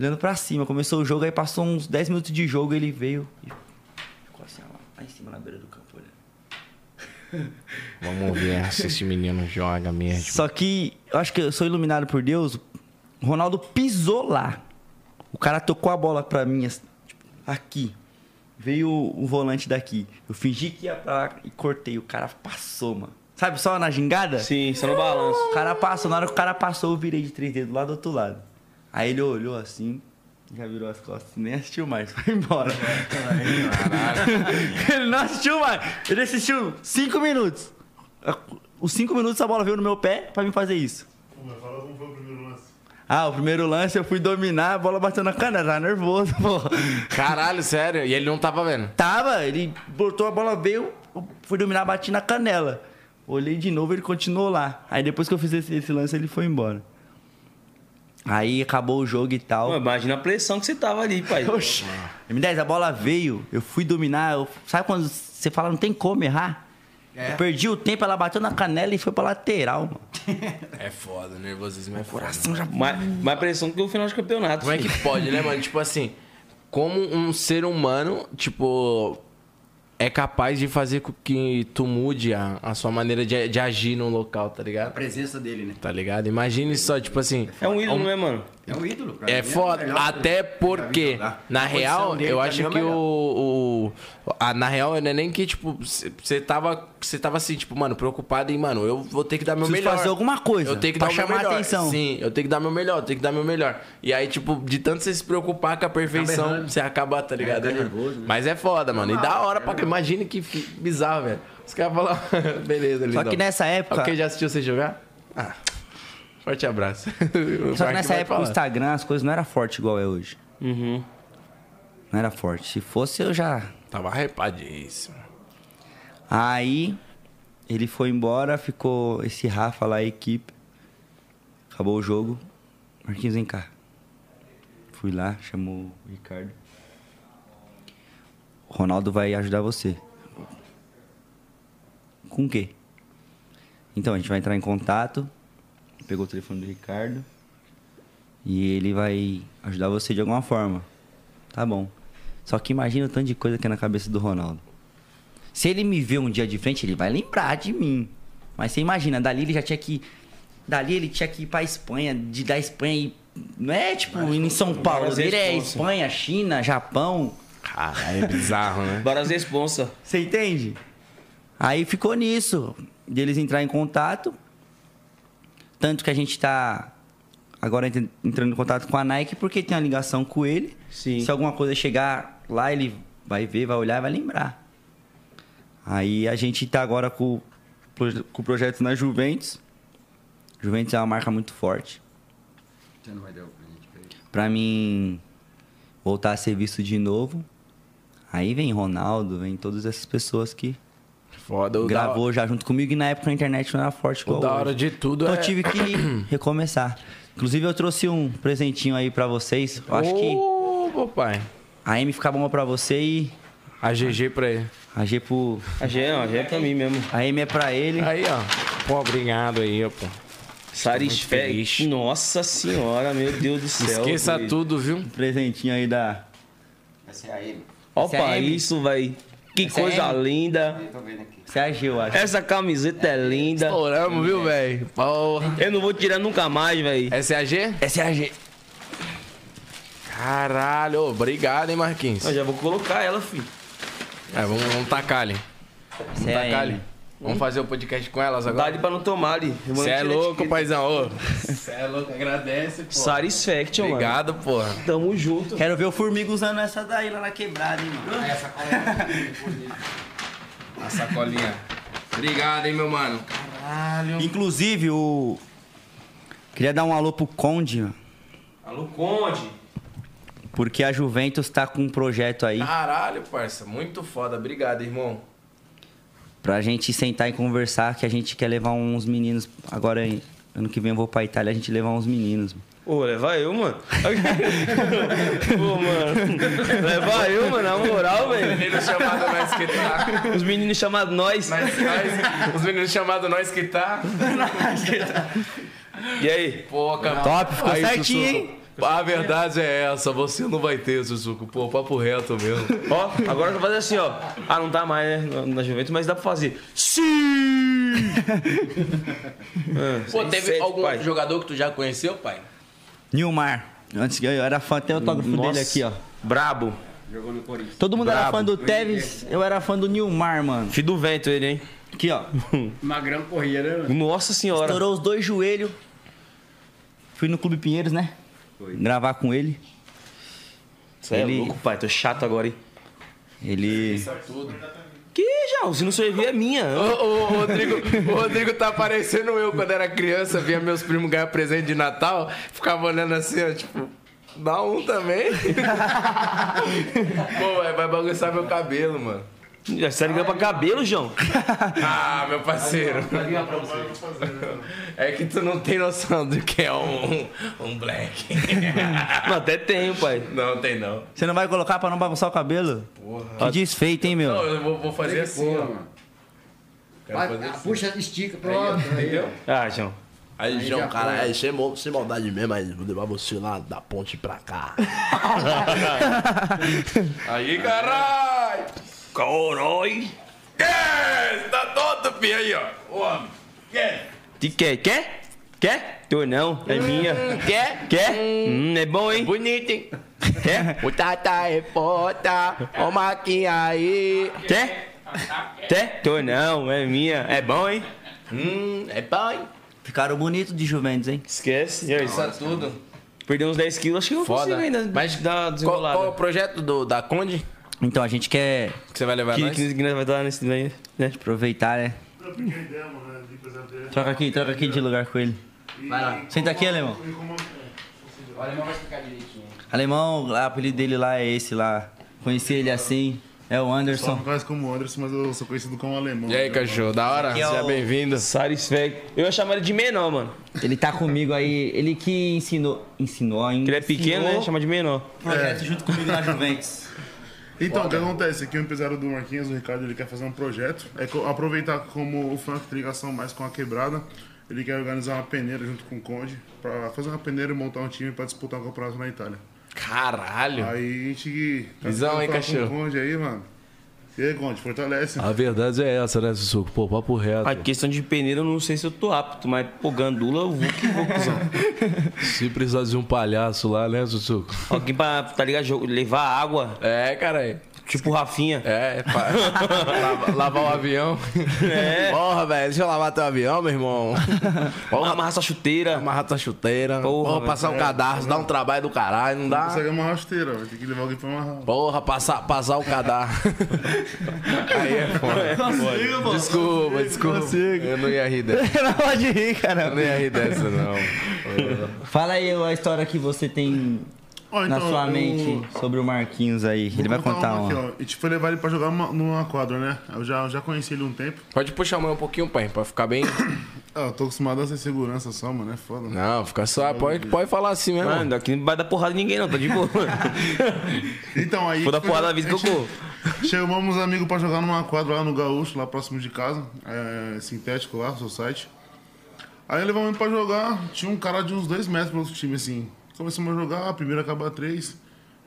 Olhando pra cima, começou o jogo, aí passou uns 10 minutos de jogo, ele veio e ficou assim, ó, lá, lá em cima, na beira do campo, olhando.
Vamos ver se esse menino joga mesmo.
Só que eu acho que eu sou iluminado por Deus. O Ronaldo pisou lá. O cara tocou a bola pra mim assim, tipo, aqui. Veio o o volante daqui. Eu fingi que ia pra lá e cortei. O cara passou, mano. Sabe só na gingada?
Sim, só no balanço.
O cara passou. Na hora que o cara passou, eu virei de três dedos lá do outro lado. Aí ele olhou assim, já virou as costas, nem assistiu mais, foi embora. ele não assistiu mais. Ele assistiu cinco minutos. Os cinco minutos a bola veio no meu pé pra mim fazer isso. Ah, o primeiro lance eu fui dominar, a bola bateu na cana, tava nervoso, pô.
Caralho, sério. E ele não tava vendo.
Tava, ele botou a bola, veio, eu fui dominar, bati na canela. Olhei de novo, ele continuou lá. Aí depois que eu fiz esse, esse lance, ele foi embora. Aí acabou o jogo e tal.
Pô, imagina a pressão que você tava ali, pai.
Oxi. M10, a bola veio, eu fui dominar. eu- sabe quando você fala, não tem como errar? Eu perdi o tempo, ela bateu na canela e foi pra lateral, mano.
É foda, o nervosismo é foda.
Coração já.
Mais, mais pressão que o final de campeonato.
Como é que
filho.
pode, né, mano? Tipo assim, como um ser humano, tipo, é capaz de fazer com que tu mude a, a sua maneira de, de agir num local, tá
A
ligado?
presença dele, né?
Tá ligado? Imagine só, tipo assim.
É um ídolo, né, mano?
É um ídolo. pra
É
mim,
foda,
o melhor
até porque,
já vi jogar.
na
A posição
real,
dele,
eu
pra mim,
acho
é o
que
melhor.
o. o- a- na real, não é nem que, tipo, você tava. Você tava assim, tipo, mano, preocupado em, mano, eu vou ter que dar meu
Preciso
melhor.
fazer alguma coisa
Eu tenho que
pra
dar o meu
chamar a
melhor.
atenção.
Sim, eu tenho que dar meu melhor, eu tenho que dar meu melhor. E aí, tipo, de tanto você se preocupar com a perfeição, você acaba, tá ligado?
fica nervoso, né?
Mas é foda, mano. E da hora, pra... imagina que fi- bizarro, velho. Os caras falam, beleza,
Só
lindão.
que nessa época.
Alguém já assistiu você jogar? Ah. Forte abraço. O
Só que
Mark
nessa
vai
época o
falar. Uhum.
Instagram, as coisas não era forte igual é hoje. Não era forte. Se fosse, eu já.
Tava arrepadíssimo.
Aí ele foi embora, ficou esse Rafa lá, a equipe. Acabou o jogo. Marquinhos, vem cá. Fui lá, chamou o Ricardo. O Ronaldo vai ajudar você. Com o quê? Então, a gente vai entrar em contato. Pegou o telefone do Ricardo. E ele vai ajudar você de alguma forma. Tá bom. Só que imagina o tanto de coisa que é na cabeça do Ronaldo. Se ele me vê um dia de frente, ele vai lembrar de mim. Mas você imagina, dali ele já tinha que. Dali ele tinha que ir pra Espanha, de da Espanha e. Não é tipo indo em São Paulo,
várias
ele é
respostas.
Espanha, China, Japão.
Caralho, é bizarro, né?
Várias responsa.
Você entende? Aí ficou nisso, deles entrar em contato. Tanto que a gente tá agora ent- entrando em contato com a Nike porque tem uma ligação com ele.
Sim.
Se alguma coisa chegar lá, ele vai ver, vai olhar e vai lembrar. Aí a gente tá agora com, o proje- com o projeto na Juventus. Juventus é uma marca muito forte.
Você não vai dar o presente pra ele.
Pra mim voltar a ser visto de novo. Aí vem Ronaldo, vem todas essas pessoas que
Foda, o
gravou já junto comigo e na época a internet não era forte
da, o
igual
da
hoje.
hora de tudo
Então
é...
eu tive que recomeçar. Inclusive eu trouxe um presentinho aí pra vocês. Eu acho que
Ô, papai.
a M fica bom pra você e
A GG pra ele.
a G pro...
A G não, a G é pra mim mesmo.
A M é pra ele.
Aí, ó. Pô, obrigado aí, ó, pô.
Satisfeito.
feliz.
Nossa senhora, meu Deus do céu.
Esqueça
Luiz.
tudo, viu?
Presentinho aí da...
Essa é a ele.
Ó,
Essa é
pai,
M.
isso, vai. Que coisa linda.
Eu tô vendo aqui.
Você é a G, eu acho.
Essa camiseta é
Tá.
linda.
Estouramos, viu, velho? Porra.
Eu não vou tirar nunca mais, velho.
Essa é a G?
Essa é a G.
Caralho, ô, obrigado, hein, Marquinhos.
Eu já vou colocar ela, filho.
É, vamos, vamos tacar ali.
Essa
Vamos
é a
tacar
M.
ali. Vamos fazer o podcast com elas
Dá
agora?
Tá ali pra não tomar ali. Eu vou
Você é
tirar
louco,
etiqueta.
paizão. Ô, é
Satisfaction, mano.
obrigado, porra.
Tamo junto.
Quero ver o Formiga usando essa daí lá na quebrada, hein, mano.
A sacolinha. Obrigado, hein, meu mano.
Inclusive, o... Queria dar um alô pro Conde, mano.
Alô, Conde.
Porque a Juventus tá com um projeto aí
Caralho, parça. Muito foda. Obrigado, irmão.
pra gente sentar e conversar que a gente quer levar uns meninos. Agora, em- ano que vem eu vou pra Itália, a gente levar uns meninos. mano.
Ô, leva eu, mano. Ô, mano. Leva eu, mano, na moral, velho.
Menino chamado nós que tá.
Os meninos chamados nós.
Nós, nós, os meninos chamados nós que tá.
E aí?
Pô, cara.
Top, ficou
Aí,
certinho,
Sussuco.
hein?
A verdade é essa, você não vai ter, Sussuco. Pô, papo reto mesmo.
Ó, agora eu vou fazer assim, ó. Ah, não tá mais, né? na- Na Juventus, mas dá pra fazer. Sim! Ah,
Pô,
seis,
teve
sete,
algum
pai.
jogador que tu já conheceu, pai?
Nilmar. Antes que eu era fã, tem autógrafo dele aqui, ó.
Brabo.
Jogou no Corinthians.
Todo mundo era fã do Tevez, eu era fã do Nilmar, mano.
Filho do vento ele, hein?
Aqui, ó.
Magrão corria, né? mano?
Nossa senhora.
Estourou os dois joelhos. Fui no Clube Pinheiros, né? Gravar com ele.
Cê é
Ele-
louco, pai. Tô chato agora, hein?
Ele.
Que, Jão? Se não servir, é minha.
O, Rodrigo, o Rodrigo tá parecendo eu quando era criança, via meus primos ganhar presente de Natal, ficava olhando assim, ó, tipo, dá um também. Pô, vai- vai bagunçar meu cabelo, mano.
Já Você tá ligando pra cabelo, João?
Ah, meu parceiro. É que tu não tem noção do que é um, um, um black.
Não, até tenho, pai.
Não, tem não.
Você não vai colocar pra não bagunçar o cabelo? Que desfeito, hein,
Não,
meu?
eu vou, vou fazer assim,
Boa,
ó.
mano.
Quero
Vai,
fazer assim.
puxa, estica, pronto. Aí, ó.
Ah, João.
Aí,
já
João, cara,
foi.
aí, sem, mo- sem maldade mesmo, aí vou levar você lá da ponte pra cá.
Aí, caralho!
Corói.
Yes! Tá todo, fi, aí, ó. O homem. Yes!
Te quer? Quer? Quer? Tô não. É minha.
Quer?
Quer? Hum, é bom, hein?
Bonito, hein?
Quer?
O Tata é foda, ó Maquinha aí.
Quer? Quer? Tô não. É minha. É bom, hein?
Hum, é bom, hein?
Ficaram bonito de Juventus, hein?
Esquece. E aí,
Isso é tudo.
Perdeu uns 10 quilos. Acho que eu
Foda.
consigo ainda.
Mas
dá uma
Qual, qual é o
desenrolada.
projeto do, da Conde
Então a gente quer
que você vai levar
Que
nós?
15 vai dar nesse daí, né?
aproveitar, né?
Eu peguei demo, né? De presentear.
Troca aqui, troca aqui de lugar com ele.
Vai lá.
Senta aqui, alemão.
E como é?
O alemão vai explicar direitinho.
Alemão, o apelido dele lá é esse lá. Conheci ele assim. É o
Só
Anderson.
me conhece como Anderson, mas eu sou conhecido como alemão. né?
E aí, cachorro, da hora?
Aqui é
Seja
o-
bem-vindo.
Satisfeito. Eu ia chamar ele de menor, mano.
Ele tá comigo aí. Ele que ensinou. Ensinou ainda.
Ele é pequeno, né? Chama de menor.
projeto junto comigo na Juventus.
Então, o que acontece? Aqui o empresário do Marquinhos, o Ricardo, ele quer fazer um projeto. É co- aproveitar como o funk tem ligação mais com a quebrada. Ele quer organizar uma peneira junto com o Conde. Pra fazer uma peneira e montar um time pra disputar o campeonato na Itália.
Caralho.
Aí a gente. tá
Visão, hein,
falar com
cachorro?
o Conde aí, mano. E aí, Conde, fortalece.
Ah.
A verdade é essa, né, Sussuco? Pô, papo reto.
A questão de peneira, eu não sei se eu tô apto, mas, pô, gandula, eu vou que vou, cuzão.
Se precisar de um palhaço lá, né, Sussuco?
Alguém pra, tá ligado, Jogo- levar água,
É, caralho.
tipo o Rafinha.
É, é pra... Lava- lavar o avião.
É.
Porra, velho, deixa eu lavar teu avião, meu irmão.
Porra, amarrar sua chuteira.
Amarrar tua chuteira.
Porra,
Porra,
velho.
passar um cadarço, dá um trabalho do caralho, não
Não
dá?
consegue amarrar a chuteira, vai ter que levar alguém pra amarrar.
Porra, passar, passar o cadarço. Aí é foda. Desculpa, desculpa. Eu não ia rir dessa.
Não pode rir,
Eu
cara.
não ia rir dessa, não.
Fala aí a história que você tem
Ó,
na
então,
sua
eu-
mente sobre o Marquinhos aí. Ele vai contar
uma. aqui,
uma.
ó. A gente foi levar ele pra jogar uma- numa quadra, né? Eu já, já conheci ele um tempo.
Pode puxar a mão um pouquinho, pai, pra ficar bem.
Ah, eu tô acostumado a ser segurança só, mano. É foda. mano.
Não, fica só. Pode, pode falar assim mesmo.
Mano, aqui não vai dar porrada em ninguém, não, tá de boa.
Então aí.
Vou dar
foi-
porrada na vida que eu
a gente-
corro.
Chamamos uns amigos pra jogar numa quadra lá no Gaúcho, lá próximo de casa. é, sintético lá, society. Aí levamos ele pra jogar. Tinha um cara de uns dois metros pro outro time, assim. Começamos a jogar, primeiro acaba três.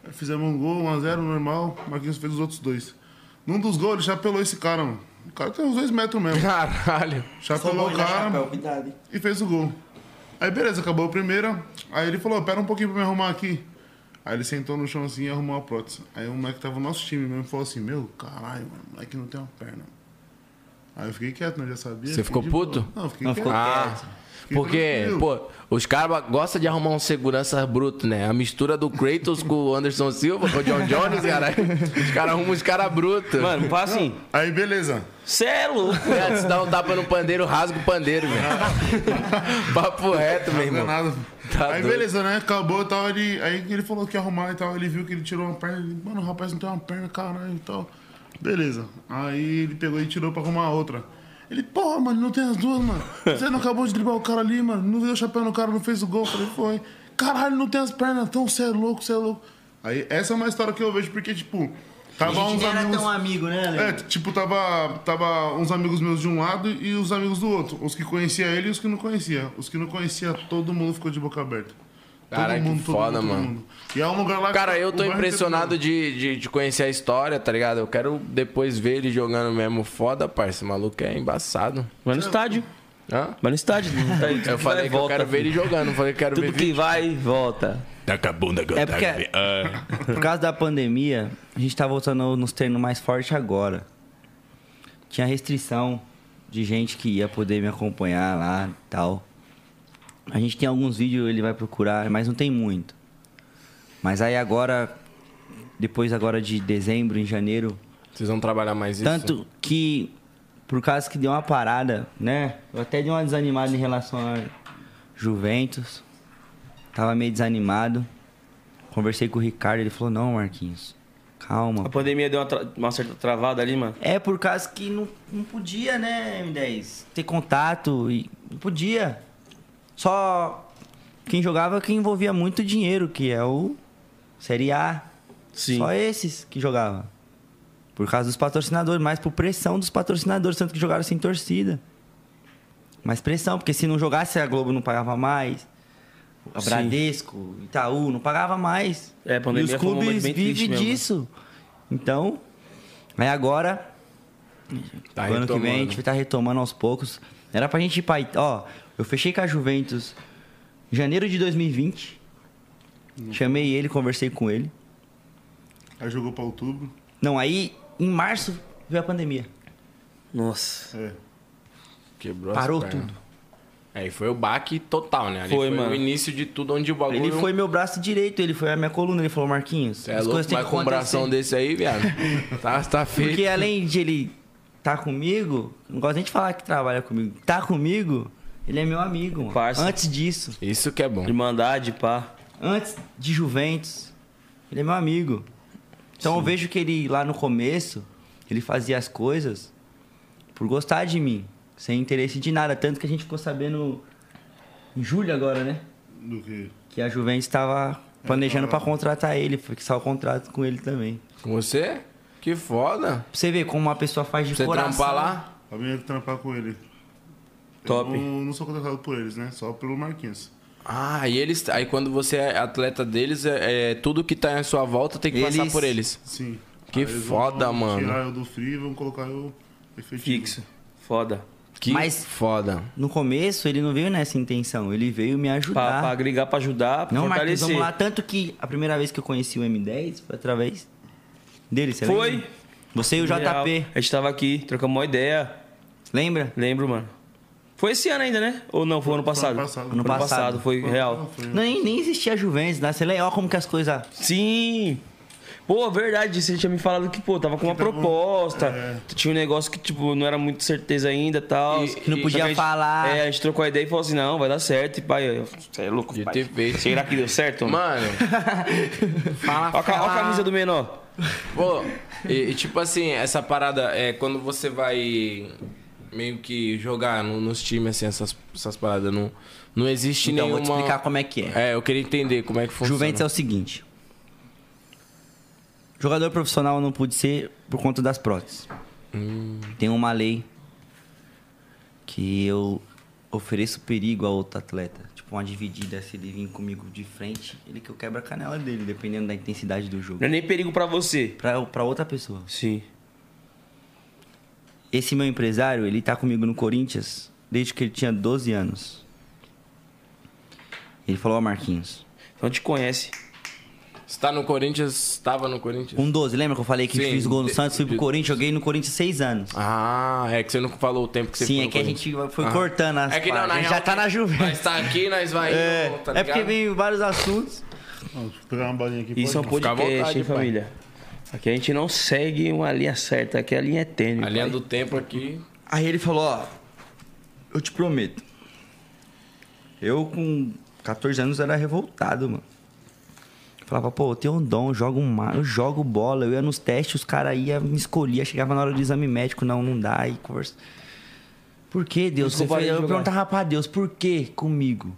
Aí Fizemos um gol, 1x0, normal. Marquinhos fez os outros dois. Num dos gols, ele chapelou esse cara, mano. O cara tem uns dois metros mesmo.
Caralho.
Chapelou
né?
o cara e fez o gol. Aí beleza, acabou a primeira. Aí ele falou, pera um pouquinho pra me arrumar aqui. Aí ele sentou no chão assim e arrumou a prótese. Aí o moleque que tava no nosso time mesmo falou assim, meu, caralho, mano, o moleque não tem uma perna. Aí eu fiquei quieto, não já sabia.
Você
fiquei
ficou
de boa.
puto?
Não, eu fiquei
Não,
quieto.
ficou
Ah,
Fiquei
porque,
tranquilo.
pô, os caras gostam de arrumar um segurança bruto, né? A mistura do Kratos com o Anderson Silva, com o John Jones, caralho. Os caras arrumam os caras brutos.
Mano, fala assim,
Ah. Aí beleza.
cê é louco.
É, se dá um tapa no pandeiro, rasga o pandeiro, velho. Papo reto, meu
Não é
irmão.
nada.
Tá
aí
doido.
beleza, né? Acabou e tal. Ele, aí ele falou que ia arrumar e tal. Ele viu que ele tirou uma perna. Ele, Mano, o rapaz não tem uma perna, caralho e tal. Beleza. Aí ele pegou e tirou pra arrumar outra. Ele, porra, mano, não tem as duas, mano. Você não acabou de driblar o cara ali, mano. Não deu chapéu no cara, não fez o gol. Eu falei, foi. Caralho, não tem as pernas. Então você é louco, você é louco. Aí essa é uma história que eu vejo, porque, tipo, tava
A gente
uns
nem era
amigos.
tão amigo, né, Ale?
É, tipo, tava, tava uns amigos meus de um lado e os amigos do outro. Os que conhecia ele e os que não conhecia. Os que não conhecia, todo mundo ficou de boca aberta. Todo
Caralho, que
mundo, todo
foda,
mundo, todo
mano.
mundo. E é um lugar lá que
Cara,
tá-
eu
o
tô
bairro
impressionado
inteiro-
de, de, de conhecer a história, tá ligado? Eu quero depois ver ele jogando mesmo. Foda, parça. Esse maluco é embaçado.
Vai no estádio.
Hã?
Vai no estádio. Tá aí,
Eu
tudo
falei
vai,
que eu quero ver ele jogando. eu Falei que quero ver
Tudo que vai, volta.
É porque, por causa da pandemia, a gente tá voltando nos termos mais fortes agora. Tinha restrição de gente que ia poder me acompanhar lá e tal. A gente tem alguns vídeos, ele vai procurar, mas não tem muito. Mas aí agora, depois agora de dezembro, em janeiro,
Vocês vão trabalhar mais isso?
tanto que, por causa que deu uma parada, né? Eu até dei uma desanimada em relação a Juventus. Tava meio desanimado. Conversei com o Ricardo, ele falou, não, Marquinhos, calma.
A pandemia deu uma, tra- uma certa travada ali, mano.
É por causa que não, não podia, né, M10? Ter contato e. Não podia. Só quem jogava que envolvia muito dinheiro, que é o Série A.
Sim.
Só esses que jogavam. Por causa dos patrocinadores, mas por pressão dos patrocinadores, tanto que jogaram sem torcida. Mas pressão, porque se não jogasse a Globo não pagava mais. A
Sim.
Bradesco, Itaú, não pagava mais.
É, a pandemia
e os
foi um momento
clubes
bem triste
vivem
mesmo, né?
disso. Então, aí agora
Tá
o ano que vem a
retomando.
gente vai estar retomando aos poucos. Era pra gente ir pra. It- Ó, eu fechei com a Juventus em janeiro de 2020. Chamei ele, conversei com ele.
Aí jogou pra outubro.
Não, aí em março veio a pandemia.
Nossa.
É.
Quebrou
Parou
as pernas.
tudo.
Aí foi o baque total, né? Ali
Foi,
foi,
mano.
o início de tudo, onde o bagulho...
Ele foi meu braço direito, ele foi a minha coluna. Ele falou, Marquinhos,
Cê é louco,
têm
mas com um bração desse aí, viado. tá, tá feio.
Porque além de ele estar comigo, não gosto nem de falar que trabalha comigo. Tá comigo, ele é meu amigo. mano.
Parça.
Antes disso.
Isso que é bom.
Irmandade, pá.
antes de Juventus, ele é meu amigo. Então eu vejo que ele lá no começo, ele fazia as coisas por gostar de mim, sem interesse de nada. Tanto que a gente ficou sabendo em julho agora, né?
Do que?
Que a Juventus estava planejando pra contratar ele, fixar o contrato com ele também.
Com você? Que foda.
Pra você ver como uma pessoa faz de
Você
coração.
trampar lá?
Pra mim é que trampar com ele.
Top.
Eu não, não sou contratado por eles, né? Só pelo Marquinhos.
Ah, e eles. Aí quando você é atleta deles, é, é tudo que tá à sua volta tem que passar
Eles-
por eles.
Sim.
Que
Aí eles
foda,
vão
mano.
Tirar eu do free e vão colocar eu efetivo.
Fixo. Foda.
Que
Mas-
foda.
No começo, ele não veio nessa intenção, ele veio me
Pra,
ajudar.
pra agregar, pra ajudar, pra
Não, Marcos,
fortalecer.
vamos lá. Tanto que a primeira vez que eu conheci o M10 foi através dele, você
Foi.
lembra? Você e o JP,
Real. A gente tava aqui, trocamos uma ideia.
lembra?
Lembro, mano. Foi esse ano ainda, né? Ou não, foi ano passado?
ano passado.
Ano
Ano
passado,
passado.
foi real.
Não, foi-
Não, nem, nem existia Juventus, né? Você lembra? Olha como que as coisas...
Sim! Pô, verdade, você tinha me falado que, pô, tava com uma proposta, tinha um negócio que, tipo, não era muito certeza ainda e tal.
E- Que não
Só
podia
a gente-
falar. Então,
É, a gente trocou a ideia e falou assim, não, vai dar certo, e pai, eu- você é louco,
De
pai.
ter feito.
Será que deu certo? Mano,
Mano, fala,
ó, a ca- ó a
fala.
camisa do menor.
Pô, e, e tipo assim, essa parada é quando você vai meio que jogar no- nos times, assim, essas, essas paradas. Não, não existe
Então,
nenhuma.
vou te explicar como é que é.
É, eu queria entender como é que funciona.
Juventus é o seguinte. Jogador profissional não pôde ser por conta das próteses. Tem uma lei que eu ofereço perigo a outro atleta. Tipo, uma dividida, se ele vir comigo de frente, ele que eu quebro a canela dele, dependendo da intensidade do jogo.
Não é nem perigo pra você.
Pra, pra outra pessoa.
Sim.
Esse meu empresário, ele tá comigo no Corinthians desde que ele tinha 12 anos. Ele falou, ó Marquinhos,
Então te conhece.
Você tá no Corinthians, tava no Corinthians?
com 12, lembra que eu falei que
Sim,
fiz gol no
de-
Santos, fui pro
de-
Corinthians, joguei no Corinthians 6 anos.
Ah, é que você não falou o tempo que você
Sim,
ficou
é
no
que a
Corinthians.
gente foi
Ah.
cortando as
É que não,
partes.
na
A gente
real,
já tá na
Nós
Juventus.
tá aqui, nós vai.
É,
indo, tá
é porque
ligado?
vem vários assuntos.
Ó, Deixa eu pegar uma balinha aqui.
Isso é um
pode?
Fica à
podcast,
vontade,
hein,
pai.
família? Aqui a gente não segue uma linha certa, aqui a linha é tênue.
A linha
pai.
do tempo aqui.
Aí ele falou, ó, eu te prometo. Eu com 14 anos eu era revoltado, mano. Falava, pô, eu tenho um dom, eu jogo, ma- eu jogo bola. Eu ia nos testes, os caras iam, me escolhia, chegava na hora do exame médico, não, não dá, e conversa. Por que, Deus?
Você
Eu, falei-
fez
eu
jogar.
perguntava pra Deus, por que comigo?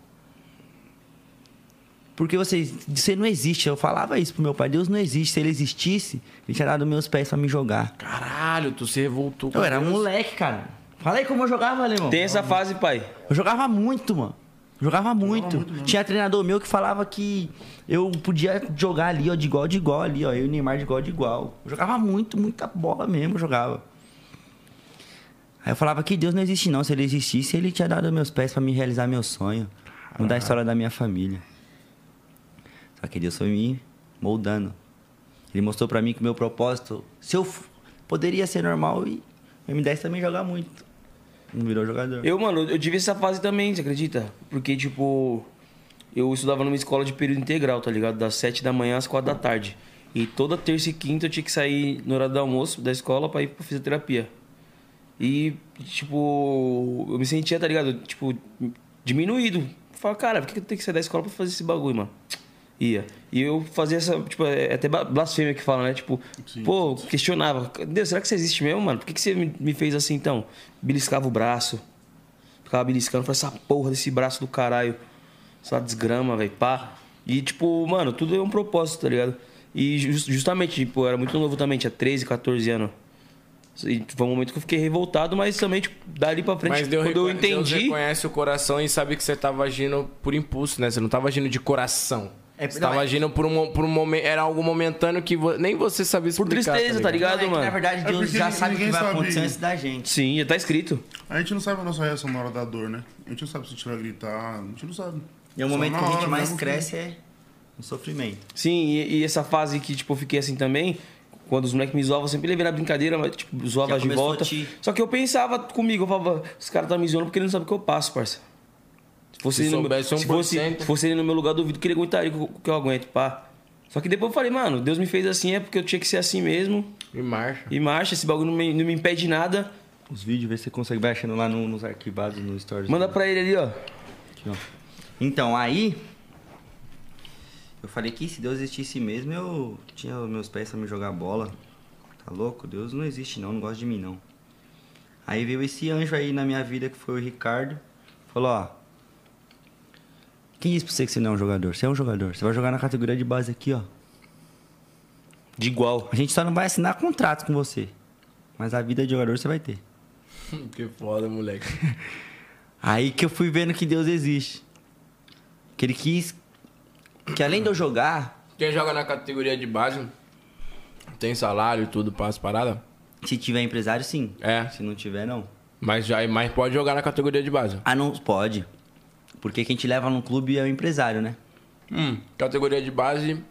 Porque você, você não existe. Eu falava isso pro meu pai, Deus não existe. Se ele existisse, ele tinha dado meus pés pra me jogar.
Caralho, tu se revoltou.
Eu era moleque, cara. Fala aí como eu jogava, alemão.
Tem essa
né?
fase, pai.
Eu jogava muito, mano. Jogava muito. Tinha treinador meu que falava que eu podia jogar ali, ó, de igual de igual ali, ó. Eu e o Neymar de igual de igual. Eu jogava muito, muita bola mesmo, eu jogava. Aí eu falava que Deus não existe não. Se ele existisse, ele tinha dado meus pés pra me realizar meu sonho. Mudar a história da minha família. Só que Deus foi me moldando. Ele mostrou pra mim que o meu propósito, se eu f- poderia ser normal e o M10 também jogar muito. Não virou jogador.
Eu, mano, eu tive essa fase também, você acredita? Porque, tipo, eu estudava numa escola de período integral, tá ligado? Das 7 da manhã às 4 da tarde. E toda terça e quinta eu tinha que sair no horário do almoço da escola pra ir pra fisioterapia. E, tipo, eu me sentia, tá ligado? Tipo, diminuído. Falei, cara, por que eu tenho que sair da escola pra fazer esse bagulho, mano? Ia. E eu fazia essa, tipo, é até ba- blasfêmia que fala, né? Tipo, pô, questionava. Deus, será que você existe mesmo, mano? Por que, que você me me fez assim, então? Beliscava o braço. Ficava beliscando, falei, essa porra desse braço do caralho. Essa desgrama, velho, pá. E, tipo, mano, tudo é um propósito, tá ligado? E jus- justamente, tipo, eu era muito novo também, tinha 13, 14 anos. E foi um momento que eu fiquei revoltado, mas também, tipo, dali pra frente,
Mas Deus,
quando eu
recon- Deus
entendi.
reconhece o coração e sabe que você tava agindo por impulso, né? Você não tava agindo de coração.
É,
você
não,
tava
é-
agindo por um, por um momento. Era algo momentâneo que vo- nem você sabia
Por
explicar.
tristeza, tá ligado,
Não, é que,
mano?
na verdade,
É
Deus
porque
já
ninguém
sabe o que vai
sabe.
acontecer antes da gente.
Sim, já tá escrito.
A gente não sabe a nossa reação na hora da dor, né? A gente não sabe se a gente vai gritar, a gente não sabe.
E é o
Só
momento
na
que a gente
hora
mais
mesmo
cresce é no sofrimento.
Sim, e, e essa fase que, tipo, eu fiquei assim também, quando os moleques me zoavam, eu sempre levei na brincadeira, mas, tipo, zoava
Já
de
começou
volta.
a te-
Só que eu pensava comigo, eu falava, os caras tá me zoando porque ele não sabe o que eu passo, parça. Se fosse,
Se
ele, no meu,
soubesse
um
se fosse,
1%.
se fosse ele no meu lugar, eu duvido que ele aguentaria o que eu aguento, pá. Só que depois eu falei, mano, Deus me fez assim, é porque eu tinha que ser assim mesmo.
E marcha.
E marcha, esse bagulho não me, não me impede de nada.
Os vídeos, vê se você consegue, vai achando lá no- nos arquivados, no stories.
Manda
do-
pra ele ali, ó.
aqui, ó. Então, aí... Eu falei que se Deus existisse mesmo, eu tinha os meus pés pra me jogar bola. Tá louco? Deus não existe não, não gosta de mim não. Aí veio esse anjo aí na minha vida, que foi o Ricardo. Falou, ó... Quem disse pra você que você não é um jogador? Você é um jogador. Você vai jogar na categoria de base aqui, ó.
De igual.
A gente só não vai assinar contrato com você. Mas a vida de jogador você vai ter.
Que foda, moleque.
Aí que eu fui vendo que Deus existe. Que ele quis. Que além de eu jogar,
Quem joga na categoria de base tem salário e tudo, passa parada.
se tiver empresário, sim.
É.
Se não tiver, não.
Mas, já, mas pode jogar na categoria de base.
Ah, não pode. Porque quem te leva no clube é o empresário, né?
Hum, categoria de base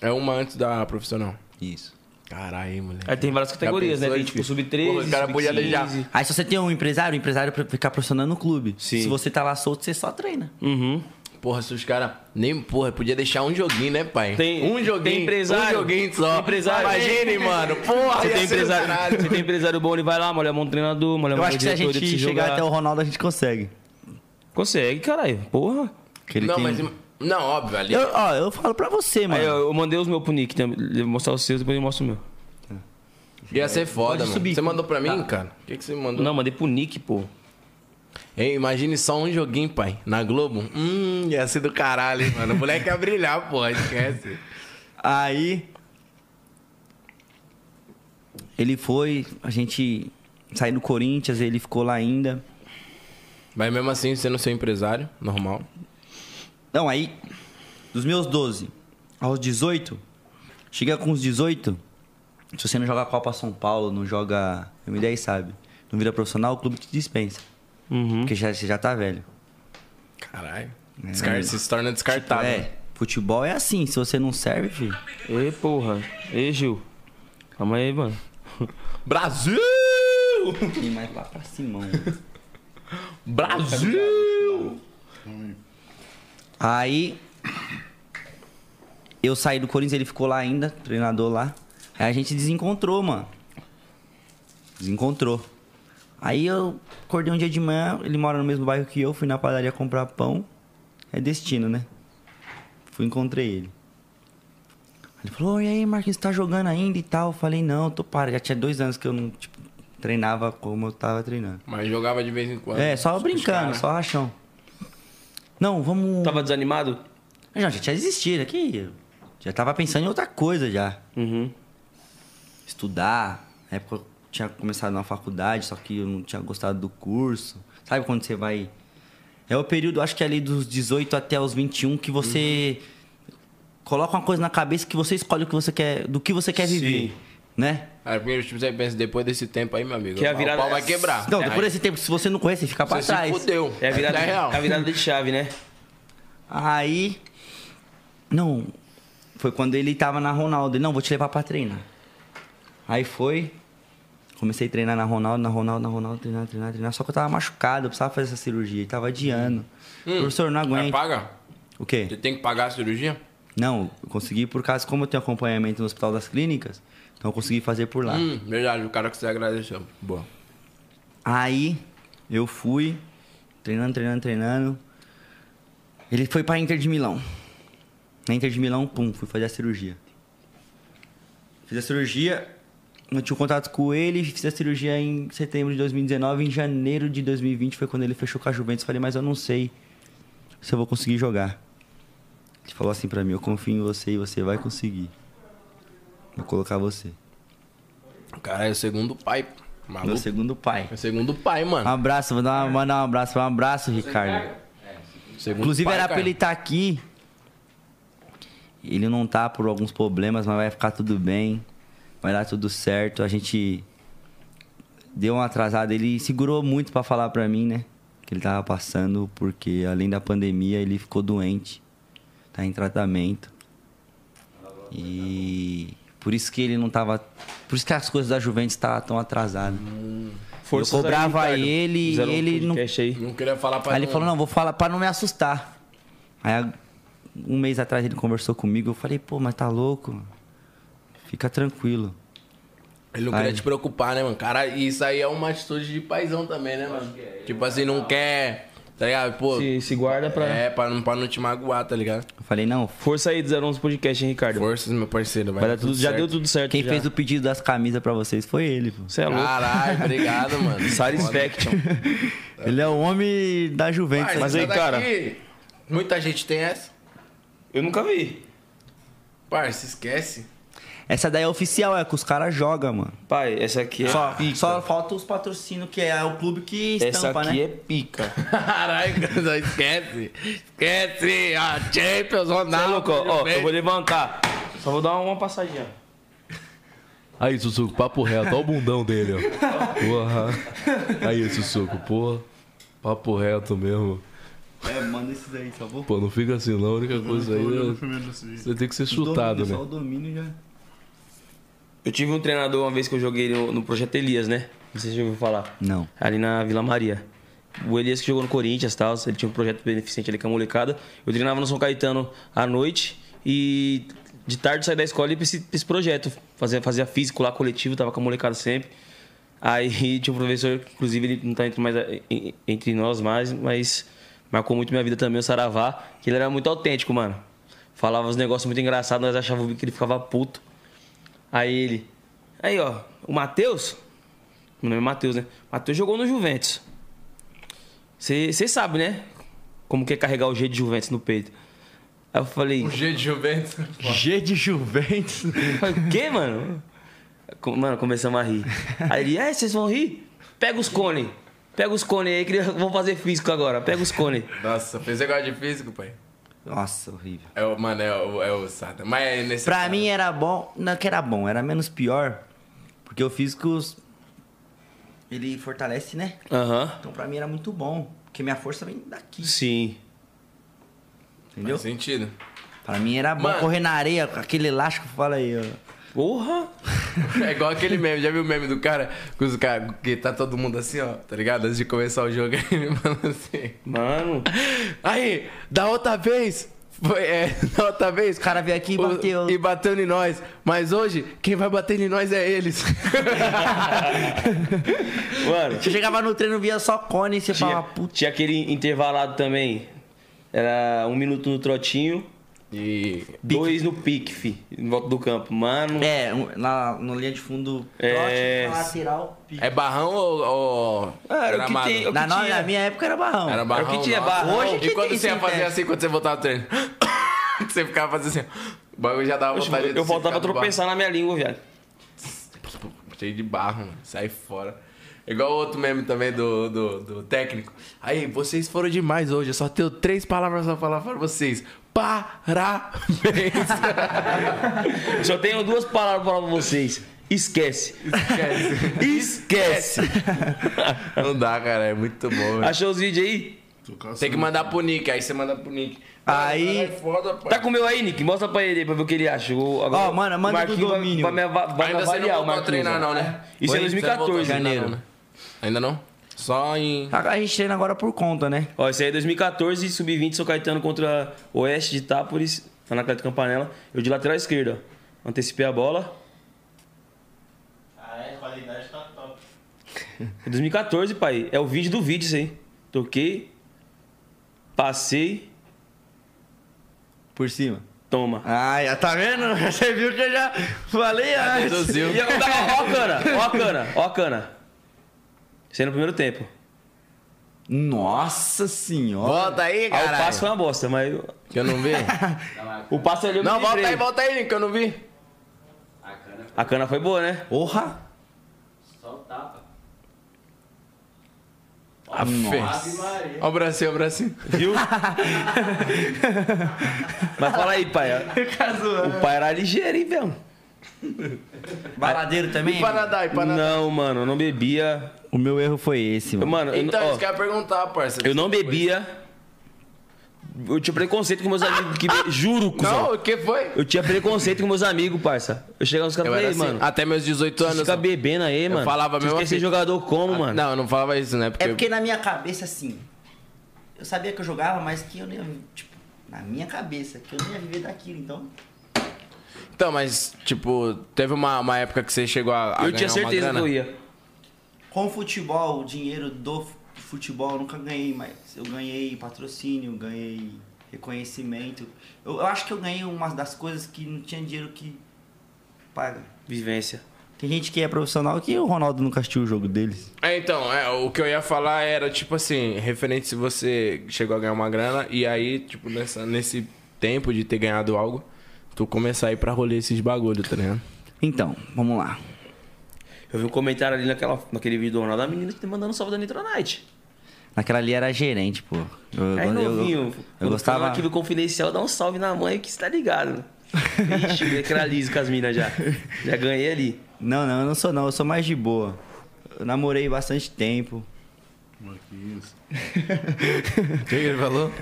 é uma antes da profissional.
Isso.
Caralho, moleque.
Aí tem várias categorias, né?
pensou,
Tem, tipo,
filho? Porra,
sub-13,
o cara podia aleijar.
sub-15.
Aí se você tem um empresário, o empresário pra ficar profissionando no clube.
Sim.
Se você tá lá solto, você só treina.
Uhum.
Porra, se os caras. Nem, porra, podia deixar um joguinho, né, pai?
Tem-
um joguinho.
tem empresário.
Um joguinho só.
Tem empresário.
Imagine, mano. Porra,
Você
ia
tem,
ser do
empresário,
caralho.
você tem empresário bom, ele vai lá, molha a mão do treinador, molha a
Eu
mão do
acho que se a
diretor, ele
gente
precisa
chegar
jogar.
até o Ronaldo, a gente consegue.
Consegue, caralho. Porra.
Que ele
Não,
tem-
mas.
um-
Não, óbvio, ali.
Eu, ó, eu falo pra você, mano.
Aí eu, eu mandei os meus pro Nick, também. Ele vai mostrar os seus, depois eu mostro o meu.
Ia ser foda,
Pode
mano.
subir.
Você mandou pra mim, cara? O que, que você mandou?
Tá. Não, mandei pro Nick, pô.
Ei, imagine só um joguinho, pai. Na Globo. Hum, ia ser do caralho, hein, mano. O moleque ia brilhar, porra. Esquece.
Aí. Ele foi, a gente saiu do Corinthians, ele ficou lá ainda.
Mas mesmo assim, sendo seu empresário, normal.
Não, aí, dos meus 12 aos 18, chega com os 18, se você não joga Copa São Paulo, não joga M10, sabe? Não vira profissional, o clube te dispensa. Porque já, você já tá velho.
Caralho. Descar- Se torna descartável.
É, futebol é assim, se você não serve, filho.
Ê, porra. Ê, Gil. Calma aí, mano.
Brasil!
Tem mais lá pra cima, mano.
Brasil!
Aí eu saí do Corinthians, ele ficou lá ainda, treinador lá. Aí a gente desencontrou, mano. Desencontrou. Aí eu acordei um dia de manhã, ele mora no mesmo bairro que eu, fui na padaria comprar pão. é destino, né? Fui encontrei ele. Ele falou, e aí, Marquinhos, tá jogando ainda e tal? Eu falei, não, tô parado. Já tinha dois anos que eu não tipo, treinava como eu tava treinando.
Mas jogava de vez em quando.
É, só brincando, só rachão. Não, vamos.
Tava desanimado?
Eu já, já tinha desistido aqui. Já tava pensando em outra coisa já.
Uhum.
Estudar. Na época eu tinha começado na faculdade, só que eu não tinha gostado do curso. Sabe quando você vai. É o período, acho que ali dos 18 até os 21, que você coloca uma coisa na cabeça que você escolhe o que você quer, do que você quer viver. Né?
Aí primeiro tipo, você pensa, depois desse tempo aí, meu amigo,
Que é a
o
virada-
pau vai quebrar.
Então, depois desse tempo, se você não conhece, você fica pra
Ah, é. Você se
trás.
fudeu.
É a virada,
É real.
é a virada de chave, né?
Aí. Não. Foi quando ele tava na Ronaldo. Ele, não, vou te levar pra treinar. Aí foi. Comecei a treinar na Ronaldo, na Ronaldo, na Ronaldo, treinar, treinar, treinar. Só que eu tava machucado, eu precisava fazer essa cirurgia. E tava adiando. Professor, não
Mas
aguento.
paga?
O quê?
Você tem que pagar a cirurgia?
Não, eu consegui por causa, como eu tenho acompanhamento no Hospital das Clínicas, então eu consegui fazer por lá.
Hum, verdade, o cara que você agradeceu. Boa.
Aí eu fui treinando, treinando, treinando. Ele foi pra Inter de Milão. Na Inter de Milão, pum, fui fazer a cirurgia. Fiz a cirurgia, eu tinha um contato com ele, fiz a cirurgia em setembro de 2019, em janeiro de 2020 foi quando ele fechou com a Juventus. Falei, mas eu não sei se eu vou conseguir jogar. Ele falou assim pra mim, eu confio em você e você vai conseguir. Vou colocar você.
O cara é o segundo pai. Maluco.
Meu segundo pai.
É o segundo pai, mano.
Um abraço, vou
É.
dar uma- mandar um abraço, um abraço, Ricardo.
tá Segundo
Ah, Inclusive
pai,
era
cara.
pra ele estar aqui. Ele não tá por alguns problemas, mas vai ficar tudo bem. Vai dar tudo certo. A gente deu uma atrasada, ele segurou muito pra falar pra mim, né? Que ele tava passando porque além da pandemia ele ficou doente. Tá em tratamento. E por isso que ele não tava, por isso que as coisas da Juventus tá tão atrasadas.
Forças
eu cobrava
aí, Ricardo.
ele
Fizeram
e
um
ele não
podcast aí.
Não queria falar pra
Aí ele falou, não, vou falar pra não me assustar. Aí um mês atrás ele conversou comigo, eu falei, pô, mas tá louco? Fica tranquilo.
Ele não
Ai.
queria te preocupar, né, mano? Cara, isso aí é uma atitude de paizão também, né, mano?
é,
Tipo assim, não quer. Tá ligado? Pô.
Se, se guarda pra.
É, pra não, pra não te magoar, tá ligado?
Eu falei, não, f-
Força aí do 011 Podcast, hein, Ricardo?
Forças, meu parceiro. Vai,
Vai dar tudo, já
certo.
deu tudo certo.
quem
já.
fez o pedido das camisas pra vocês foi ele. pô.
Você é louco.
Caralho, obrigado, mano.
Satisfaction.
Ele é o homem da Juventus.
Parça,
Mas aí,
tá
cara-
daqui. Muita gente tem essa.
Eu nunca vi.
Parça, esquece.
Essa daí é oficial, é que os caras jogam, mano.
Pai, essa aqui é.
Só, só falta os patrocínios, que é o clube que
essa
estampa,
aqui
né?
é pica.
Caralho, cara, esquece. Esquece. A Champions,
Você é
Ronaldo.
louco, ó, ó,
Juventus.
eu vou levantar. Só vou dar uma passadinha.
Aí, Sussuco, papo reto. Olha o bundão dele, ó. Porra. Aí, Sussuco, pô. Papo reto mesmo.
É, manda esses aí, só vou.
Pô, não fica assim, não. A única coisa aí
olhando
é...
primeiro assim. nesse vídeo.
Você tem que ser chutado, né?
Só o domínio já.
Eu tive um treinador uma vez que eu joguei no, no Projeto Elias, né? Não sei se você já ouviu falar.
Não.
Ali na Vila Maria. O Elias que jogou no Corinthians e tal, ele tinha um projeto beneficente ali com a molecada. Eu treinava no São Caetano à noite e de tarde saía da escola e ia pra esse, pra esse projeto. Fazia, fazia físico lá, coletivo, tava com a molecada sempre. Aí tinha um professor, inclusive ele não tá entre, mais, en- entre nós mais, mas marcou muito minha vida também, o Saravá, que ele era muito autêntico, mano. Falava uns negócios muito engraçados, nós achávamos que ele ficava puto. Aí ele. Aí, ó, o Matheus. Meu nome é Matheus, né? Matheus jogou no Juventus. Vocês sabem, né? Como que é carregar o G de Juventus no peito. Aí eu falei.
O G de Juventus.
G de Juventus.
Eu falei, o quê, mano? Com- Mano, começamos a rir. Aí ele, é, vocês vão rir? Pega os cones. Pega os cones aí, que vamos fazer físico agora. Pega os cones.
Nossa, fez negócio de físico, pai.
Nossa, horrível.
É o, mano, é o, é o Sata. Mas é nesse.
Pra mim era bom, não que era bom, era menos pior, porque o físico ele fortalece, né?
Aham.
Então pra mim era muito bom, porque minha força vem daqui,
Sim.
entendeu?
Faz sentido.
Pra mim era bom
Mano.
correr na areia com aquele elástico, fala aí, ó.
Porra!
É igual aquele meme, já viu o meme do cara? Com os caras que tá todo mundo assim, ó, tá ligado? Antes de começar o jogo, ele fala assim.
Mano.
Aí, da outra vez. Foi, é, da outra vez. O
cara veio aqui e bateu.
E bateu em nós. Mas hoje, quem vai bater em nós é eles.
Mano.
Você chegava no treino via só cone e você
Tinha,
falava, Ah, puta,
tinha aquele intervalado também. Era um minuto no trotinho,
E.
dois no pique, fi, em volta do campo. Mano,
É, um- na, na linha de fundo
É.
trote, na lateral, pique.
É barrão ou. ou
Ah, era o que
gramado?
tem-
na, na-
tinha.
na minha época era barrão.
Era barrão.
que né? tinha
nossa.
barrão.
Hoje
E
que
quando
tem
você ia fazer
sintético.
assim, quando você voltava do treino? você ficava fazendo assim. ó. O bagulho já dava
Oxe,
vontade de
eu
você
voltava a
ficar no
tropeçar na minha língua, viado.
barro. Cheio de barro, mano. Sai fora. Igual o outro meme também do, do, do técnico. Aí, vocês foram demais hoje. Eu só tenho três palavras pra falar pra vocês. Parabéns.
Só tenho duas palavras pra falar pra vocês. Esquece. Esquece.
Não dá, cara. É muito bom, velho.
Achou os vídeos aí?
Tem que mandar pro Nick. Aí você manda pro Nick.
Aí-
Cara, é foda, pai.
Tá com o meu aí, Nick? Mostra pra ele aí, pra ver o que ele acha. O- agora-
Ó, mano,
o
manda do
Marquinhos vai-
domínio.
Vai, me ava- vai me
Ainda você não
avaliar, o
voltou a
Marquinhos,
treinar,
ó.
não, né?
Isso é
Oi? Você não voltou a
2014.
treinar,
janeiro.
não, né? Ainda não? Só em.
A, a gente treina agora por conta, né?
Ó, isso aí é 2014, sub-20, São Caetano contra Oeste de Itápolis, lá na Cleto Campanella. Eu de lateral esquerda, ó. Antecipei a bola. Ah, é, a qualidade tá top. É 2014, pai. É o vídeo do vídeo isso aí. Toquei, passei,
Por cima.
toma.
Ai, ah, tá vendo? Você viu que eu já falei antes.
Deduziu.
E agora, ó, ó a cana, ó a cana, ó a cana. Isso aí no primeiro tempo.
Nossa senhora.
Volta aí,
Ah, o
cara.
passo foi uma bosta, mas
Que eu não vi.
o passo ali eu me
não, volta
livrei.
aí, volta aí, Nick, que eu não vi.
A cana foi boa, né?
Porra.
A fez. Ó o bracinho, ó o bracinho.
Viu? Mas fala aí, pai. O pai era ligeiro, hein, velho?
Baladeiro também?
Panadai, Panadai.
Não, mano, eu não bebia.
O meu erro foi esse, mano.
Mano,
Então,
eu, ó,
isso que eu ia perguntar, parça.
eu não bebia. Eu tinha preconceito com meus amigos. Que be... Juro, cuzão.
Não, o que foi?
Eu tinha preconceito com meus amigos, parça. Eu chegava nos caras
Eu
e falei,
era
"Ei,
assim,
mano.
até meus 18
Você
anos.
fica bebendo aí, mano.
falava
Você
mesmo
quer ser
assim.
jogador como, mano?
Não, eu não falava isso, né? Porque,
É porque na minha cabeça, assim, eu sabia que eu jogava, mas que eu nem ia, tipo, na minha cabeça, que eu nem ia viver daquilo, então...
Então, mas, tipo, teve uma, uma época que você chegou a. a
eu tinha
ganhar é uma
certeza que
grana?
eu ia.
Com o futebol, o dinheiro do fu- futebol eu nunca ganhei, mas eu ganhei patrocínio, ganhei reconhecimento. Eu, eu acho que eu ganhei uma das coisas que não tinha dinheiro que paga.
Vivência.
Tem gente que é profissional que o Ronaldo nunca assistiu o jogo deles.
É, então, é, o que eu ia falar era, tipo assim, referente se você chegou a ganhar uma grana e aí, tipo, nessa, nesse tempo de ter ganhado algo, tu começar a ir pra rolê esses bagulho, tá ligado?
Então, vamos lá.
Eu vi um comentário ali naquela, naquele vídeo do Ronaldo, a menina te mandando salve da Nitronite.
Naquela ali era gerente, pô. Eu,
Aí
eu- eu-
É novinho,
eu
quando
gostava.
tá no arquivo confidencial, dá um salve na mãe que você tá ligado. Vixe, decralizo com as minas já. Já ganhei ali.
Não, não, eu não sou não, eu sou mais de boa. Eu namorei bastante tempo.
Marquinhos.
O que ele falou?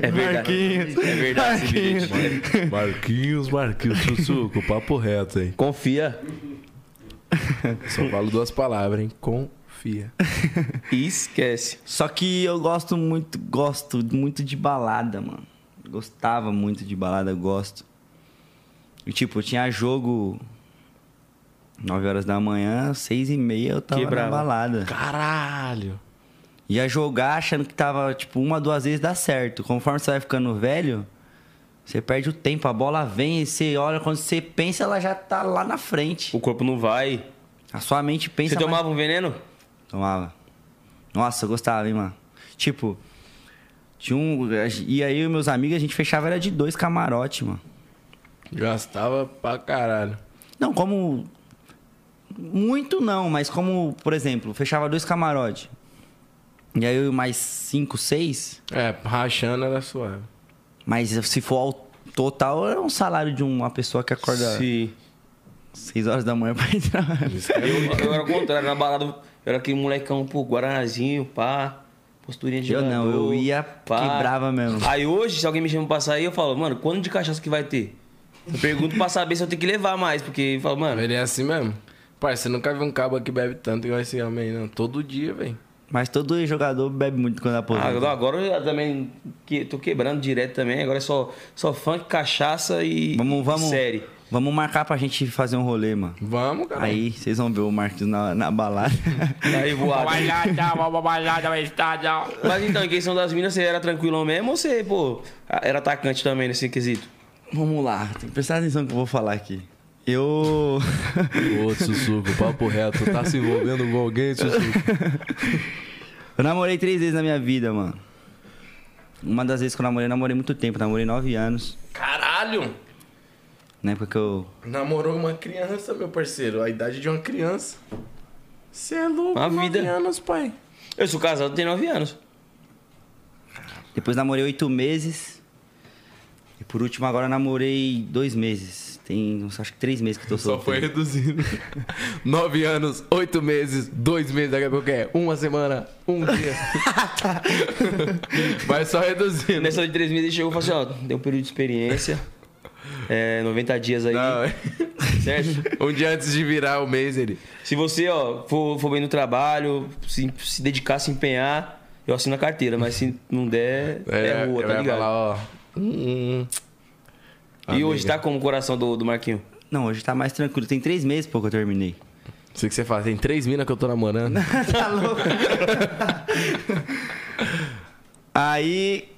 É verdade. É verdade esse vídeo. aí, mano.
Marquinhos, Marquinhos, Sussuco, papo reto, hein?
Confia.
Só falo duas palavras, hein? Confia.
E esquece.
Só que eu gosto muito, gosto muito de balada, mano. Gostava muito de balada, gosto. E tipo, tinha jogo 9 horas da manhã, 6 e meia eu tava
Quebrava.
na balada.
Caralho!
Ia jogar achando que tava, tipo, uma, duas vezes dá certo. Conforme você vai ficando velho, você perde o tempo, a bola vem e você olha, quando você pensa, ela já tá lá na frente.
O corpo não vai.
A sua mente
Você
pensa. mas-
tomava um veneno?
Tomava. Nossa, eu gostava, hein, mano. Tipo, tinha um. E aí, eu e meus amigos, a gente fechava era de dois camarote, mano.
Gastava pra caralho.
Não, como. Muito não, mas como, por exemplo, fechava dois camarote. E aí, eu e mais cinco, seis.
É, rachando era suave.
Mas se for ao total, é um salário de uma pessoa que acorda
Sim.
seis horas da manhã pra entrar.
Eu, eu era o contrário, na balada eu era aquele molecão, pô, guaranazinho, pá, posturinha de
Eu não,
jogador,
eu ia quebrava mesmo.
Aí hoje, se alguém me chama pra sair, eu falo, mano, quando de cachaça que vai ter? Eu pergunto pra saber se eu tenho que levar mais, porque eu falo, mano,
Ele é assim mesmo? Parça, você nunca viu um cabo que bebe tanto igual esse homem aí, não. Todo dia, velho.
Mas todo jogador bebe muito quando
ah,
aposenta.
não, agora eu também que, tô quebrando direto também, agora é só, só funk, cachaça e,
Vamos- vamos-
e série.
Vamos marcar pra gente fazer um rolê, mano.
Vamos, cara.
Aí vocês vão ver o Marcos na, na balada.
Aí voado.
uma balada, uma estádio.
Mas então, em questão das minas, você era tranquilão mesmo ou você, pô, era atacante também nesse quesito?
Vamos lá, tem que prestar atenção no que eu vou falar aqui. Eu.
Ô, Sussuco, papo reto. Tá se envolvendo com alguém, Sussuco?
Eu namorei três vezes na minha vida, mano. Uma das vezes que eu namorei, eu namorei muito tempo, namorei nove anos.
Caralho!
Na época que eu.
Namorou uma criança, meu parceiro. A idade de uma criança. Você é louco,
Uma vida.
nove anos, pai.
Eu sou casado, tenho 9 anos.
Depois namorei oito meses. E por último, agora eu namorei dois meses. Tem, uns- acho que três meses que eu tô
Só
solteiro.
foi reduzindo. Nove anos, oito meses, dois meses, daqui a pouco é uma semana, um dia. Vai só reduzindo.
Nessa de três meses ele chegou e falou assim, ó, tem um período de experiência. É, 90 dias aí, certo?
Um dia antes de virar o mês, ele.
Se você, ó, for, for bem no trabalho, se, se dedicar, se empenhar, eu assino a carteira, mas se não der, é, rua, tá
vai
ligado?
falar, ó. hum, hum.
e hoje tá como o coração do, do Marquinho?
Não, hoje tá mais tranquilo. Tem três meses, pô, que eu terminei.
Sei que você fala, tem três minas que eu tô namorando.
tá louco? Aí.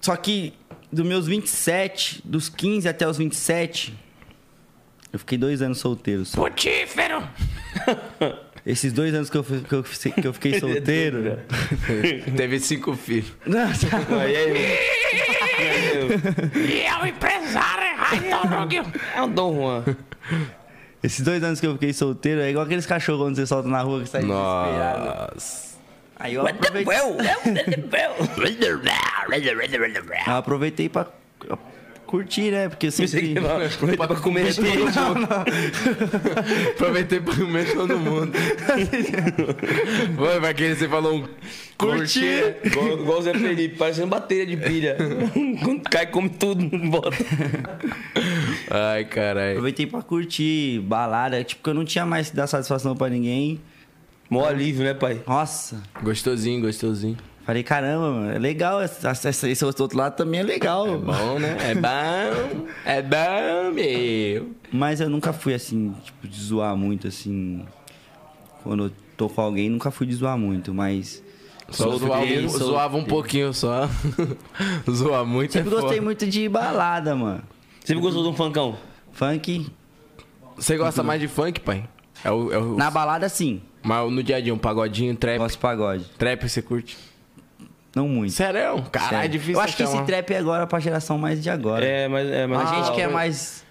Só que dos meus 27, dos 15 até os 27, eu fiquei dois anos solteiro. Só.
Putífero!
Esses dois anos que eu, fui- que eu, fi- que eu fiquei solteiro.
Teve cinco filhos.
Não, tá-
Aí é,
E é o empresário,
é o Dom Juan.
Esses dois anos que eu fiquei solteiro é igual aqueles cachorros quando você solta na rua que sai desesperado.
Nossa.
Aí eu aproveitei, eu aproveitei pra curtir, né? Porque eu sempre.
Aproveita pra comer gente.
Aproveitei pra comer todo mundo. Foi, pra quem você falou um. Curtir!
Igual, igual o Zé Felipe, parecendo bateria de pilha. Quando cai, come tudo, não bota.
Ai, caralho.
Aproveitei pra curtir, balada, tipo, que eu não tinha mais que dar satisfação pra ninguém.
Mó alívio, né, pai?
Nossa,
Gostosinho, gostosinho.
falei, caramba, mano, é legal, essa- essa- esse outro lado também é legal.
Bom, né? É bom. É bom, meu.
Mas eu nunca fui assim, tipo, de zoar muito, assim. Quando eu tô com alguém, nunca fui de zoar muito, mas.
Só zoava, um, zoava um pouquinho só. Zoar muito é
Sempre gostei
foda.
muito de balada, mano.
Sempre gostou de um funkão?
Funk,
Você gosta mais de funk, pai? É o, é o-
na balada sim.
Mas no dia a dia, um pagodinho, trap.
Gosto de pagode.
Trap você curte?
Não muito.
Sério? Caralho, é
sério.
difícil
Eu acho que
achar
esse
uma-
trap é agora pra geração mais de agora.
É, mas... É, mas
A gente que é
mas-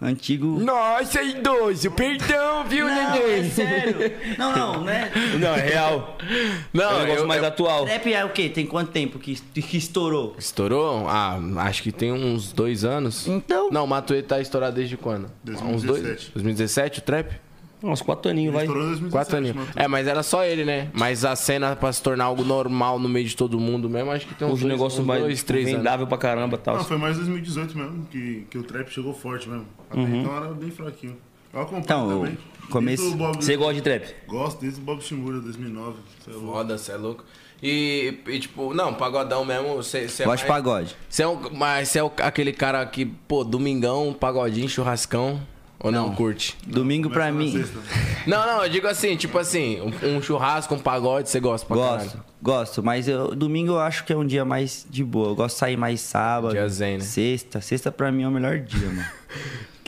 mais antigo. é
Nossa, é idoso, perdão, viu, neném?
Sério? Não, não, né?
Não, é real. É um
Não,
negócio
eu,
mais
eu-
atual.
Trap é o quê? Tem quanto tempo que, que estourou?
Estourou? Ah, acho que tem uns dois anos.
Então.
Não, o Matuê tá estourado desde quando? Há Uns dois?
2017.
2017, o trap?
Uns quatro aninhos, vai.
Estourou em 2017,
Quatro anos.
mano.
É, mas era só ele, né? Mas a cena pra se tornar algo normal no meio de todo mundo mesmo, acho que tem uns,
Os
dois,
negócios
uns
mais
dois, três anos.
vendável pra caramba e tal.
Não, foi mais 2018 mesmo que, que o trap chegou forte mesmo. Até então era bem fraquinho. Eu acompanho
Então,
também.
o começo-
Desde o Bob-
Você gosta de trap?
Gosto desde o Bob Shimura, 2009. sei lá.
Foda, cê é louco. E, e, tipo, não, pagodão mesmo, você é
Gosto de
mais-
pagode.
Você é um, mas você é o- aquele cara que, pô, domingão, pagodinho, churrascão, ou não, curte?
Domingo pra mim.
Sexta.
Não, não, eu digo assim, tipo assim, um, um churrasco, um pagode, você gosta pra
Gosto,
caralho.
gosto, mas eu, domingo eu acho que é um dia mais de boa. Eu gosto de sair mais sábado.
Dia zen, né?
Sexta. Sexta pra mim é o melhor dia, mano.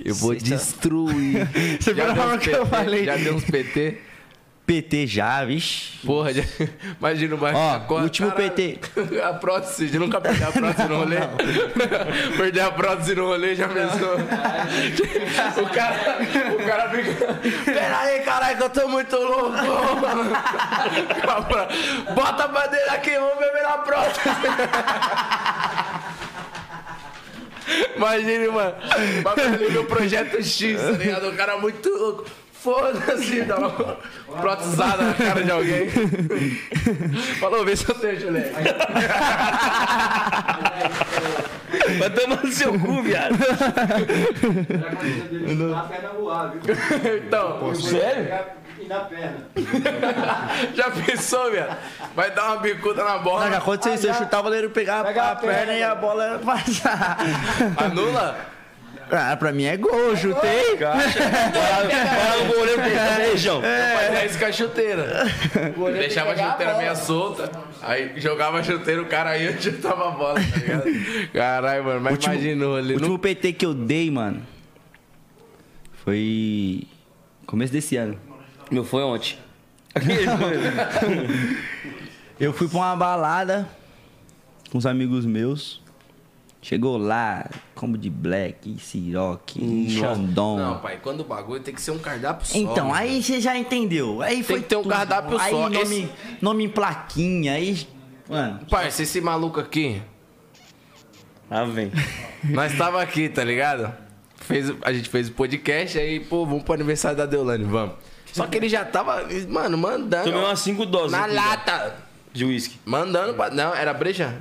Eu vou
Sexta-
destruir. Você
viu a forma que eu falei?
Já deu uns PT.
PT já, vixi.
Porra, já... imagina o Marcos
Ó,
acorda,
último PT.
A prótese, de nunca perder a prótese no rolê. perder a prótese no rolê, já pensou? o, cara, o cara fica. Peraí, caralho, que eu tô muito louco. Com a pró- Bota a bandeira aqui, vamos beber na prótese. Imagina, mano. O bagulho ali, meu projeto X, tá ligado? O cara muito louco. Foda-se, dá uma protizada na cara de alguém. Falou, vê se eu tenho, Juliette.
Vai tomar no seu cu, viado.
Na perna voar, viu?
Então,
Sério?
E na perna.
já pensou, velho? Vai dar uma bicuda na bola.
Não, já aconteceu
Ah,
isso. Eu chutar o goleiro pegar a,
Pega a
a perna,
perna.
e a bola passar.
Anula?
Ah, pra mim é gol, chutei.
Parava o goleiro pegar beijão.
É.
Meu pai fazia isso com a chuteira. Deixava a
pegar a
chuteira
bola.
meia solta, aí jogava a chuteira, o cara ia e chutava a bola, tá ligado? Caralho, mano, mas
Último-
imaginou ali.
O último PT que eu dei, mano, foi começo desse ano.
Meu foi ontem.
eu fui pra uma balada com uns amigos meus. Chegou lá, combo de black, siroque, xandom.
Não, pai, quando o bagulho tem que ser um cardápio só.
Então,
mano.
aí você já entendeu. Aí foi
que ter um
tudo.
cardápio
aí
só.
Nome,
Esse-
nome em plaquinha, aí. Mano,
Parça, esse maluco aqui.
Ah, vem.
Nós tava aqui, tá ligado? Fez, a gente fez o podcast, aí, pô, vamos pro aniversário da Deolane, vamos. Só que ele já tava, mano, mandando.
Tomei umas 5 doses.
Na
aqui,
lata.
De uísque.
Mandando pra. Não, era breja?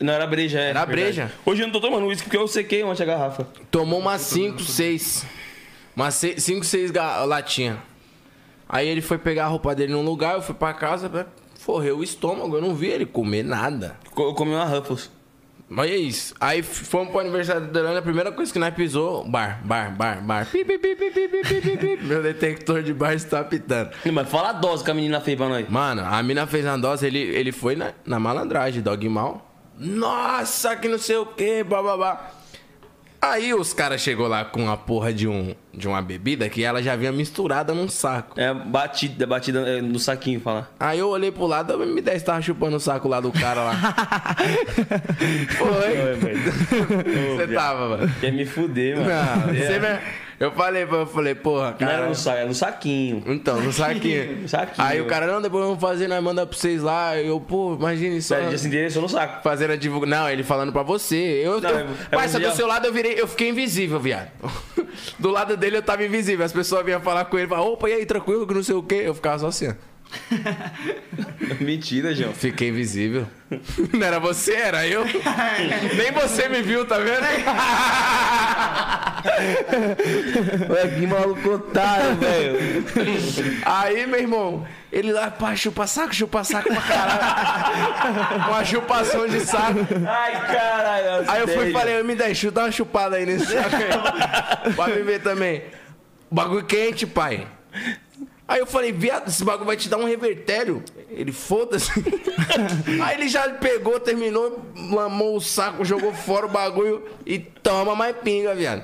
Não, era breja, é.
Era
verdade.
breja.
Hoje eu não tô tomando uísque porque eu sequei ontem a garrafa.
Tomou umas 5, 6. Umas 5, 6 latinhas. Aí ele foi pegar a roupa dele num lugar, eu fui pra casa, né, forreu o estômago, eu não vi ele comer nada.
Eu comi uma Ruffles.
Mas é isso. Aí f- fomos pro aniversário da Delane, a primeira coisa que nós pisou, bar, bar, bar, bar. Pi, pi, pi, pi, pi, pi, pi, pi, pi. Meu detector de bar está pitando.
Mas fala a dose que a menina fez pra nós.
Mano, a mina fez uma dose, ele, ele foi na, na malandragem, dog mal. Nossa, que não sei o que, bababá. Aí os caras chegou lá com a porra de, um, de uma bebida que ela já vinha misturada num saco.
É, batida, batida é, no saquinho, fala.
Aí eu olhei pro lado, o M10 tava chupando o saco lá do cara lá. Foi. Você tava, mano.
Quer me fuder, mano.
Não,
É.
você me- Eu falei, eu falei, porra,
Não
cara.
era no saco, era no saquinho.
Então, no saquinho.
No saquinho.
Aí o cara, não, depois vamos fazer, nós manda pra vocês lá. Eu, pô, imagine só.
Sério, já se endereçou no saco.
Fazendo a divulgação. Não, ele falando pra você. Eu,
Não,
eu-
é- é
parça,
um
do
dia-
seu lado eu virei, eu fiquei invisível, viado. Do lado dele eu tava invisível. As pessoas vinham falar com ele, falavam, opa, e aí, tranquilo, que não sei o quê. Eu ficava só assim, ó.
Mentira, João.
Fiquei invisível. Não era você, era eu. Nem você me viu, tá vendo?
Ué, que maluco otário, velho.
Aí, meu irmão, ele lá, pá, chupa saco, chupa saco pra caralho. Uma chupação de saco.
Ai, caralho.
Aí eu fui e falei, me deixa, dá uma chupada aí nesse saco aí. Pra me ver também. Bagulho quente, pai. Aí eu falei, viado, esse bagulho vai te dar um revertério. Ele, foda-se. aí ele já pegou, terminou, lamou o saco, jogou fora o bagulho e toma mais pinga, viado.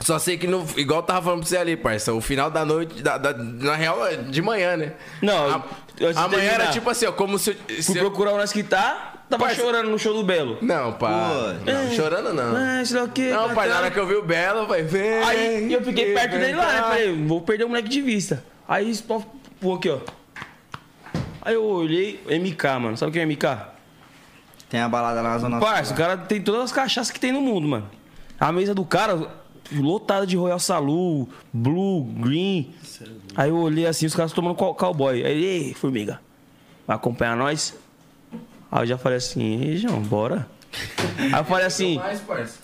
Só sei que, no, igual eu tava falando pra você ali, parça, o final da noite, da- da- na real, é de manhã, né?
Não,
A-
antes de
amanhã era
terminar.
tipo assim, ó, como se... eu-
Fui
se eu-
procurar o nós que tá, tava chorando no show do Belo.
Não, pá. Não, chorando não.
Ah, sei lá o quê,
Não, pai, na hora que eu vi o Belo, vai ver.
Aí eu fiquei perto dele lá, né?
né?
Falei, vou perder o moleque de vista. Aí só pô, aqui, ó. Aí eu olhei, MK, mano. Sabe o que é MK?
Tem a balada lá na Zona
Parça, o cara tem todas as cachaças que tem no mundo, mano. A mesa do cara lotada de Royal Salu, Blue, Green. Aí eu olhei assim, os caras tomando cow- cowboy. Aí ele, ei, formiga, vai acompanhar nós? Aí eu já falei assim, ei, João, bora. Aí eu falei assim,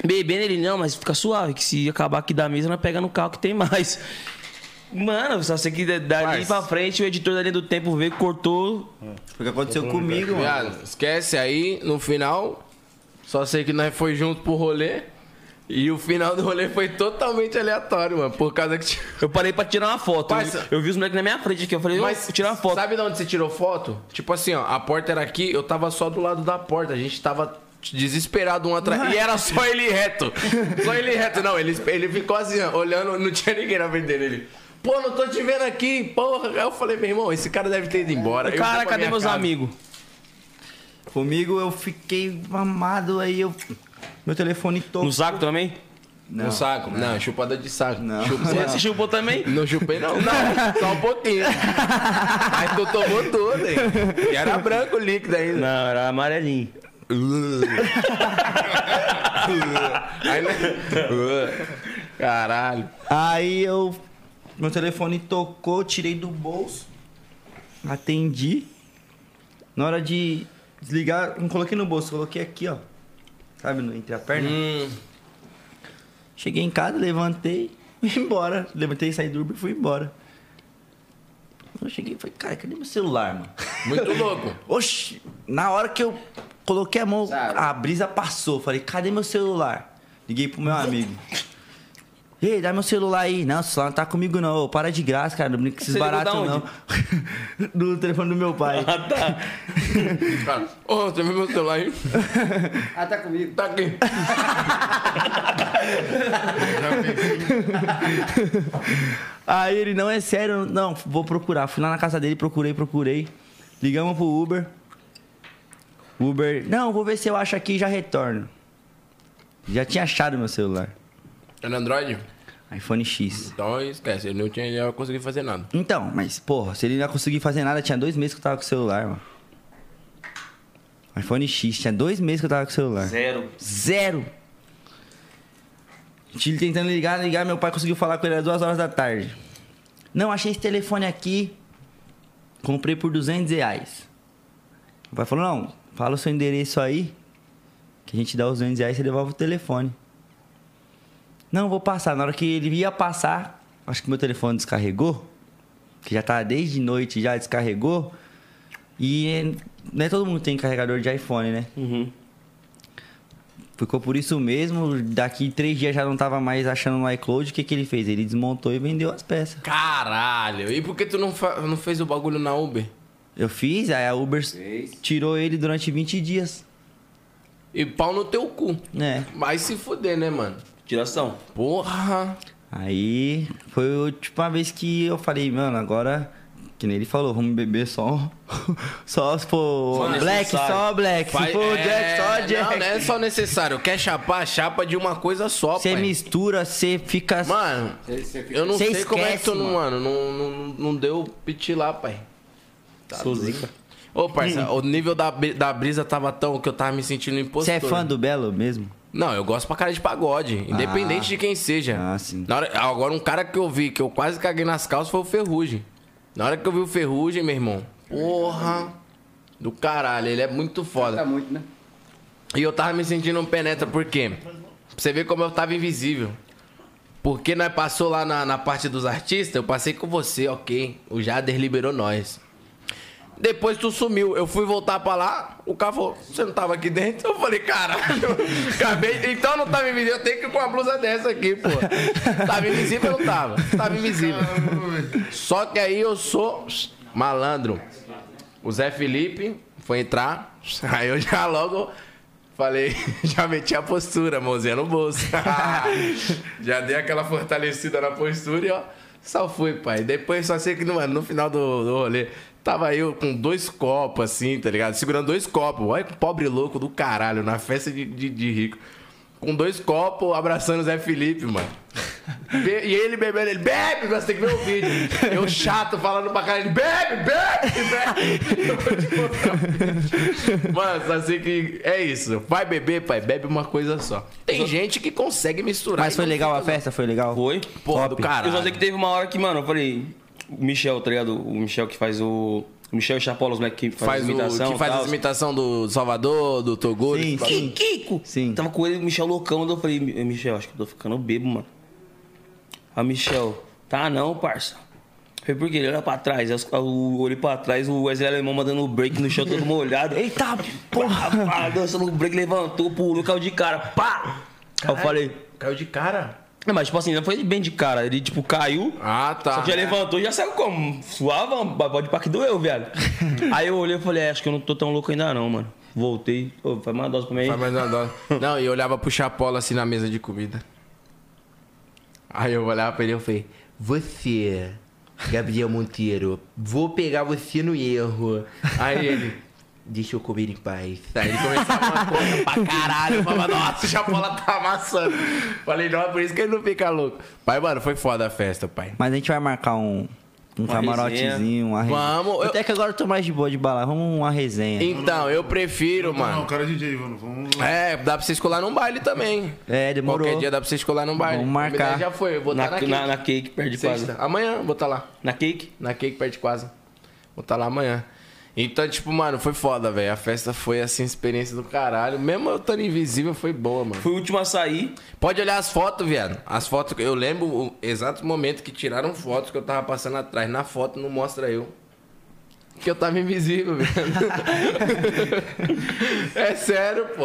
bebendo ele, não, mas fica suave, que se acabar aqui da mesa, nós pega no carro que tem mais. Mano, só sei que da- dali pra frente, o editor da linha do tempo veio, cortou.
Foi o que aconteceu comigo, mano.
Viado, esquece aí, no final, só sei que nós foi junto pro rolê. E o final do rolê foi totalmente aleatório, mano. Por causa que. tinha-
Eu parei pra tirar uma foto.
Parça.
Eu vi os moleques na minha frente aqui, eu falei, mas tirar uma foto.
Sabe de onde você tirou foto? Tipo assim, ó, a porta era aqui, eu tava só do lado da porta, a gente tava desesperado um atrás. E era só ele reto. Só ele reto, não, ele, ele ficou assim, ó, olhando, não tinha ninguém na frente dele. Ele, pô, não tô te vendo aqui, porra. Aí eu falei, meu irmão, esse cara deve ter ido embora. Eu vou
Cara,
pra
cadê
minha
meus
casa.
amigos?
Comigo eu fiquei mamado, aí eu. Meu telefone
No
tocou.
saco também?
No saco? Não, chupada de saco. Não.
Você você chupou também?
Não chupei, não. Não, só um pouquinho. Mas tu tomou tudo, hein? E era branco o líquido né? ainda.
Não, era amarelinho.
Aí, né? Caralho.
Aí eu. Meu telefone tocou, tirei do bolso, atendi. Na hora de desligar, não coloquei no bolso, coloquei aqui, ó. Sabe, no- entre a perna.
Hum.
Cheguei em casa, levantei, fui embora. Levantei, saí do Uber e fui embora. Eu cheguei e falei, cara, cadê meu celular, mano?
Muito louco.
Oxi, na hora que eu coloquei a mão, a brisa passou. Falei, cadê meu celular?
Liguei pro meu amigo. Ei, dá meu celular aí. Não, o celular não tá comigo não. Ô, Para de graça, cara. Não brinca com esses
Você ligou
baratos,
da
não. Do telefone do meu pai. Ah, tá.
Ô, você viu meu celular aí?
Ah, tá comigo.
Tá aqui.
Aí ele, não, é sério, não, vou procurar. Fui lá na casa dele, procurei, procurei. Ligamos pro Uber. Uber, não, vou ver se eu acho aqui e já retorno. Já tinha achado meu celular.
Era Tá Android?
iPhone X.
Então esquece, ele não tinha ele não ia conseguir fazer nada.
Então, mas, porra, se ele não ia conseguir fazer nada, tinha dois meses que eu tava com o celular, mano. iPhone X, tinha dois meses que eu tava com o celular.
Zero.
Zero. Tive tentando ligar, ligar, meu pai conseguiu falar com ele às duas horas da tarde. Não, achei esse telefone aqui. Comprei por 200 reais. O pai falou, não, fala o seu endereço aí, que a gente dá os 200 reais e você devolve o telefone. Não, vou passar. Na hora que ele ia passar, acho que meu telefone descarregou, que já tá desde noite, já descarregou. E é, né, todo mundo tem carregador de iPhone, né? Ficou por isso mesmo. Daqui três dias já não tava mais achando no iCloud. O que, que ele fez? Ele desmontou e vendeu as peças.
Caralho, e por que tu não, fa- não fez o bagulho na Uber?
Eu fiz, aí a Uber tirou ele durante 20 dias.
E pau no teu cu.
É.
Vai se fuder, né, mano?
Tiração.
Porra.
Aí foi o- tipo uma vez que eu falei, mano, agora. Que nem ele falou, vamos beber só. Só se for.
Só
black,
necessário.
só black.
Faz-
Se for Jack, só
é,
Jack.
Não, não é só necessário. Quer chapar, chapa de uma coisa só,
Você
pai.
mistura, você fica.
Mano, eu não
Cê
sei como é que
esquece,
tu, não,
mano.
mano, não, não, não deu piti lá, pai. Tá
Sou
doido.
zica.
Ô, parça, o nível da, bri- da brisa tava tão que eu tava me sentindo
Você
impostor.
é fã do Belo mesmo?
Não, eu gosto pra cara de pagode, independente de quem seja.
Ah, sim.
Na hora- agora, um cara que eu vi, que eu quase caguei nas calças, foi o Ferrugem. Na hora que eu vi o Ferrugem, meu irmão, porra do caralho, ele é muito foda.
Tá muito, né?
E eu tava me sentindo um penetra, por quê? Pra você ver como eu tava invisível. Porque nós passou lá na, na parte dos artistas, eu passei com você, ok. O Jader liberou nós. Depois tu sumiu. Eu fui voltar pra lá, o cara falou, você não tá-" tava aqui dentro? Eu falei, caralho, acabei. Então não tava invisível, eu tenho que ir com uma blusa dessa aqui, pô. Tava invisível ou não tava? Tava Tá invisível. Só que aí eu sou malandro. O Zé Felipe foi entrar, aí eu já logo falei, já meti a postura, mãozinha no bolso. já dei aquela fortalecida na postura e ó, só fui, pai. Depois só sei que no, no final do, do rolê, tava eu com dois copos assim, tá ligado? Segurando dois copos. Olha que pobre louco do caralho, na festa de, de, de rico. Com dois copos abraçando o Zé Felipe, mano. Be- E ele bebendo, ele bebe, mas tem que ver o vídeo. Eu chato falando pra cara, ele bebe, bebe, bebe. Eu vou te contar. Mano, só sei que é isso. Vai beber, pai, bebe uma coisa só. Tem gente que consegue misturar.
Mas foi legal a festa? Foi legal?
Foi.
Porra do
Eu só
caralho.
sei que teve uma hora que, mano, eu falei. O Michel, tá ligado? O Michel que faz o. O Michel Chapola, os moleques que faz,
Faz o,
imitação.
que faz
tal.
as imitação do Salvador, do Toguro.
Sim,
que-
sim.
Kiko!
Sim.
Tava com ele, o Michel loucão. Eu falei, Michel, acho que eu tô ficando bebo, mano. Aí o Michel, tá não, parça. Foi porque ele olha pra trás, as- o olho pra trás, o Wesley Alemão mandando o break no chão todo molhado. Eita, porra! Pá, dançando o break, levantou, pulou, caiu de cara, pá! Aí eu falei,
Caiu de cara.
não, mas tipo assim, não foi bem de cara. Ele tipo caiu.
Ah, tá.
Só que já levantou e já saiu como? Suava, mas pode pá que doeu, velho. aí eu olhei e falei, é, acho que eu não tô tão louco ainda não, mano. Voltei, Ô, faz uma dose pra mim aí.
Faz mais uma dose. Não, e eu olhava pro Chapola assim na mesa de comida. Aí eu olhava pra ele e eu falei, você, Gabriel Monteiro, vou pegar você no erro. Aí ele, deixa eu comer em paz. Aí ele começava uma coisa pra caralho. Eu falava, nossa, o Chapola tá amassando. Falei, não, é por isso que ele não fica louco. Pai, mano, foi foda a festa, pai.
Mas a gente vai marcar um. Um
Uma resenha.
camarotezinho, uma resenha.
Vamos, eu-
Até que agora eu tô mais de boa de bala. Vamos uma resenha.
Então, eu prefiro,
Não, o
mano.
cara é DJ, mano. Vamos lá.
É, dá pra vocês colar num baile também.
É, demorou.
Qualquer dia dá pra vocês colar num baile.
Vamos marcar.
Minha ideia Já foi, eu
tá
vou tá
na,
estar
na, na cake, perde quase.
Sexta. Amanhã eu vou estar lá.
Na cake?
Na Cake perde quase. Vou estar lá amanhã. Então, tipo, mano, foi foda, velho. A festa foi, assim, experiência do caralho. Mesmo eu estando invisível, foi boa, mano.
Fui o último a sair.
Pode olhar as fotos, viado. As fotos, que eu lembro o exato momento que tiraram fotos que eu tava passando atrás. Na foto não mostra eu.
que eu tava invisível, velho. é sério, pô.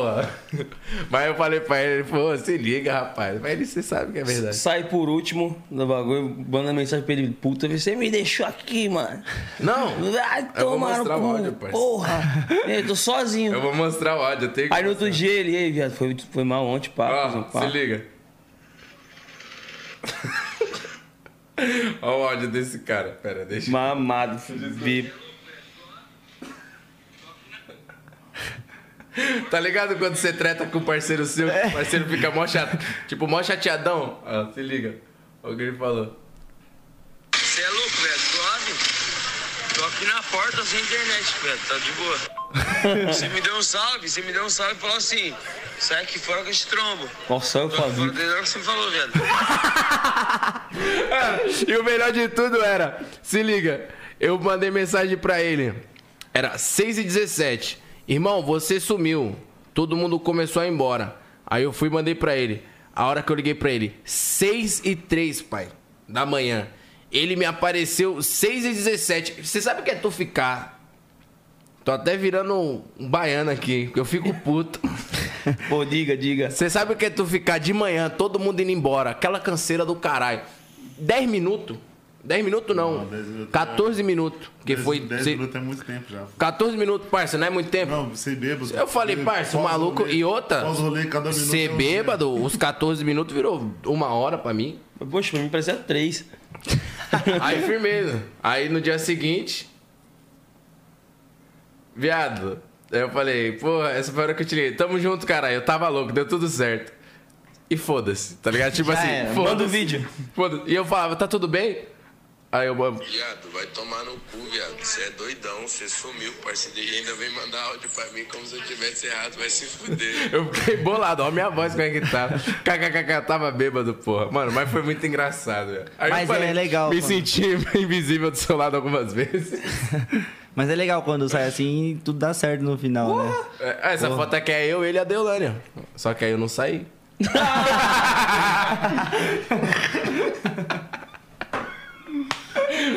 Mas eu falei pra ele, ele falou, se liga, rapaz. Mas ele você sabe que é verdade.
Sai por último do bagulho, manda mensagem pra ele, puta, você me deixou aqui, mano.
Não.
Ai,
Eu vou
tomar no
mostrar o
cu,
áudio, parceiro.
Porra. Eu tô sozinho.
Eu vou mostrar o áudio, eu tenho que
Aí no outro dia ele, ei, viado, foi, foi mal ontem, pá. um
Ó,
pá.
Ah, se liga. Olha o áudio desse cara. Pera, deixa.
Mamado, vi.
Tá ligado quando você treta com o parceiro seu, que o parceiro fica mó chato, tipo, mó chateadão? Ó, É. Ah, se liga. Alguém falou.
Você é louco, velho. Suave. Tô aqui na porta sem internet, velho. Tá de boa. Você me deu um salve, você me deu um salve e falou assim: sai aqui fora que eu te trombo.
Nossa, eu
Tô aqui fora
fazia.
desde a hora que você me falou, velho.
E o melhor de tudo era, se liga, eu mandei mensagem pra ele. Era 6 e 17 Irmão, você sumiu. Todo mundo começou a ir embora. Aí eu fui e mandei pra ele. A hora que eu liguei pra ele, 6 e 3 pai, da manhã. Ele me apareceu 6 e 17 Você sabe o que é tu ficar? Tô até virando um um baiano aqui, porque eu fico puto.
Pô, diga, diga.
Você sabe o que é tu ficar de manhã, todo mundo indo embora, aquela canseira do caralho. 10 minutos? 10 minutos não. 14 minutos. Que foi.
10
cê-
minutos é muito tempo já.
14 minutos, parça, não é muito tempo?
Não, você bêbado.
Eu falei, parça, o maluco. E outra.
Pós-rolê, cada minuto
Você
é um
bêbado, os 14 minutos virou uma hora pra mim.
Poxa, pra mim parecia três.
Aí firmeza. Aí no dia seguinte. Viado. Aí eu falei, porra, essa foi a hora que eu tirei. Tamo junto, caralho. Eu tava louco, deu tudo certo. E foda-se, tá ligado? Tipo
Já
assim,
era,
foda-se.
manda o vídeo.
Foda-se. E eu falava, tá tudo bem? Aí eu,
Viado, vai tomar no cu, viado. Você é doidão, você sumiu, parceiro. E ainda vem mandar áudio pra mim como se eu tivesse errado, vai se fuder.
eu fiquei bolado, ó, minha voz como é que tava. KKKK, tava bêbado, porra. Mano, mas foi muito engraçado, velho. Aí eu
Mas é
falei,
legal,
Me
mano.
senti invisível do seu lado algumas vezes.
Mas é legal quando sai assim e tudo dá certo no final, né?
É, Essa foto aqui é eu, ele e a Deolânia. Só que aí eu não saí.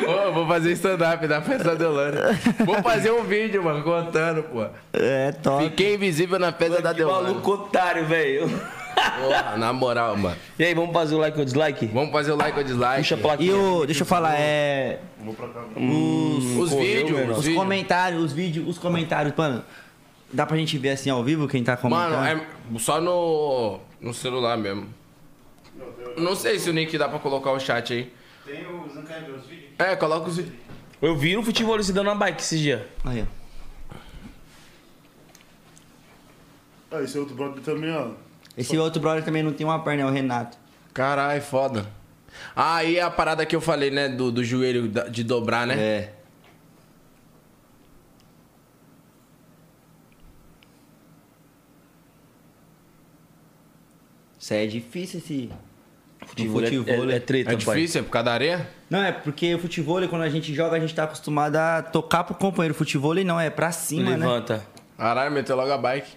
Ô, eu vou fazer stand-up da festa da Deolânia. Vou fazer um vídeo, mano, contando, pô.
É top.
Fiquei invisível na festa
Tá
da Deolânia.
Maluco otário, velho.
Porra, na moral, mano.
E aí, vamos fazer o like ou dislike?
Vamos fazer o like ou dislike.
Puxa a plaquinha.
E o, deixa eu falar, é.
Os vídeos, mano.
os
vídeos.
comentários, os vídeos, os comentários, mano. Dá pra gente ver assim ao vivo quem tá comentando?
Mano, é só no, no celular mesmo. Não sei se o Nick dá pra colocar o chat aí.
Tem os. Não quer ver os vídeos?
É, coloca os vídeos.
Eu vi um futebolista dando uma bike esses dias.
Aí,
Ah, esse outro brother também, ó.
Esse outro brother também não tem uma perna, é o Renato.
Caralho, foda. Aí a parada que eu falei, né? Do, do joelho da- de dobrar, né?
É. Isso aí é difícil esse.
Futebol é- é- é
então,
treta,
É difícil, é por causa da areia?
Não, é porque o futebol, quando a gente joga, a gente tá acostumado a tocar pro companheiro. Futebol não, é pra cima, né?
Levanta.
Caralho, meteu logo a bike.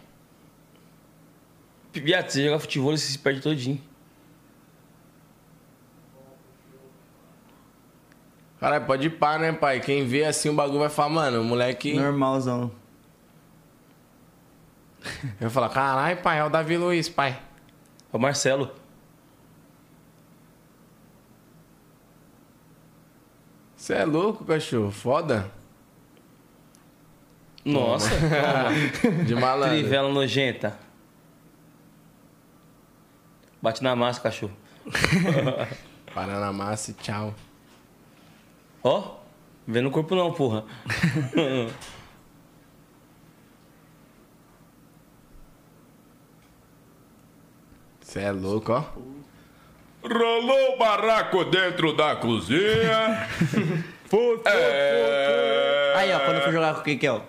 Viado, você joga futebol, você se perde todinho.
Caralho, pode ir pá, né, pai? Quem vê assim o bagulho vai falar, mano, o moleque.
Normalzão.
Eu falo, caralho, pai, é o Davi Luiz, pai.
É o Marcelo.
Você é louco, cachorro? Foda.
Nossa.
Toma. De malandro.
Trivela nojenta. Bate na massa, cachorro.
Para na massa e tchau.
Ó, vê no corpo não, porra.
Você é louco, ó.
Rolou o barraco dentro da cozinha. é...
Aí, ó, quando eu for jogar com o Kekel.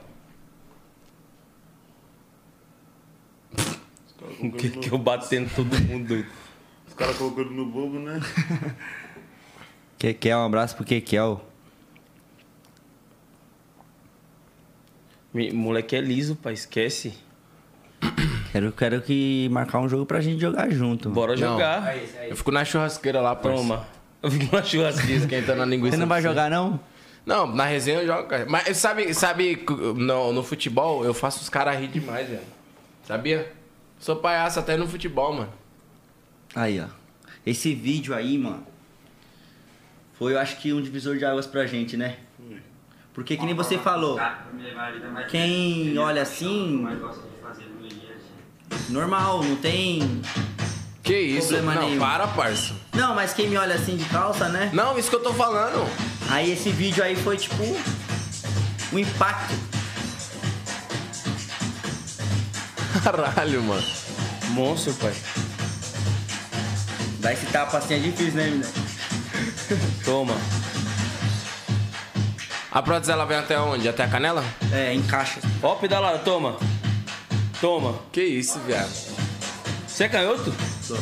O que que eu batendo todo mundo?
Os caras colocou ele no bobo, né?
Kekel, um abraço pro Kekel.
Me- Moleque é liso, pai, esquece.
Quero, quero que marcar um jogo pra gente jogar junto.
Bora jogar.
Eu fico na churrasqueira lá, parça.
Toma. Eu fico na churrasqueira.
Esquentando a tá linguiça.
é
Você não vai
pra
jogar, não?
Não, na resenha eu jogo, cara. Mas sabe, sabe no, no futebol eu faço os caras rir demais, velho. Sabia? Sou palhaço até no futebol, mano.
Aí, ó. Esse vídeo aí, mano, foi, eu acho que, um divisor de águas pra gente, né? Porque que nem você falou, quem olha assim, normal, não tem
Que isso?
Problema
não,
nenhum.
para, parça.
Não, mas quem me olha assim de calça, né?
Não, isso que eu tô falando.
Aí esse vídeo aí foi tipo o impacto.
Caralho, mano.
Monstro, pai.
Dá esse tapa assim é difícil, né, menino?
Toma.
A prótese ela vem até onde? Até a canela?
É, encaixa.
Ó, pedalada, toma. Toma.
Que isso, viado.
Você é canhoto? Sou.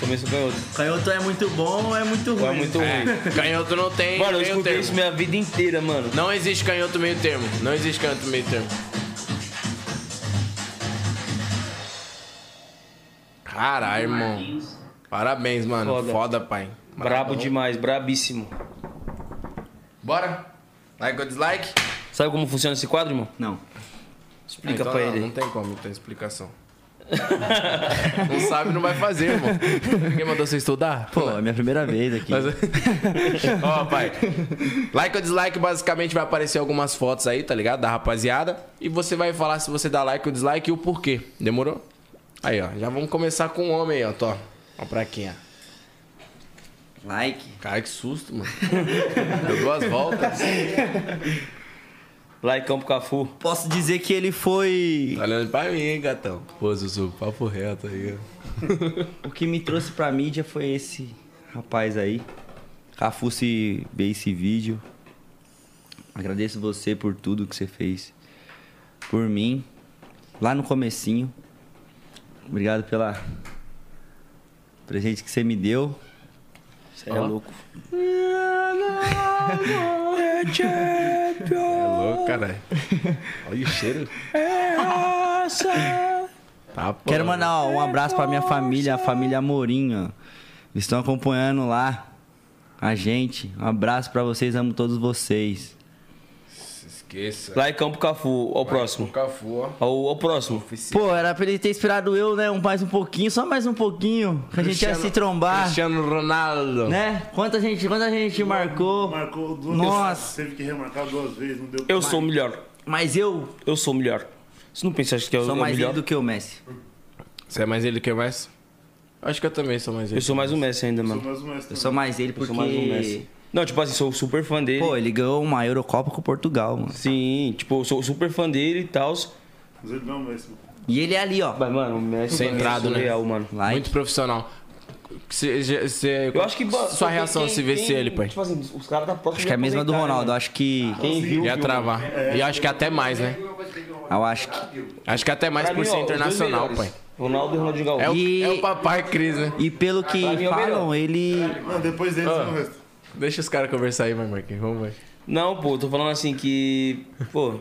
Começou canhoto.
Canhoto é muito bom, é muito ruim.
É muito ruim.
É, canhoto não tem
Mano, eu
meio
escutei
termo.
isso minha vida inteira, mano.
Não existe canhoto meio termo. Não existe canhoto meio termo. Caralho, irmão. Parabéns, mano. Foda, pai.
Brabo demais, brabíssimo.
Bora? Like ou dislike?
Sabe como funciona esse quadro, irmão?
Não.
Explica
Então
pra
não,
ele.
Não tem como ter explicação. não sabe, não vai fazer, irmão. Quem mandou você estudar?
Pô, é minha primeira vez aqui.
Ó, pai. Like ou dislike, basicamente vai aparecer algumas fotos aí, tá ligado? Da rapaziada. E você vai falar se você dá like ou dislike e o porquê. Demorou? Aí, ó. Já vamos começar com o homem aí, ó. Tô. Ó, pra quem, ó.
Like.
Cara, que susto, mano. Deu duas voltas.
Laicão pro Cafu.
Posso dizer que ele foi.
Tá olhando pra mim, hein, gatão.
Pô, Zuzu, papo reto aí.
O que me trouxe pra mídia foi esse rapaz aí. Cafu, se vê esse vídeo, agradeço você por tudo que você fez por mim lá no comecinho. Obrigado pela presente que você me deu.
Você é louco.
É louco, caralho. Olha o cheiro. Tá, pô.
Quero mandar um abraço pra minha família, a família Amorinho. Eles estão acompanhando lá a gente. Um abraço pra vocês, amo todos vocês.
Esqueça.
Laicão pro Cafu. Ó o próximo.
pro Cafu, ó.
Ó o próximo.
Pô, era pra ele ter esperado eu, né? Um, mais um pouquinho, só mais um pouquinho. Que a gente ia
Cristiano-
se trombar.
Cristiano Ronaldo.
Né? Quanta gente, quanta gente marcou.
Marcou duas
Nossa.
Teve que remarcar duas vezes, não deu
Eu sou o melhor.
Mas eu.
Eu sou o melhor. Você não pensa que eu
Sou
o
mais
melhor?
ele do que o Messi.
Você é mais ele que eu mais? Acho que eu também sou mais ele.
Eu sou mais um Messi ainda, mano.
mais um mestre.
Eu sou mais ele
Eu
porque.
sou mais um Messi. Não, tipo assim, sou super fã dele.
Pô, ele ganhou uma Eurocopa com Portugal, mano.
Sim, tipo, eu sou super fã dele e tal.
Mas ele não é o mestre.
E ele é ali, ó.
Mas, mano, o Messi
Centrado,
é
né?
surreal, mano.
Muito profissional. Cê- cê- cê-
Eu acho que... ba-
Sua
quem-
reação
quem-
se vê
quem-
se ele, pai.
Tipo assim, os caras da né? próxima...
Acho que é a mesma do Ronaldo. Acho que.
Quem viu,
Ia
viu,
travar.
mano.
E acho que até mais, né?
Eu acho que.
Acho que até mais
Pra
por
mim,
ser
ó, os dois
internacional,
melhores.
pai.
Ronaldo e Ronaldinho
É
Gaúcho.
o,
E-
é o papai Cris, né?
E pelo que
Pra mim é o
falam, ele.
é, Não, depois dele,
Ah.
tem o resto.
Deixa os caras conversar aí, vai, Marquinhos. Vamos, vai.
Não, pô, tô falando assim que. Pô,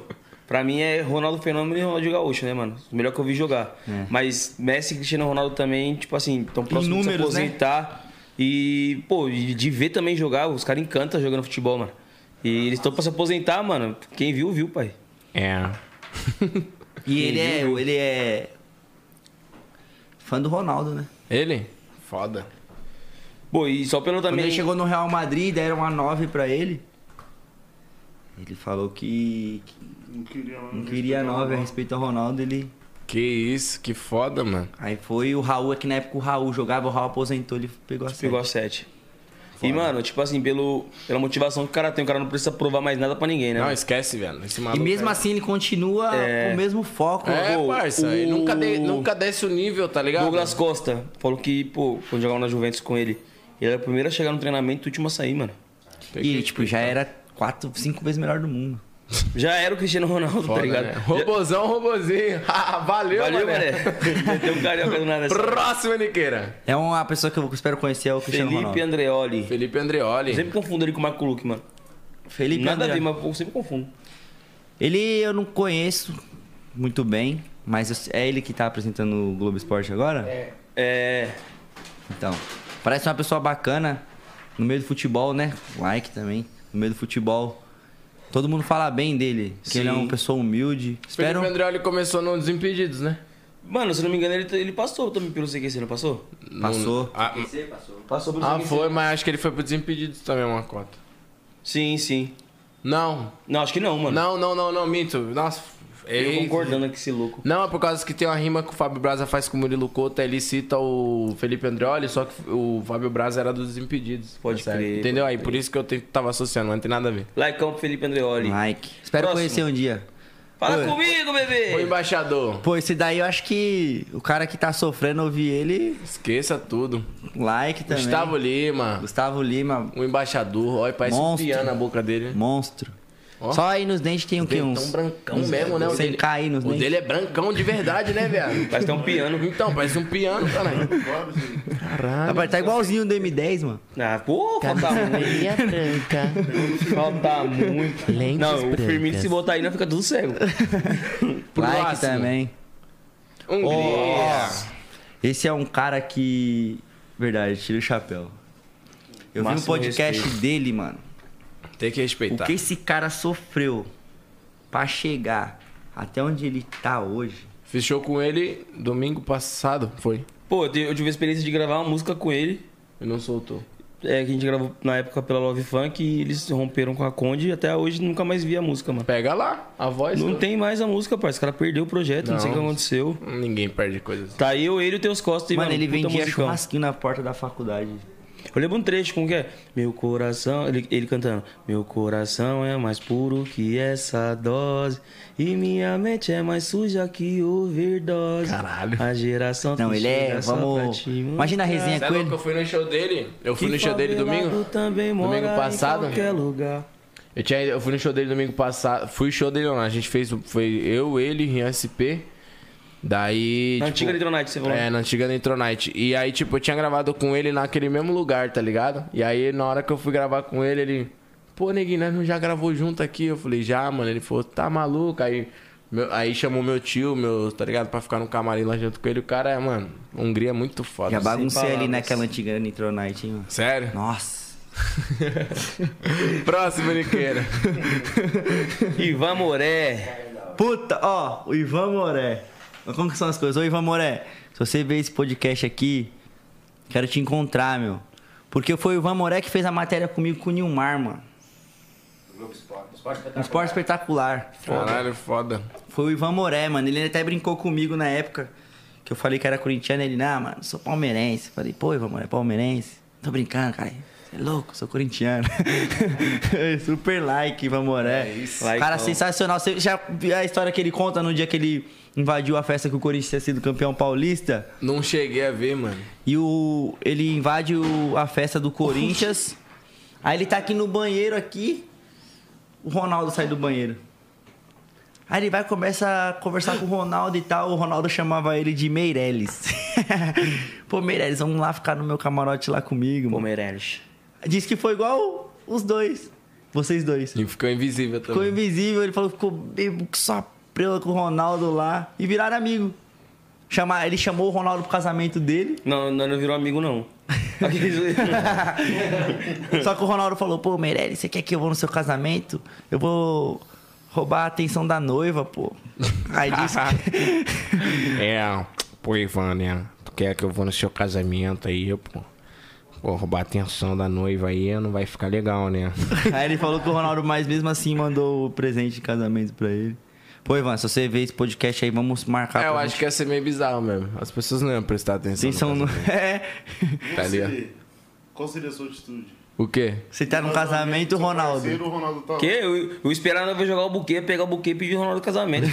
pra mim é Ronaldo Fenômeno e Ronaldo Gaúcho, né, mano? O melhor que eu vi jogar. Mas Messi e Cristiano Ronaldo também, tipo assim, tão próximo de
números,
se
né?
aposentar. E, pô, e de ver também jogar, os caras encantam jogando futebol, mano. E eles estão pra se aposentar, mano. Quem viu, viu, pai.
É.
E ele é. Ele é. Fã do Ronaldo, né?
Ele? Foda.
Pô, e só pelo
Quando
também.
ele chegou no Real Madrid, deram uma 9 pra ele. Ele falou que
Não queria,
não queria 9 a respeito ao Ronaldo. Ele...
Que isso, que foda, mano.
Aí foi o Raul, é que na época o Raul jogava, o Raul aposentou, ele pegou a
Pegou a 7. E, mano, tipo assim, pelo, pela motivação que o cara tem, o cara não precisa provar mais nada pra ninguém, né?
Não,
mano?
esquece, velho. Esse
E
maluco
mesmo
aí.
assim ele continua com o mesmo foco.
É,
Pô,
parça.
o-
ele Nunca, de- nunca desce o nível, tá ligado?
Douglas Costa falou que, pô, quando jogava na Juventus com ele, ele era o primeiro a chegar no treinamento e o último a sair, mano.
Tem
E
que-
tipo, já era 4, 5 vezes melhor do mundo.
Já era o Cristiano Ronaldo,
Foda,
tá ligado?
né?
Já-
Robozão, robozinho. Ah, Valeu,
Valeu,
mané.
mané. Meteu um carioca do nada.
Próxima, Niqueira.
É uma pessoa que eu espero conhecer, é o Cristiano
Felipe
Ronaldo.
Andreoli.
Felipe Andreoli.
Eu sempre confundo ele com o Marco Luque, mano.
Felipe
nada
André-
a ver, mas eu sempre confundo.
Ele eu não conheço muito bem, mas eu- é ele que tá apresentando o Globo Esporte agora? É.
É.
Então, parece uma pessoa bacana no meio do futebol, né? Like também. no meio do futebol. Todo mundo fala bem dele, que ele é uma pessoa humilde.
Espero...
Espero
Felipe Andreoli começou no Desimpedidos, né?
Mano, se não me engano, ele, ele passou também pelo CQC, não passou?
Passou. Ah,
passou. Passou pelo
Ah,
CQC.
foi, mas acho que ele foi pro Desimpedidos também, uma cota.
Sim, sim.
Não.
Não, acho que não, mano.
Não, não, não, não, minto. Nossa,
Eu
errei.
concordando com esse louco.
Não, é por causa que tem uma rima que o Fábio Braza faz com o Murilo Couto, aí ele cita o Felipe Andreoli, só que o Fábio Braza era dos Impedidos. Pode
crer,
Entendeu?
pode
Aí por
crer.
isso que eu te- tava associando, mas não tem nada a ver.
Laicão pro Felipe Andreoli.
Like. Espero
Próximo.
conhecer um dia.
Fala
Oi.
comigo, bebê!
Ô, embaixador.
Pô, esse daí eu acho que o cara que tá sofrendo ouvir ele.
Esqueça tudo.
Like também.
Gustavo Lima.
Gustavo Lima.
O embaixador. Olha, parece um
Monstro.
piano na boca dele.
Monstro.
Ó.
Só aí nos dentes tem o quê?
Dentão
Uns.
brancão
uns-
mesmo, né? O
Sem
dele-
cair nos
o
dentes.
dele é brancão de verdade, né, velho?
Parece ter um piano.
Então, parece um piano, caralho. Caralho.
Rapaz, tá igualzinho o do M10, mano.
Ah, pô, falta
Camisinha
muito. Falta muito.
Lentes
não, o
brancas.
Firmino se botar aí, não fica tudo cego.
Like
Próximo.
também.
Um
Hungria.
Esse é um cara que. Verdade, tira o chapéu. Eu vi um
Máximo
podcast
respeito.
dele, mano.
Tem que respeitar.
O que esse cara sofreu pra chegar até onde ele tá hoje.
Fechou com ele domingo passado, foi.
Pô, eu tive eu tive a experiência de gravar uma música com ele.
E não soltou.
É, que a gente gravou na época pela Love Funk e eles romperam com a Conde e até hoje nunca mais vi a música, mano.
Pega lá, a voz.
Não
né?
tem mais a música, parceiro. Esse cara perdeu o projeto, não, sei o que aconteceu.
Ninguém perde coisa assim.
Tá eu, ele e o Teus Costa e,
Mano,
mano,
ele
puta
vendia
musicão.
churrasquinho na porta da faculdade.
Eu lembro um trecho, como que é? Meu coração... Ele, ele cantando. Meu coração é mais puro que essa dose e minha mente é mais suja que overdose. Caralho. A geração...
Não,
que
ele é-
chega só
vamos-
pra te
Imagina a
mudar.
resenha
Sabe
com
que
ele.
é eu fui no show dele? Eu fui
Que
no show dele
favelado
domingo.
também mora
domingo
em
passado.
qualquer lugar.
Eu, tinha, eu fui no show dele domingo passado. Fui show dele, não. A gente fez. Foi eu, ele, Rian SP. Daí.
Na
tipo,
antiga Nitronite, você falou?
É, na antiga Nitronite. E aí, tipo, eu tinha gravado com ele naquele mesmo lugar, tá ligado? E aí, na hora que eu fui gravar com ele, ele. Pô, neguinho, nós não já gravou junto aqui? Eu falei, já, mano. Ele falou, tá maluco? Aí. meu- aí chamou meu tio, meu, tá ligado? Pra ficar no camarim lá junto com ele. O cara é, mano, Hungria é muito foda.
Já
Sem
baguncei ali
palavras.
naquela antiga Nitronite, hein, mano.
Sério?
Nossa.
Próximo, Niqueira.
Ivan Moré.
Puta, ó, o Ivan Moré. Mas Como que são as coisas? Ô, Ivan Moré, se você vê esse podcast aqui, quero te encontrar, meu. Porque foi o Ivan Moré que fez a matéria comigo com o Nilmar, mano. Um esporte espetacular.
Caralho, foda.
Foi o Ivan Moré, mano. Ele até brincou comigo na época que eu falei que era corintiano. Ele, não, mano, sou palmeirense. Eu Falei, pô, Ivan Moré, palmeirense? Tô brincando, cara. Você é louco, sou corintiano. É, Super like, Ivan Moré. cara,
Likeão.
sensacional. Você já viu a história que ele conta no dia que ele invadiu a festa que o Corinthians tinha sido campeão paulista?
Não cheguei a ver, mano.
E o ele invade o- a festa do Corinthians. Aí ele tá aqui no banheiro aqui. O Ronaldo sai do banheiro. Aí ele vai e começa a conversar com o Ronaldo e tal. O Ronaldo chamava ele de Meirelles. Pô, Meirelles, vamos lá ficar no meu camarote lá comigo. Pô,
Meirelles.
Diz que foi igual os dois. Vocês dois.
E ficou invisível também.
Ficou invisível, ele falou que ficou bebo que só prela com o Ronaldo lá. E viraram amigo. Chama, ele chamou o Ronaldo pro casamento dele.
Não, não, não virou amigo, não. Aqueles-
Só que o Ronaldo falou, pô, Meirelles, você quer que eu vou no seu casamento? Eu vou roubar a atenção da noiva, pô. Aí disse que...
É, pô, Ivan, né? Tu quer que eu vou no seu casamento aí, pô? Pô, roubar a atenção da noiva aí não vai ficar legal, né?
Aí ele falou que o Ronaldo, mas mesmo assim, mandou o presente de casamento pra ele. Pô, Ivan, se você vê esse podcast aí, vamos marcar.
É, eu
pra
acho que ia ser meio bizarro mesmo. As pessoas não iam prestar atenção.
Atenção no... É.
Tá
Qual
ali, ó.
seria, qual seria a sua atitude?
O quê?
Você tá num casamento, Ronaldo.
Parceiro, o Ronaldo tá
Que? Eu, eu esperava ver jogar o buquê, pegar o buquê e pedir o Ronaldo casamento.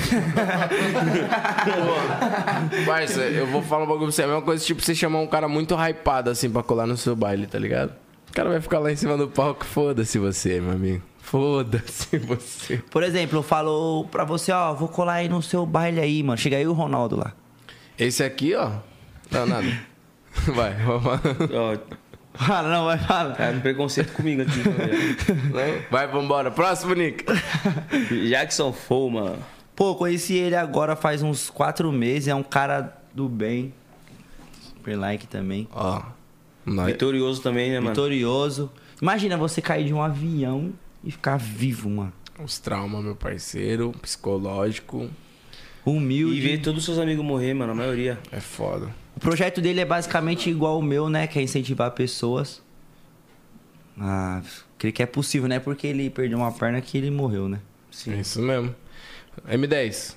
Parça, eu vou falar um bagulho pra você. É a mesma coisa, tipo, você chamar um cara muito hypado, assim, pra colar no seu baile, tá ligado? O cara vai ficar lá em cima do palco. Foda-se você, meu amigo. Foda-se você.
Por exemplo, eu falo pra você, ó, vou colar aí no seu baile aí, mano. Chega aí o Ronaldo lá.
Esse aqui, ó. Não, nada. Vai, vamos
Fala, não, vai, fala.
É um preconceito comigo aqui.
Vai, vambora. Próximo, Nick.
Jackson Foma.
Pô, conheci ele agora faz uns quatro meses, é um cara do bem. Super like também.
Ó.
Vitorioso também, né, mano?
Vitorioso. Imagina você cair de um avião e ficar vivo, mano.
Os traumas, meu parceiro, psicológico.
Humilde.
E ver todos os seus amigos morrer, mano, a maioria.
É foda.
O projeto dele é basicamente igual o meu, né? Que é incentivar pessoas. Ah, creio que é possível, né? Porque ele perdeu uma perna que ele morreu, né?
Sim. É isso mesmo. M10,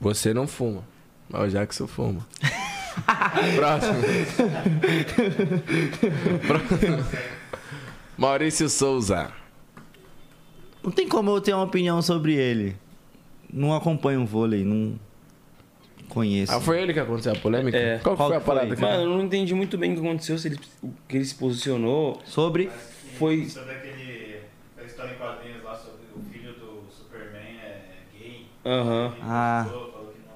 você não fuma. Mas o Jackson fuma. Próximo. Próximo. Maurício Souza.
Não tem como eu ter uma opinião sobre ele. Não acompanho o vôlei, não conheço.
Ah, foi ele que aconteceu a polêmica?
É.
Qual, que foi a parada? que-
Mano, eu não entendi muito bem o que aconteceu, se ele, o que ele se posicionou.
Sobre?
Foi.
Sobre aquele. aquela é história em quadrinhos lá sobre o filho do Superman é gay.
Aham.
Ele
Ah.
postou, Falou que não,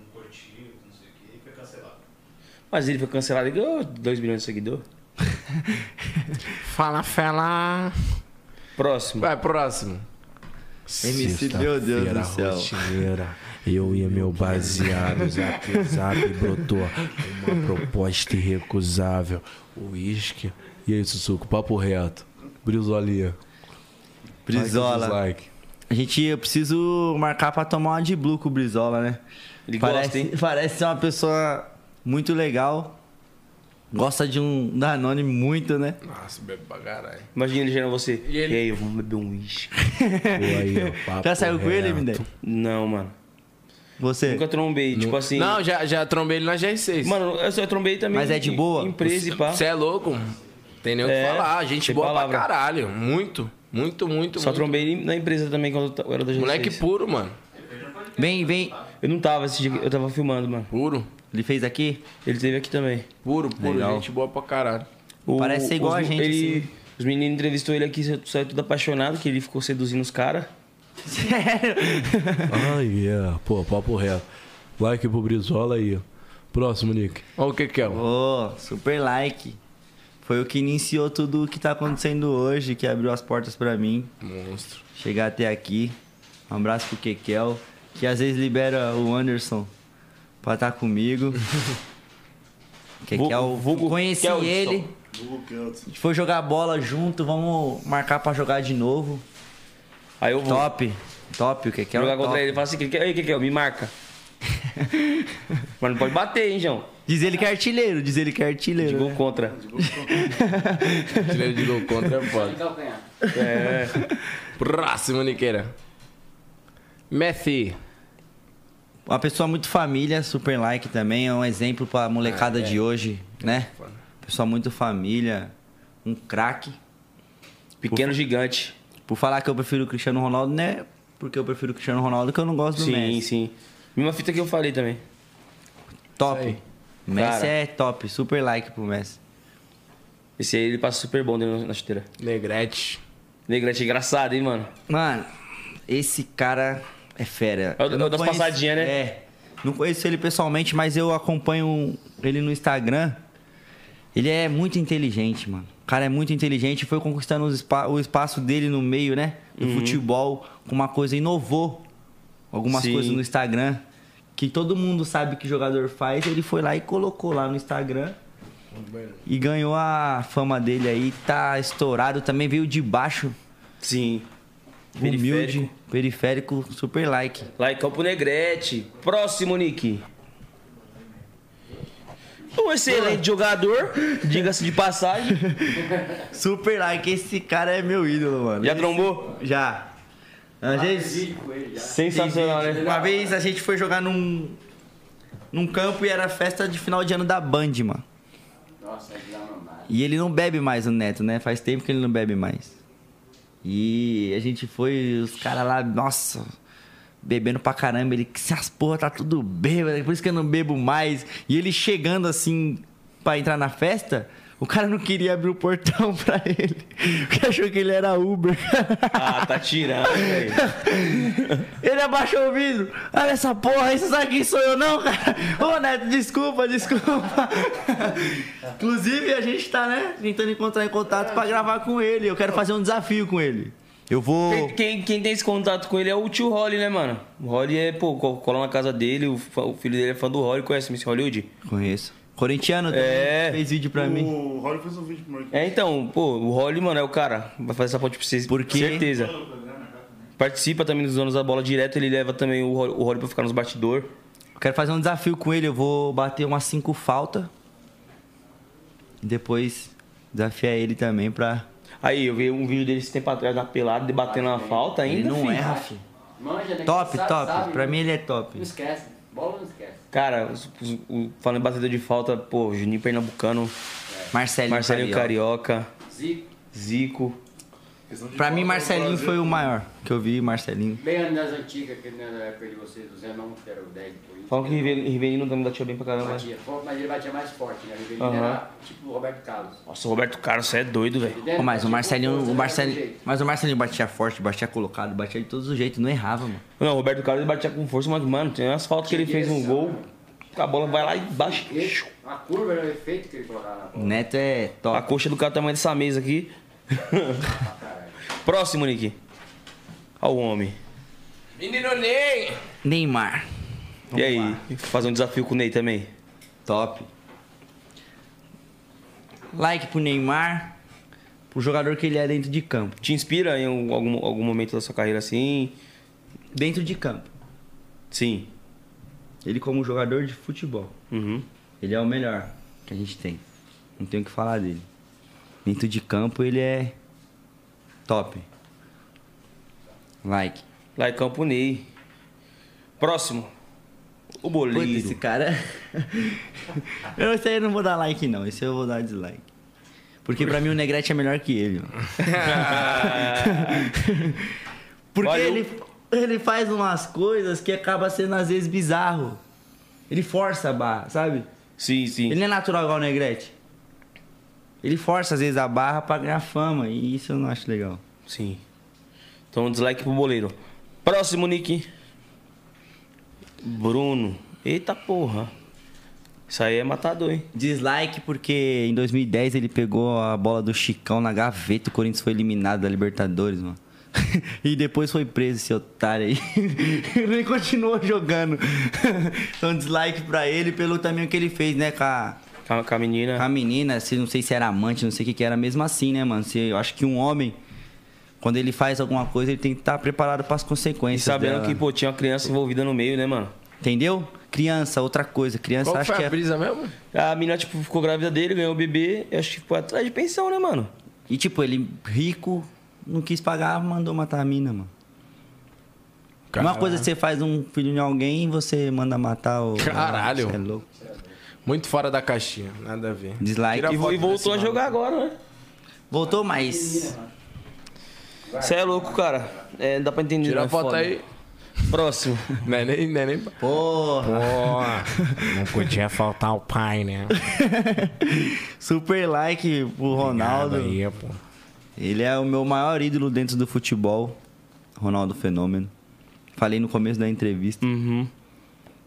não curtiu, não sei o que, e foi cancelado.
Mas ele foi cancelado e ganhou 2 milhões de seguidor.
Fala, fala.
Próximo.
Vai, próximo.
MC, meu Deus do
Sexta-feira
céu.
rotineira, eu e meu baseado, zap zap, brotou uma proposta irrecusável. Uísque. E aí, Sussuco, papo reto. Brizolinha.
Brizola.
Like, dislike.
A gente, eu preciso marcar pra tomar uma de blue com o Brizola, né?
Ele
parece,
gosta, hein?
Parece ser uma pessoa muito legal. Gosta de um Danone muito, né?
Nossa, bebe pra caralho.
Imagina ele gerando você. E,
ele-
aí, vamos beber um uísque.
Já saiu com ele, Mindé?
Não, mano.
Você?
Nunca trombei, tipo assim.
Não, já, já trombei ele na GR6.
Mano, eu só trombei também.
Mas é de
em-
boa?
em Empresa e pá.
Você é louco? Tem nem o que
É,
falar. Gente
sem
boa
palavra.
pra caralho. Muito, muito, muito.
Só
muito.
trombei ele na empresa também quando eu ta- eu era da gente.
Moleque puro, mano.
Vem, vem.
Eu não tava esse dia, que- eu tava filmando, mano.
Puro.
Ele fez aqui?
Ele teve aqui também.
Puro, puro.
Legal.
Gente boa pra caralho.
O-
Parece ser igual
os-
a gente,
ele-
assim.
Os meninos entrevistou ele aqui, saiu tudo apaixonado, que ele ficou seduzindo os caras.
Ah, yeah. Pô, papo reto. Like pro Brizola aí. Próximo, Nick.
Olha o que que é.
Ô, super like. Foi o que iniciou tudo o que tá acontecendo hoje, que abriu as portas pra mim.
Monstro.
Chegar até aqui. Um abraço pro Kekel, que às vezes libera o Anderson pra estar comigo. Kekel, conheci
Keldson.
ele.
Vulgo Keldson.
A gente foi jogar bola junto, vamos marcar pra jogar de novo.
Aí eu vou.
Top, top, o Kekel.
jogar
é
contra
top.
ele. Fala assim, que que é? Que que é? Me marca. Mas não pode bater, hein, João?
Diz ele que é artilheiro, diz ele que é artilheiro. De
gol contra.
Artilheiro de gol contra é foda.
É.
Próximo, Niqueira. Messi.
Uma pessoa muito família, super like também, é um exemplo pra molecada
Ah, é.
de hoje, né? Pessoa muito família, um craque.
Pequeno gigante.
Por falar que eu prefiro o Cristiano Ronaldo, né? Porque eu prefiro o Cristiano Ronaldo que eu não gosto do
Sim,
Messi.
sim. Mesma fita que eu falei também.
Top. Messi
Cara.
é top, super like pro Messi.
Esse aí ele passa super bom dentro na chuteira.
Negrete.
Negrete, é engraçado, hein, mano?
Mano, esse cara é fera.
É o- é o
não
das
conheço-
passadinhas, né?
É. Não conheço ele pessoalmente, mas eu acompanho ele no Instagram. Ele é muito inteligente, mano. O cara é muito inteligente, foi conquistando os espa- o espaço dele no meio, né? Do
Uhum.
futebol, com uma coisa, inovou algumas
Sim.
coisas no Instagram. Que todo mundo sabe que jogador faz, ele foi lá e colocou lá no Instagram. E ganhou a fama dele aí, tá estourado. Também veio de baixo.
Sim.
Humilde, periférico, super like.
Lá em Campo Negrete. Próximo, Nick. Um excelente jogador, diga-se de passagem.
Super like, esse cara é meu ídolo, mano.
Já trombou?
Já. Às vezes.
Sensacional, né?
Uma vez a gente foi jogar num. num campo e era festa de final de ano da Band, mano.
Nossa, é dá
E ele não bebe mais o Neto, né? Faz tempo que ele não bebe mais. E a gente foi, os caras lá, nossa, bebendo pra caramba. Ele, que se as porra, tá tudo bêbado, é por isso que eu não bebo mais. E ele chegando assim pra entrar na festa, o cara não queria abrir o portão pra ele. Porque achou que ele era Uber.
Ah, tá tirando, velho.
Ele abaixou o vidro. Olha essa porra, isso sabe quem sou eu não, cara? Ô, Neto, desculpa, desculpa. Inclusive, a gente tá, né, tentando encontrar em contato pra gravar com ele. Eu quero fazer um desafio com ele. Eu vou...
Quem- Quem, quem tem esse contato com ele é o tio Holly, né, mano? O Holly é, pô, co- cola na casa dele, o, fa- o filho dele é fã do Holly, conhece o Miss Hollywood?
Conheço. Corintiano também
É.
fez vídeo pra mim.
O Rolly fez um vídeo pro Marquinhos.
É, então, pô, o Rolly, mano, é o cara. Vai fazer essa ponte pra vocês. Por
quê?
Certeza. Participa também dos donos da bola direto, ele leva também o Rolly o Rolly pra ficar nos batidor.
Eu quero fazer um desafio com ele, eu vou bater umas cinco faltas. E depois desafiar ele também pra.
Aí, eu vi um vídeo dele esse tempo atrás na pelada, debatendo a falta ainda.
Ele não
filho.
erra, filho.
Manja, né?
Top,
Sabe-
top.
sabe,
pra
né?
mim ele é top.
Não esquece. Bola não esquece.
Cara, os- os- o- falando em batedor de falta, pô, Juninho Pernambucano.
Marcelinho
Marcelinho Carioca.
Zico.
Zico.
Pra mim, Marcelinho foi o maior que eu vi, Marcelinho.
Bem nas antigas, que na época de vocês, o Zé não, que era o 10 depois.
Falam que Rive- Rivelino também batia bem pra caramba. né?
Batia, forte, mas ele batia mais forte, né? Ele
Aham.
era tipo o Roberto Carlos.
Nossa, o Roberto Carlos, você é doido, velho.
Pô, mas o Marcelinho, o Marcelinho, mas o Marcelinho batia forte, batia colocado, batia de todos os jeitos, não errava, mano.
Não, o Roberto Carlos ele batia com força, mas, mano, tem umas faltas que ele fez um gol, a bola vai lá e baixa.
A curva era o efeito que ele colocava na bola.
Neto é top.
A coxa do cara tamanho dessa mesa aqui. Próximo, Nick. Ao homem.
Menino Ney!
Neymar.
e aí, fazer um desafio com o Ney também?
Top. Like pro Neymar, pro jogador que ele é dentro de campo.
Te inspira em um- algum, algum momento da sua carreira assim?
Dentro de campo.
Sim.
Ele como jogador de futebol. Ele é o melhor que a gente tem. Não tenho o que falar dele. Dentro de campo ele é top. Like.
Like Campo Ney. Próximo. O boleiro.
Puta, esse cara. eu esse aí eu não vou dar like, não. Esse eu vou dar dislike. Porque pra mim o Negrete é melhor que ele, mano. Porque ele, ele faz umas coisas que acaba sendo às vezes bizarro. Ele força a barra, sabe?
Sim, sim.
Ele não é natural igual o Negrete. Ele força às vezes a barra pra ganhar fama. E isso eu não acho legal.
Sim. Então, dislike pro boleiro. Próximo, Nick. Bruno. Eita porra. Isso aí é matador, hein?
Dislike porque em 2010 ele pegou a bola do Chicão na gaveta. O Corinthians foi eliminado da Libertadores, mano. E depois foi preso esse otário aí. Ele continuou jogando. Então, dislike pra ele pelo caminho que ele fez, né, com a.
Com a, menina.
Com a menina, se, não sei se era amante, não sei o que, que era, mesmo assim, né, mano? Se, eu acho que um homem, quando ele faz alguma coisa, ele tem que estar preparado pras
E
consequências.
sabendo
dela.
que, pô, tinha uma criança envolvida no meio, né, mano?
Entendeu? Criança, outra coisa. Criança, acho que é.
brisa mesmo? A menina, tipo, ficou grávida dele, ganhou o bebê. Eu acho que ficou atrás de pensão, né, mano?
E tipo, ele rico, não quis pagar, mandou matar a mina, mano. Uma
Caralho.
coisa que você faz um filho de alguém e você manda matar o.
Caralho.
Você é louco.
Muito fora da caixinha, nada a ver.
Dislike.
Tira
E vo- e
foto
voltou
desse
a jogar
maluco.
agora, né?
Voltou, mas.
Você é louco, cara. É, não dá pra entender.
Tira
não,
a
é
foto
foda.
aí.
Próximo.
Não é nem, não é nem...
Porra.
Não podia faltar o pai, né?
Super like pro Ronaldo. Ele é o meu maior ídolo dentro do futebol. Ronaldo Fenômeno. Falei no começo da entrevista.
Uhum.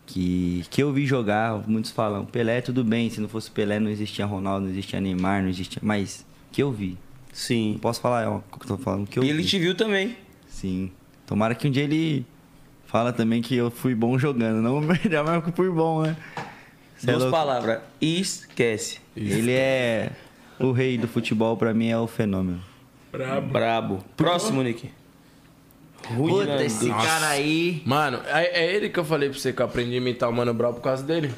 Que, que eu vi jogar, muitos falam, Pelé tudo bem, se não fosse Pelé não existia Ronaldo, não existia Neymar, não existia... Mas que eu vi.
Sim. Não
posso falar, ó, o que eu tô falando, que eu
E ele
vi.
te viu também.
Sim. Tomara que um dia ele fala também que eu fui bom jogando. Não o melhor, mas que eu fui bom, né? Cê é
Duas
louco.
palavras. Esquece.
Ele é o rei do futebol, pra mim é o fenômeno. Tá
Brabo. Próximo, Nick.
né?
Puta, esse cara aí.
Mano, é, é ele que eu falei pra você que eu aprendi a imitar o Mano Brown por causa dele.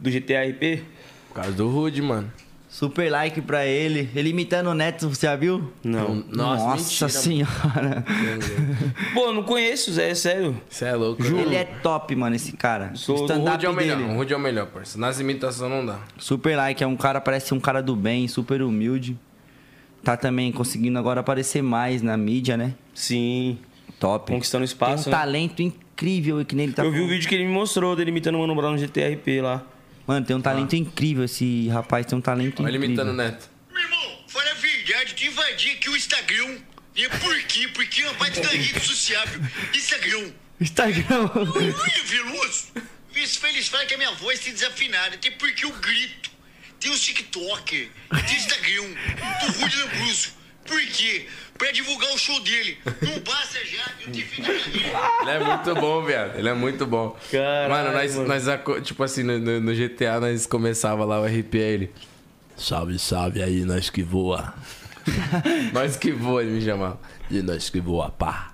Do GTA RP?
Por causa do Rude, mano.
Super like pra ele. Ele imitando o Neto, você já viu?
Não.
Nossa,
Nossa, mentira,
senhora.
Pô, eu não conheço, Zé, é sério.
Você é louco.
Juro. Ele é top, mano, esse cara.
O
o stand-up
Rude é o melhor,
dele.
o Rude é o melhor, parceiro. Nas imitações não dá.
Super like, é um cara, parece um cara do bem, super humilde. Tá também conseguindo agora aparecer mais na mídia, né?
Sim.
Top.
Conquistando espaço,
Tem um
né?
talento incrível e que nem ele tá
eu vi o
falando.
vídeo que ele me mostrou dele imitando o Mano Brown no GTRP lá.
Mano, tem um talento incrível esse rapaz, tem um talento
Olha ele
incrível.
imitando o
Neto.
Fala a verdade, tu invadir aqui o Instagram. E por quê? Porque é uma baita da rede sociável. Instagram.
Instagram.
Olha, Veloso. Isso eles falam que a minha voz tem desafinada. Tem porque eu grito. Tem os TikToker. Tem Instagram. Do Rude Lambruso. Por quê? Pra divulgar o show dele. Não basta já, eu tenho feito
Ele é muito bom, viado. Ele é muito bom. mano, nós, nós aco- tipo assim, no, no- no GTA nós começava lá o RP ele.
Salve, salve aí, nós que voa.
nós que voa, ele me chamava. E nós que voa, pá.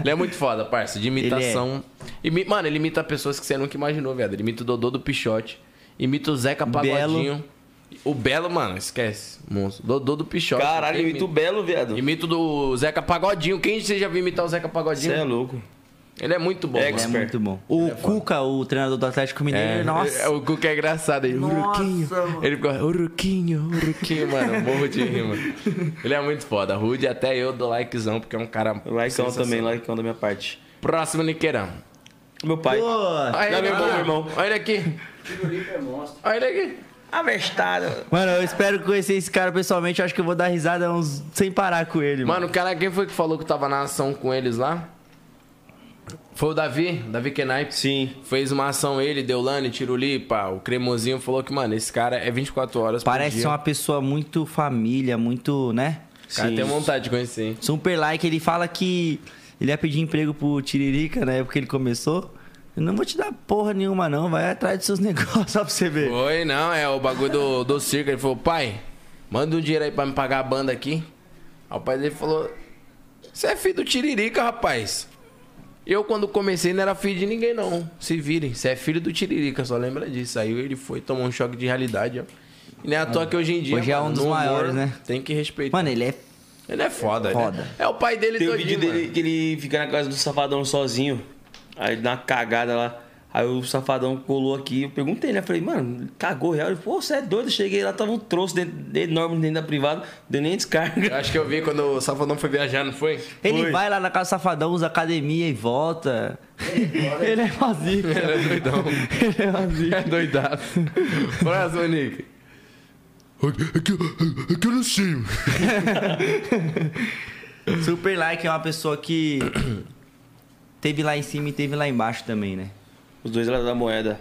Ele é muito foda, parça. De imitação. Imi- Mano, ele imita pessoas que você nunca imaginou, viado. Ele imita o Dodô do Pichote. Imita o Zeca Pagodinho. O Belo, mano, esquece. Monstro. Dodô do Pichote.
Caralho,
Quem
imita o Belo, viado.
Imita o do Zeca Pagodinho. Quem você já viu imitar o Zeca Pagodinho?
Cê é louco.
Ele é muito bom, mano.
É muito bom. O Cuca, o treinador do Atlético Mineiro, nossa.
é, o Cuca é engraçado aí.
Nossa,
Uruquinho.
mano.
Ele ficou, Uruquinho, Uruquinho, mano. eu Morro de rima. Ele é muito foda. Rude, até eu dou likezão, porque é um cara.
Likeão
sensacional.
também, likeão da minha parte.
Próximo, Niqueirão.
Meu pai.
Pô,
Tá
Não, meu irmão, meu irmão.
Olha ele aqui. Olha ele aqui.
Avestado.
Mano, eu espero conhecer esse cara pessoalmente. Eu acho que eu vou dar risada uns... sem parar com ele, mano.
Mano, o cara, quem foi que falou que tava na ação com eles lá? Foi o Davi, Davi Kenaipe.
Sim.
Fez uma ação ele, Deolane, Tirulipa, o Cremosinho falou que, mano, esse cara é 24 horas
Parece
por
ser
dia.
uma pessoa muito família, muito, né?
Cara, tenho vontade de conhecer, hein?
Super like, ele fala que ele ia pedir emprego pro Tiririca na época que ele começou. Eu não vou te dar porra nenhuma, não. Vai atrás dos seus negócios, só pra você ver.
Foi, não, é o bagulho do, do circo. Ele falou, pai, manda um dinheiro aí pra me pagar a banda aqui. Aí o pai dele falou, você é filho do Tiririca, rapaz. Eu, quando comecei, não era filho de ninguém, não. Se virem, você é filho do Tiririca, só lembra disso. Aí ele foi, tomou um choque de realidade, ó. E nem é à toa que hoje em dia.
Hoje é um
mano,
dos
no humor,
maiores, né?
Tem que respeitar.
Mano, ele é.
Ele é foda, ele é-
Foda.
É o pai dele
Tem o
todinho,
vídeo dele
mano.
que ele fica na casa do Safadão sozinho. Aí dá uma cagada lá. Aí o Safadão colou aqui. Eu perguntei, né? Falei, mano, cagou real. Ele falou, "Pô, você é doido. Eu cheguei lá, tava um troço dentro- enorme dentro da privada. Deu nem descarga.
Eu acho que eu vi quando o Safadão foi viajar, não foi?
Ele vai lá na casa do safadão, usa academia e volta. ele é vazio.
Ele é doidão.
ele é vazio.
É doidado. Próximo, Nick.
É que, eu- é que eu não sei.
Super like é uma pessoa que teve lá em cima e teve lá embaixo também, né?
Os dois lados da moeda.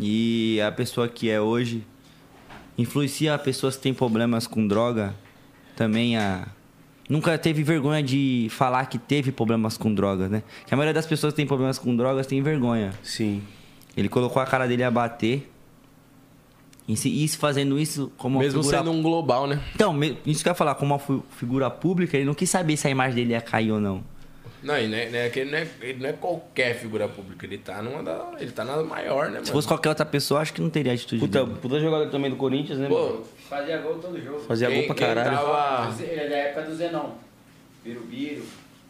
E a pessoa que é hoje influencia pessoas que têm problemas com droga também a nunca teve vergonha de falar que teve problemas com drogas, né? Que a maioria das pessoas que tem problemas com drogas tem vergonha.
Sim.
Ele colocou a cara dele a bater. E se- isso fazendo isso como uma
Mesmo
figura
sendo um global, né?
então, me- isso que eu ia falar, como uma fu- figura pública, ele não quis saber se a imagem dele ia cair ou não.
Não, e não é, não é que ele, não é, ele não é qualquer figura pública, ele tá numa da. Ele tá na maior, né, mano?
Se fosse qualquer outra pessoa, acho que não teria atitude.
Puta,
dele.
puta jogada também do Corinthians, né?
Pô,
mano?
Fazia gol todo jogo.
Fazia gol é pra caralho.
Ele é da época do Zenon. Birubiru.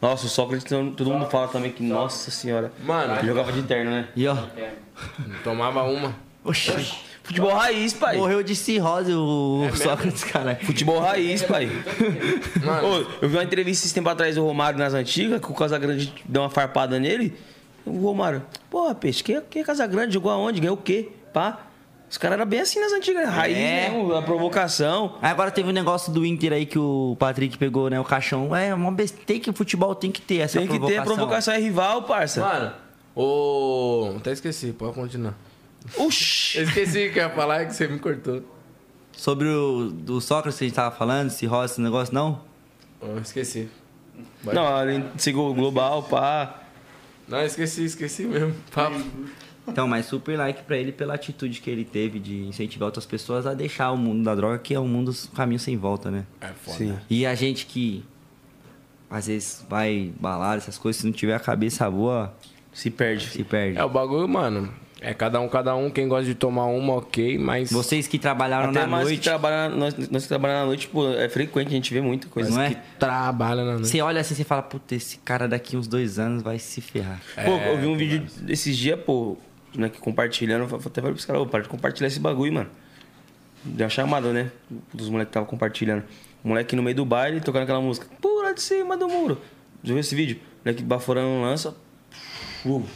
Nossa, o Sócrates, todo mundo fala também que, nossa senhora.
Mano.
Ele jogava de terno, né?
E ó,
Tomava uma.
Oxi.
Futebol raiz, pai.
morreu de cirrose o Sócrates, cara.
É Futebol raiz, pai. Ô, eu vi uma entrevista esse tempo atrás do Romário nas antigas, que o Casagrande deu uma farpada nele. O Romário, porra, peixe, quem, quem é Casagrande? Jogou aonde? Ganhou o quê? Pá. Os caras eram bem assim nas antigas, raiz
É.
mesmo, a provocação.
Aí agora teve um negócio do Inter aí que o Patrick pegou, né? O caixão. É uma besteira que o futebol tem que ter essa
Tem que ter a provocação, é rival, parça.
Mano, o. Até esqueci, pode continuar.
Oxi!
Eu esqueci o que eu ia falar é que você me cortou.
Sobre o do Sócrates que a gente tava falando, cirrose, esse negócio, não?
Eu esqueci. Vai.
Não, ele seguiu o global, pá.
Não, eu esqueci, esqueci mesmo. Papo.
Então, mas super like pra ele pela atitude que ele teve de incentivar outras pessoas a deixar o mundo da droga, que é um mundo um caminho sem volta, né?
É foda.
Sim.
E a gente que às vezes vai balar essas coisas, se não tiver a cabeça boa,
Se perde.
se perde.
É o bagulho, mano. É cada um, cada um. Quem gosta de tomar uma, ok, mas.
Vocês que trabalharam
Até
na
nós que
noite,
trabalhamos nós, nós que trabalhamos na noite, pô, é frequente, a gente vê muita coisa.
não é?
Trabalha na noite.
Você olha assim e fala, puta, esse cara daqui uns dois anos vai se ferrar.
Pô,
É,
eu vi um vídeo esses dias, pô, né, que compartilhando, eu até falei pros caras, ô, para de compartilhar esse bagulho, mano. Deu uma chamada, né? Dos moleques que estavam compartilhando. O moleque no meio do baile tocando aquela música. Pula de cima do muro. Já viu esse vídeo? O moleque baforando um lança. Uou.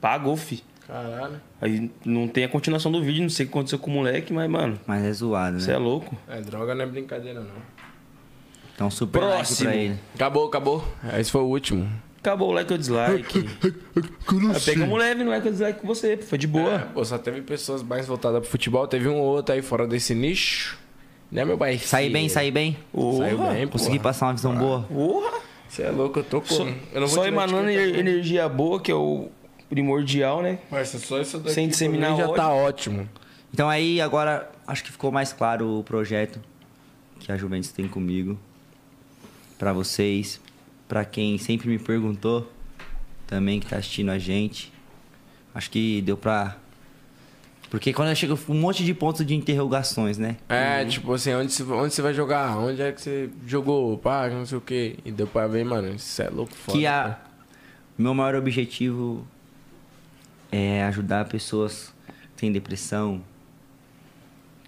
Pagou, fi.
Caralho.
Aí não tem a continuação do vídeo, não sei o que aconteceu com o moleque, mas, mano,
Mas é zoado,
você é
né?
louco.
É, droga não é brincadeira, não.
Então super like
Próximo.
pra ele.
Acabou, acabou. É, Esse foi o último.
Acabou o like ou dislike. Ah, Pegamos leve no like ou dislike com
É,
você, pô, foi de boa.
Pô, só teve pessoas mais voltadas pro futebol, teve um ou outro aí fora desse nicho. Né, meu pai?
Saí bem, saí bem.
Saiu bem,
Consegui
porra.
passar uma
Ah,
visão boa.
Você é louco, eu tô com.
Só,
eu não vou tá
só
tirar
emanando
etiqueta,
ener- energia boa, que é o primordial, né?
Parça, só isso daqui
Sem disseminar
pra mim já
ódio.
tá ótimo.
Então aí agora acho que ficou mais claro o projeto que a Juventus tem comigo. Pra vocês, pra quem sempre me perguntou, também que tá assistindo a gente. Acho que deu pra. Porque quando eu chego, um monte de pontos de interrogações, né?
É, tipo assim, onde você, onde você vai jogar? Onde é que você jogou? Pá, não sei o quê. E deu pra ver, mano, isso é louco, foda.
que a meu maior objetivo é ajudar pessoas que têm depressão,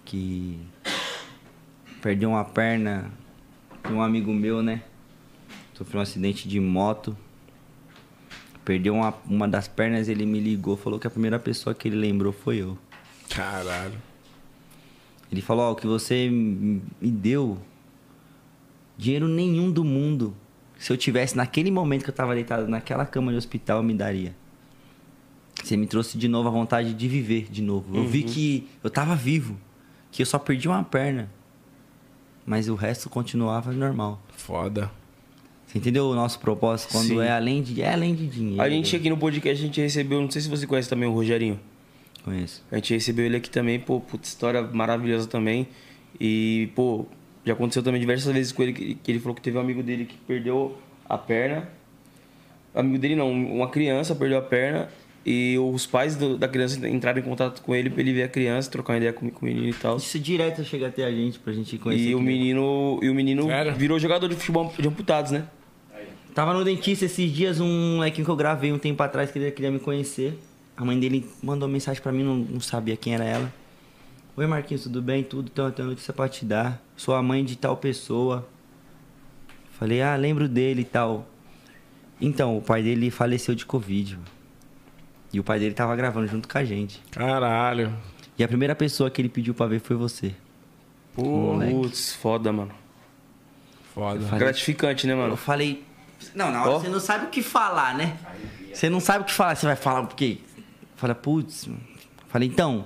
que perdeu uma perna, Tem um amigo meu, né? Sofreu um acidente de moto. Perdeu uma, uma das pernas, ele me ligou, falou que a primeira pessoa que ele lembrou foi eu.
Caralho.
Ele falou, ó, o que você m- me deu, dinheiro nenhum do mundo, se eu tivesse naquele momento que eu tava deitado naquela cama de hospital, me daria. Você me trouxe de novo a vontade de viver de novo. Eu vi
Uhum.
que eu tava vivo, que eu só perdi uma perna, mas o resto continuava normal.
Foda.
Você entendeu o nosso propósito quando
Sim.
é além de é além de dinheiro?
A gente aqui no podcast, a gente recebeu, não sei se você conhece também o Rogerinho.
Conheço.
A gente recebeu ele aqui também, pô, puta história maravilhosa também. E, pô, já aconteceu também diversas vezes com ele que, que ele falou que teve um amigo dele que perdeu a perna. Amigo dele não, uma criança perdeu a perna e os pais do- da criança entraram em contato com ele pra ele ver a criança, trocar uma ideia com, com o menino e tal.
Isso direto chega até a gente pra gente conhecer.
E o
quem é.
menino, e o menino virou jogador de futebol de amputados, né?
Tava no dentista esses dias, um molequinho que eu gravei um tempo atrás que ele queria me conhecer. A mãe dele mandou mensagem pra mim, não, não sabia quem era ela. Oi Marquinhos, tudo bem? Tudo, tenho tenho uma notícia pra te dar. Sou a mãe de tal pessoa. Falei, ah, lembro dele e tal. Então, o pai dele faleceu de Covid. mano. E o pai dele tava gravando junto com a gente.
Caralho.
E a primeira pessoa que ele pediu pra ver foi você.
Putz, foda, mano.
Foda.
Gratificante, né, mano?
Eu falei. Não, na hora
Ó.
você não sabe o que falar, né? Você não sabe o que falar, você vai falar o quê? Fala, putz. mano. Falei, então,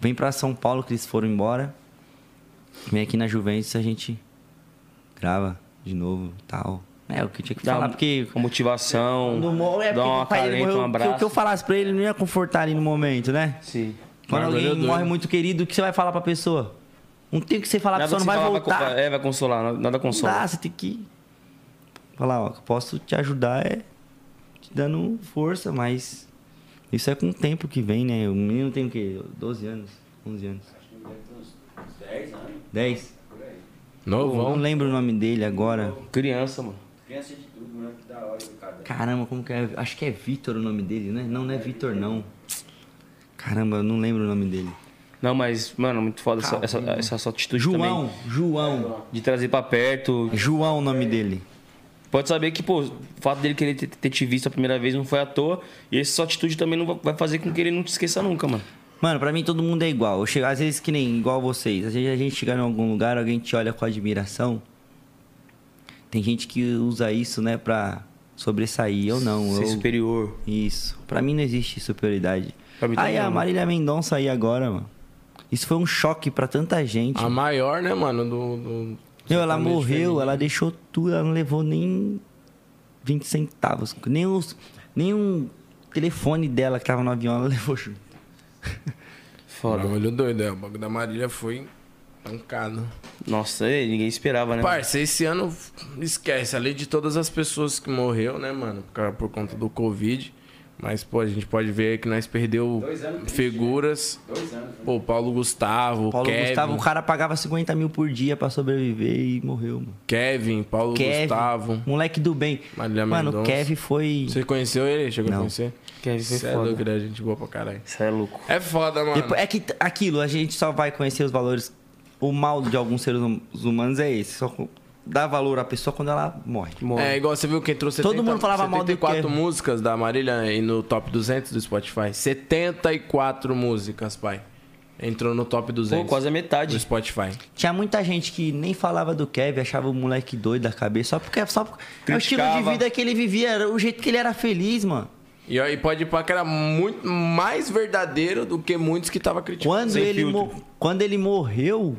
vem pra São Paulo que eles foram embora. Vem aqui na Juventus a gente grava de novo tal. É o que tinha que
Dá
falar,
uma-
porque.
Uma motivação.
No mo- é
dá
porque
uma
o pai dele
carenta, um
morreu, que
abraço.
o que eu falasse pra ele não ia confortar ali no momento, né?
Sim.
Quando
Agora eu
alguém
doido.
morre muito querido, o que você vai falar pra pessoa? Não tem o que você falar, a
Nada
pessoa
que
não
você
vai
falar
voltar.
Vai, é, vai consolar, nada- nada consola.
Dá, você tem que falar, ó, que eu posso te ajudar é te dando força, mas isso é com o tempo que vem, né? O menino tem o quê? 12 anos, 11 anos.
Uns 10 anos.
10?
Novo.
Não lembro o nome dele agora.
Criança, mano.
Criança de tudo, moleque da hora, educado.
Caramba, como que é? Acho que é Vitor o nome dele, né? Não, não é Vitor não. Caramba, eu não lembro o nome dele.
Não, mas, mano, muito foda essa, essa, essa sua atitude
João,
também.
João. É
De trazer pra perto.
João o nome dele.
Pode saber que, pô, o fato dele querer ter, ter te visto a primeira vez não foi à toa. E essa sua atitude também não va- vai fazer com que ele não te esqueça nunca, mano.
Mano, pra mim todo mundo é igual. Eu chego, às vezes que nem igual vocês. Às vezes a gente chega em algum lugar, alguém te olha com admiração. Tem gente que usa isso, né, pra sobressair. Eu não.
Ser
eu...
superior.
Isso. Pra mim não existe superioridade.
Pra mim
Aí
também
a
não.
Marília Mendonça aí agora, mano. Isso foi um choque pra tanta gente.
Ah,
A maior, né, mano, do... do
Meu, ela
sertanejo
morreu,
feminino.
ela deixou tudo, ela não levou nem 20 centavos. Nem, os, nem um telefone dela que tava no avião, ela levou junto.
Foda.
Bagulho doido, é. O bagulho da Marília foi pancado.
Nossa, e ninguém esperava, né? mano?
Parça, esse ano esquece, além de todas as pessoas que morreu, né, mano, por, causa- por conta do Covid. Mas, pô, a gente pode ver que nós perdeu
Dois anos triste,
figuras.
Dois anos, né?
Pô, Paulo Gustavo,
Paulo
Kevin.
Gustavo, o cara pagava 50 mil por dia pra sobreviver e morreu, mano.
Kevin, Paulo
Kevin,
Gustavo.
Moleque do bem.
Marília
Mano,
Mendonça.
Kevin foi.
Você conheceu ele? Chegou a
Não.
conhecer?
Kevin foi
Cê é
foda.
louco, ele é gente boa pra caralho.
Isso é louco.
É foda, mano.
Depois- é que t- aquilo, a gente só vai conhecer os valores. O mal de alguns seres hum- humanos é esse. Só co- dá valor à pessoa quando ela morre.
É igual você viu quem trouxe
Todo mundo falava mal do
74
Kevin.
músicas da Marília e no top 200 do Spotify. 74 músicas, pai. Entrou no top 200.
Pô, quase a metade.
Do Spotify.
Tinha muita gente que nem falava do Kevin, achava o moleque doido da cabeça. Só porque. Só porque é o estilo de
Criticava.
vida que ele vivia, era o jeito que ele era feliz, mano.
E aí pode ir pra que era muito Tipo, mais verdadeiro do que muitos que tava criticando.
Quando ele, mo- quando ele morreu,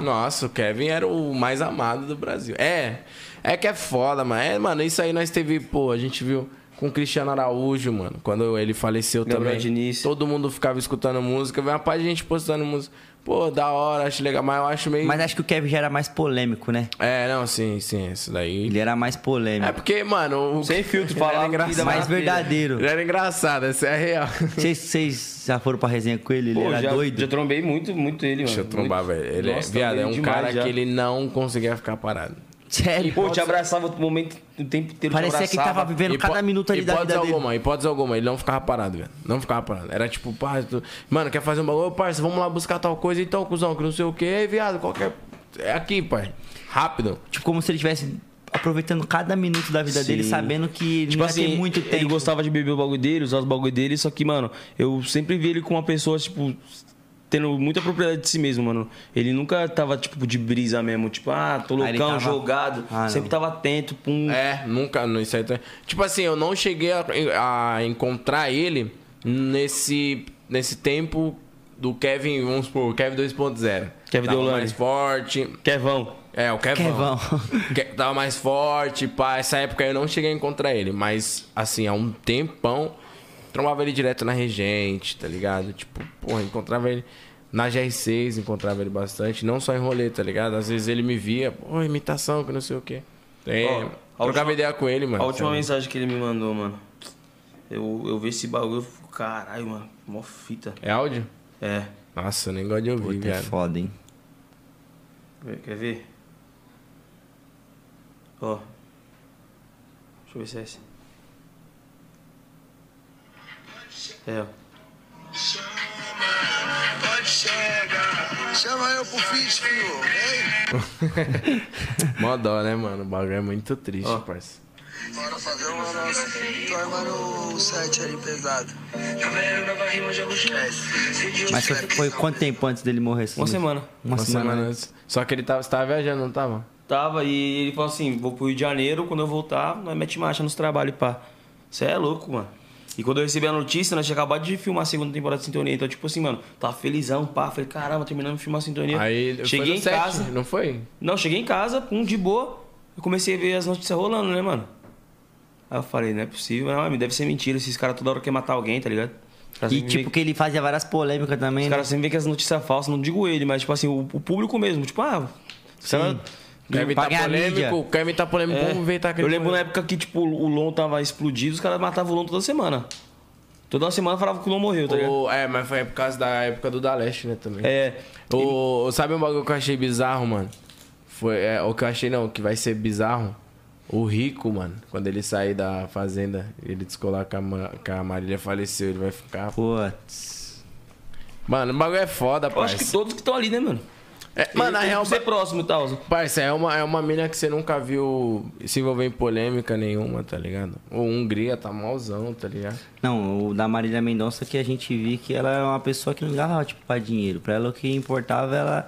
Nossa, o Kevin era o mais amado do Brasil. É, é que é foda, mano. É, mano, isso aí nós teve, pô, a gente viu com o Cristiano Araújo, mano. Quando ele faleceu
Gabriel
também.
Diniz.
Todo mundo ficava escutando música. Veio uma parte de gente postando música. Pô, da hora, acho legal, mas eu acho meio.
Mas acho que o Kevin já era mais polêmico, né?
É, não, sim, sim, isso daí.
Ele era mais polêmico.
É porque, mano.
Sem filtro, falava
falar
o que dava na
Mais
telha.
verdadeiro.
Ele era engraçado, essa é a real.
Vocês- Vocês já foram pra resenha com ele? Ele
Pô,
era
já,
doido?
já trombei muito, muito ele, mano.
Deixa eu trombar,
Muito.
velho. Ele é,
Nossa,
viado,
trombei
é um
demais
cara
já.
que ele não conseguia ficar parado.
Sério?
Pô, te abraçava o momento, o tempo inteiro. te
Parecia que
abraçava.
tava vivendo
Hipo-
cada minuto ali da
hipótese
vida dele.
alguma, Hipótese alguma, ele não ficava parado, velho. Não ficava parado. Era tipo, pá, tu- mano, quer fazer um bagulho? Ô, parça, vamos lá buscar tal coisa então, cuzão, que não sei o que, Ei, viado, qualquer. É aqui, pai. Rápido.
Tipo, como se ele estivesse aproveitando cada minuto da vida dele,
Sim.
sabendo que ele
Tipo
não ia ter
assim,
muito
ele
tempo.
gostava de beber o bagulho dele, usar os bagulho dele, só que, mano, eu sempre vi ele com uma pessoa, tipo, tendo muita propriedade de si mesmo, mano. Ele nunca tava, tipo, de brisa mesmo, tipo, ah, tô
Ah, ele
loucão,
tava-
jogado.
Ah,
sempre tava atento, pum.
É, nunca, não, isso aí tá- Tipo assim, eu não cheguei a, a encontrar ele nesse, nesse tempo do Kevin, vamos supor, Kevin 2.0.
Kevin
Tava
Deolane.
mais forte.
Kevão.
É, o Kevão. Que- tava mais forte, pá. Essa época eu não cheguei a encontrar ele, mas assim, há um tempão, trombava ele direto na Regente, tá ligado? Tipo, porra, encontrava ele na GR6, encontrava ele bastante, não só em rolê, tá ligado? Às vezes ele me via, pô, imitação, que não sei o quê. É,
Ó, a
trocava
última-
ideia com ele, mano. É.
A última
sabe?
mensagem que ele me mandou, mano. Eu, eu vi esse bagulho, eu fico, caralho, mano, mó fita.
É áudio?
É.
Nossa, eu nem gosto de ouvir,
Puta, é
velho.
foda, hein?
Quer- Quer ver? Ó. Deixa eu ver se é esse. É, ó.
Pode chegar. Chama eu pro fit, filho. Vem.
Mó dó, né, mano? O bagulho é muito triste, parça.
Bora fazer uma nossa. Tô armando o set ali pesado. Esquece.
Mas foi, foi quanto tempo antes dele morrer? assim?
Uma semana.
Uma, semana. né?
antes. Só que ele tava, você tava viajando, não tava?
Tava e ele falou assim: vou pro Rio de Janeiro, quando eu voltar, nós mete marcha nos trabalhos, pá. Você é louco, mano. E quando eu recebi a notícia, nós tinha acabado de filmar a segunda temporada de Sintonia. Então, tipo assim, mano, tava felizão, pá. Falei, caramba, terminando de filmar a Sintonia.
Aí foi
cheguei
no
em
set,
casa.
Não foi?
Não, cheguei em casa, pum, de boa. Eu comecei a ver as notícias rolando, né, mano? Aí eu falei, não é possível, não, amigo, deve ser mentira. Esses caras toda hora querem matar alguém, tá ligado? Os caras
E
sempre
tipo
vê-
que ele fazia várias polêmicas também. né?
Os caras sempre veem que as notícias falsas, não digo ele, mas tipo assim, o, o público mesmo, tipo, ah, os caras.
Kevin tá polêmico, o Kevin tá polêmico,
É.
vamos ver, tá
Eu lembro na época que, tipo, o Lon tava explodido, os caras matavam o Lon toda semana. Toda semana falava que o Lon morreu, tá ligado?
O- é, mas foi por causa da época do Daleste, né, também.
É.
O, sabe um bagulho que eu achei bizarro, mano? Foi, é, o que eu achei não, que vai ser bizarro. O Rico, mano, quando ele sair da fazenda, ele descolar que a, Ma- que a Marília faleceu, ele vai ficar...
Putz.
Mano, o bagulho é foda,
Eu acho que
parça.
todos que estão ali, né, mano?
É, mano, na
Tem que
real,
ser próximo e tal.
Parça, é uma, é uma mina que você nunca viu se envolver em polêmica nenhuma, tá ligado? O Hungria tá malzão, tá ligado?
Não, o da Marília Mendonça que a gente vi que ela era uma pessoa que não ligava tipo pra dinheiro. Pra ela o que importava era ela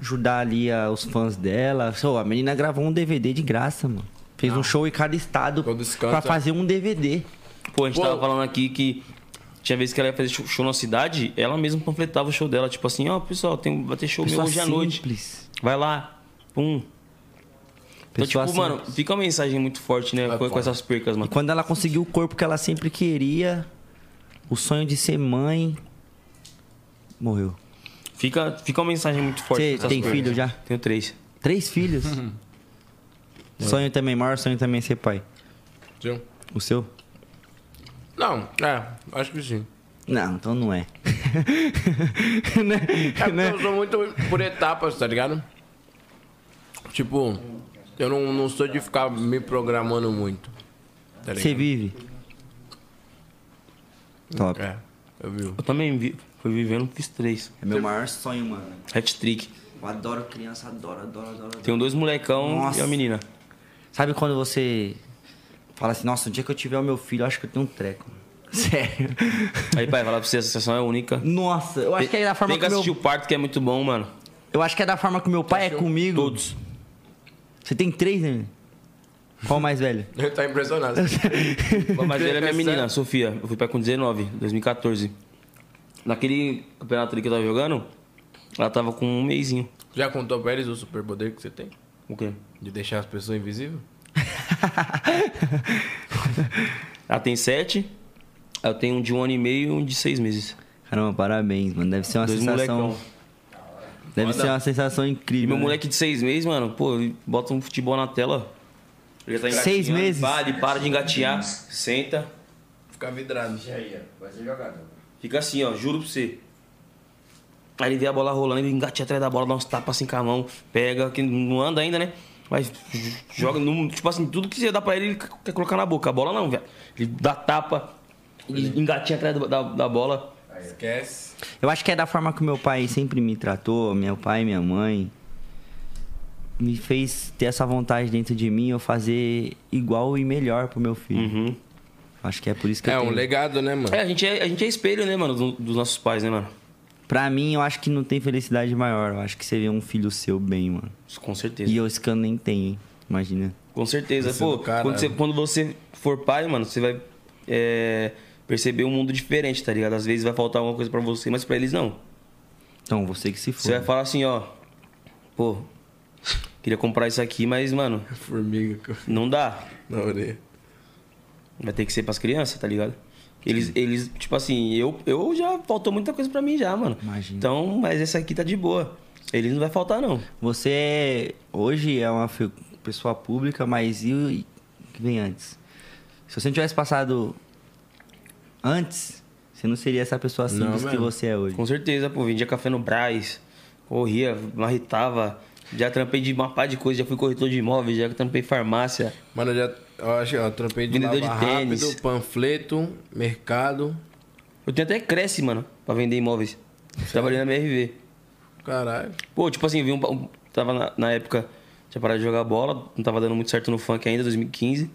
ajudar ali a- os fãs dela. Só, a menina gravou um DVD de graça, mano. Fez um show em cada estado pra
cantam-
fazer um DVD.
Pô, a gente tava falando aqui que tinha vezes que ela ia fazer show- show na cidade, ela mesma panfletava o show dela, tipo assim, ó, pessoal, tem, vai ter show meu
Pessoa
hoje à noite.
simples.
Vai lá. Pum. Então, tipo,
Pessoa
mano,
simples.
fica uma mensagem muito forte, né? com, com essas percas, mano.
E quando ela conseguiu o corpo que ela sempre queria, o sonho de ser mãe, morreu.
Fica, fica uma mensagem muito forte.
Cê
com essas
tem
percas.
filho já?
Tenho três.
Três filhos? sonho também, maior sonho também é ser pai.
Sim.
O seu?
Não, é, acho que sim.
Não, então não é. Né?
É porque
Né?
eu sou muito por etapas, tá ligado? Tipo, eu não, não sou de ficar me programando muito. Tá ligado?
Você vive? Top.
É, eu vivo.
Eu também vi, fui vivendo, fiz três.
É meu maior sonho, mano.
Hat-trick.
Eu adoro criança, adoro, adoro, adoro. adoro.
Tenho dois molecão
Nossa.
e uma menina.
Sabe quando você fala assim, nossa, o dia que eu tiver o meu filho, eu acho que eu tenho um treco. Sério.
Aí, pai, falar pra você, a sensação é única.
Nossa, eu acho que é da forma
Tem que
que meu-
assistir o parto, que é muito bom, mano.
Eu acho que é da forma que meu pai é comigo.
Todos.
Você tem três, né? menino? Qual o mais velho?
Ele tá impressionado.
Mas ela é minha menina, Sofia. Eu fui pra com 19, 2014. Naquele campeonato ali que eu tava jogando, Ela tava com um mêsinho.
Já contou pra eles o superpoder que você tem?
O quê?
De deixar as pessoas invisíveis?
Ela tem sete. Eu tenho um de um ano e meio e um de seis meses.
Caramba, parabéns, mano. Deve ser uma
Dois
sensação.
molecão.
Deve
Foda.
ser uma sensação incrível.
E meu
né?
moleque de seis meses, mano, pô, ele bota um futebol na tela. Ele já tá
Seis
engatinhando,
meses?
Para, ele para de engatinhar, senta. Fica vidrado.
Vai ser jogador.
Fica assim, ó, juro pra você. Aí ele vê a bola rolando, ele engatinha atrás da bola, dá uns tapas assim com a mão, pega, que não anda ainda, né? Mas j- joga, num- tipo assim, tudo que você dá pra ele, ele quer colocar na boca. A bola não, velho. Ele dá tapa, ele engatinha atrás da, da, da bola.
Esquece.
Eu acho que é da forma que meu pai sempre me tratou, meu pai, minha mãe. Me fez ter essa vontade dentro de mim, eu fazer igual e melhor pro meu filho.
Uhum.
Acho que é por isso que
É
eu
um
tenho-
legado, né, mano?
É, a gente é, a gente é espelho, né, mano, do- dos nossos pais, né, mano?
Pra mim, eu acho que não tem felicidade maior. Eu acho que você vê um filho seu bem, mano.
Com certeza.
E eu esse que eu nem tenho, hein? Imagina.
Com certeza.
Esse é
Pô,
do né? caralho.
quando você, quando você for pai, mano, você vai é, perceber um mundo diferente, tá ligado? Às vezes vai faltar alguma coisa pra você, mas pra eles não.
Então, você que se for.
Você vai falar assim, ó. Pô, queria comprar isso aqui, mas, mano.
Formiga.
Não dá.
Na orelha.
Vai ter que ser pras crianças, tá ligado? Eles, eles tipo assim, eu, eu já faltou muita coisa pra mim já, mano.
Imagina.
Então, mas essa aqui tá de boa. Eles não vai faltar, não.
Você hoje é uma fi- pessoa pública, mas e o e o que vem antes? Se você não tivesse passado antes, você não seria essa pessoa
Não,
simples que
mano.
você é hoje.
Com certeza, pô, vendia café no Brás, corria, marritava, já trampei de uma pá de coisa, já fui corretor de imóveis, já trampei farmácia.
Mano, eu já eu acho, que eu trampei de
Vendedor
lava
de tênis.
rápido, panfleto, mercado.
Eu tenho até cresce, mano, pra vender imóveis. Trabalhei na BRV.
Caralho.
Pô, tipo assim, eu vi um. um- Tava na, na época, tinha parado de jogar bola, não tava dando muito certo no funk ainda, 2015.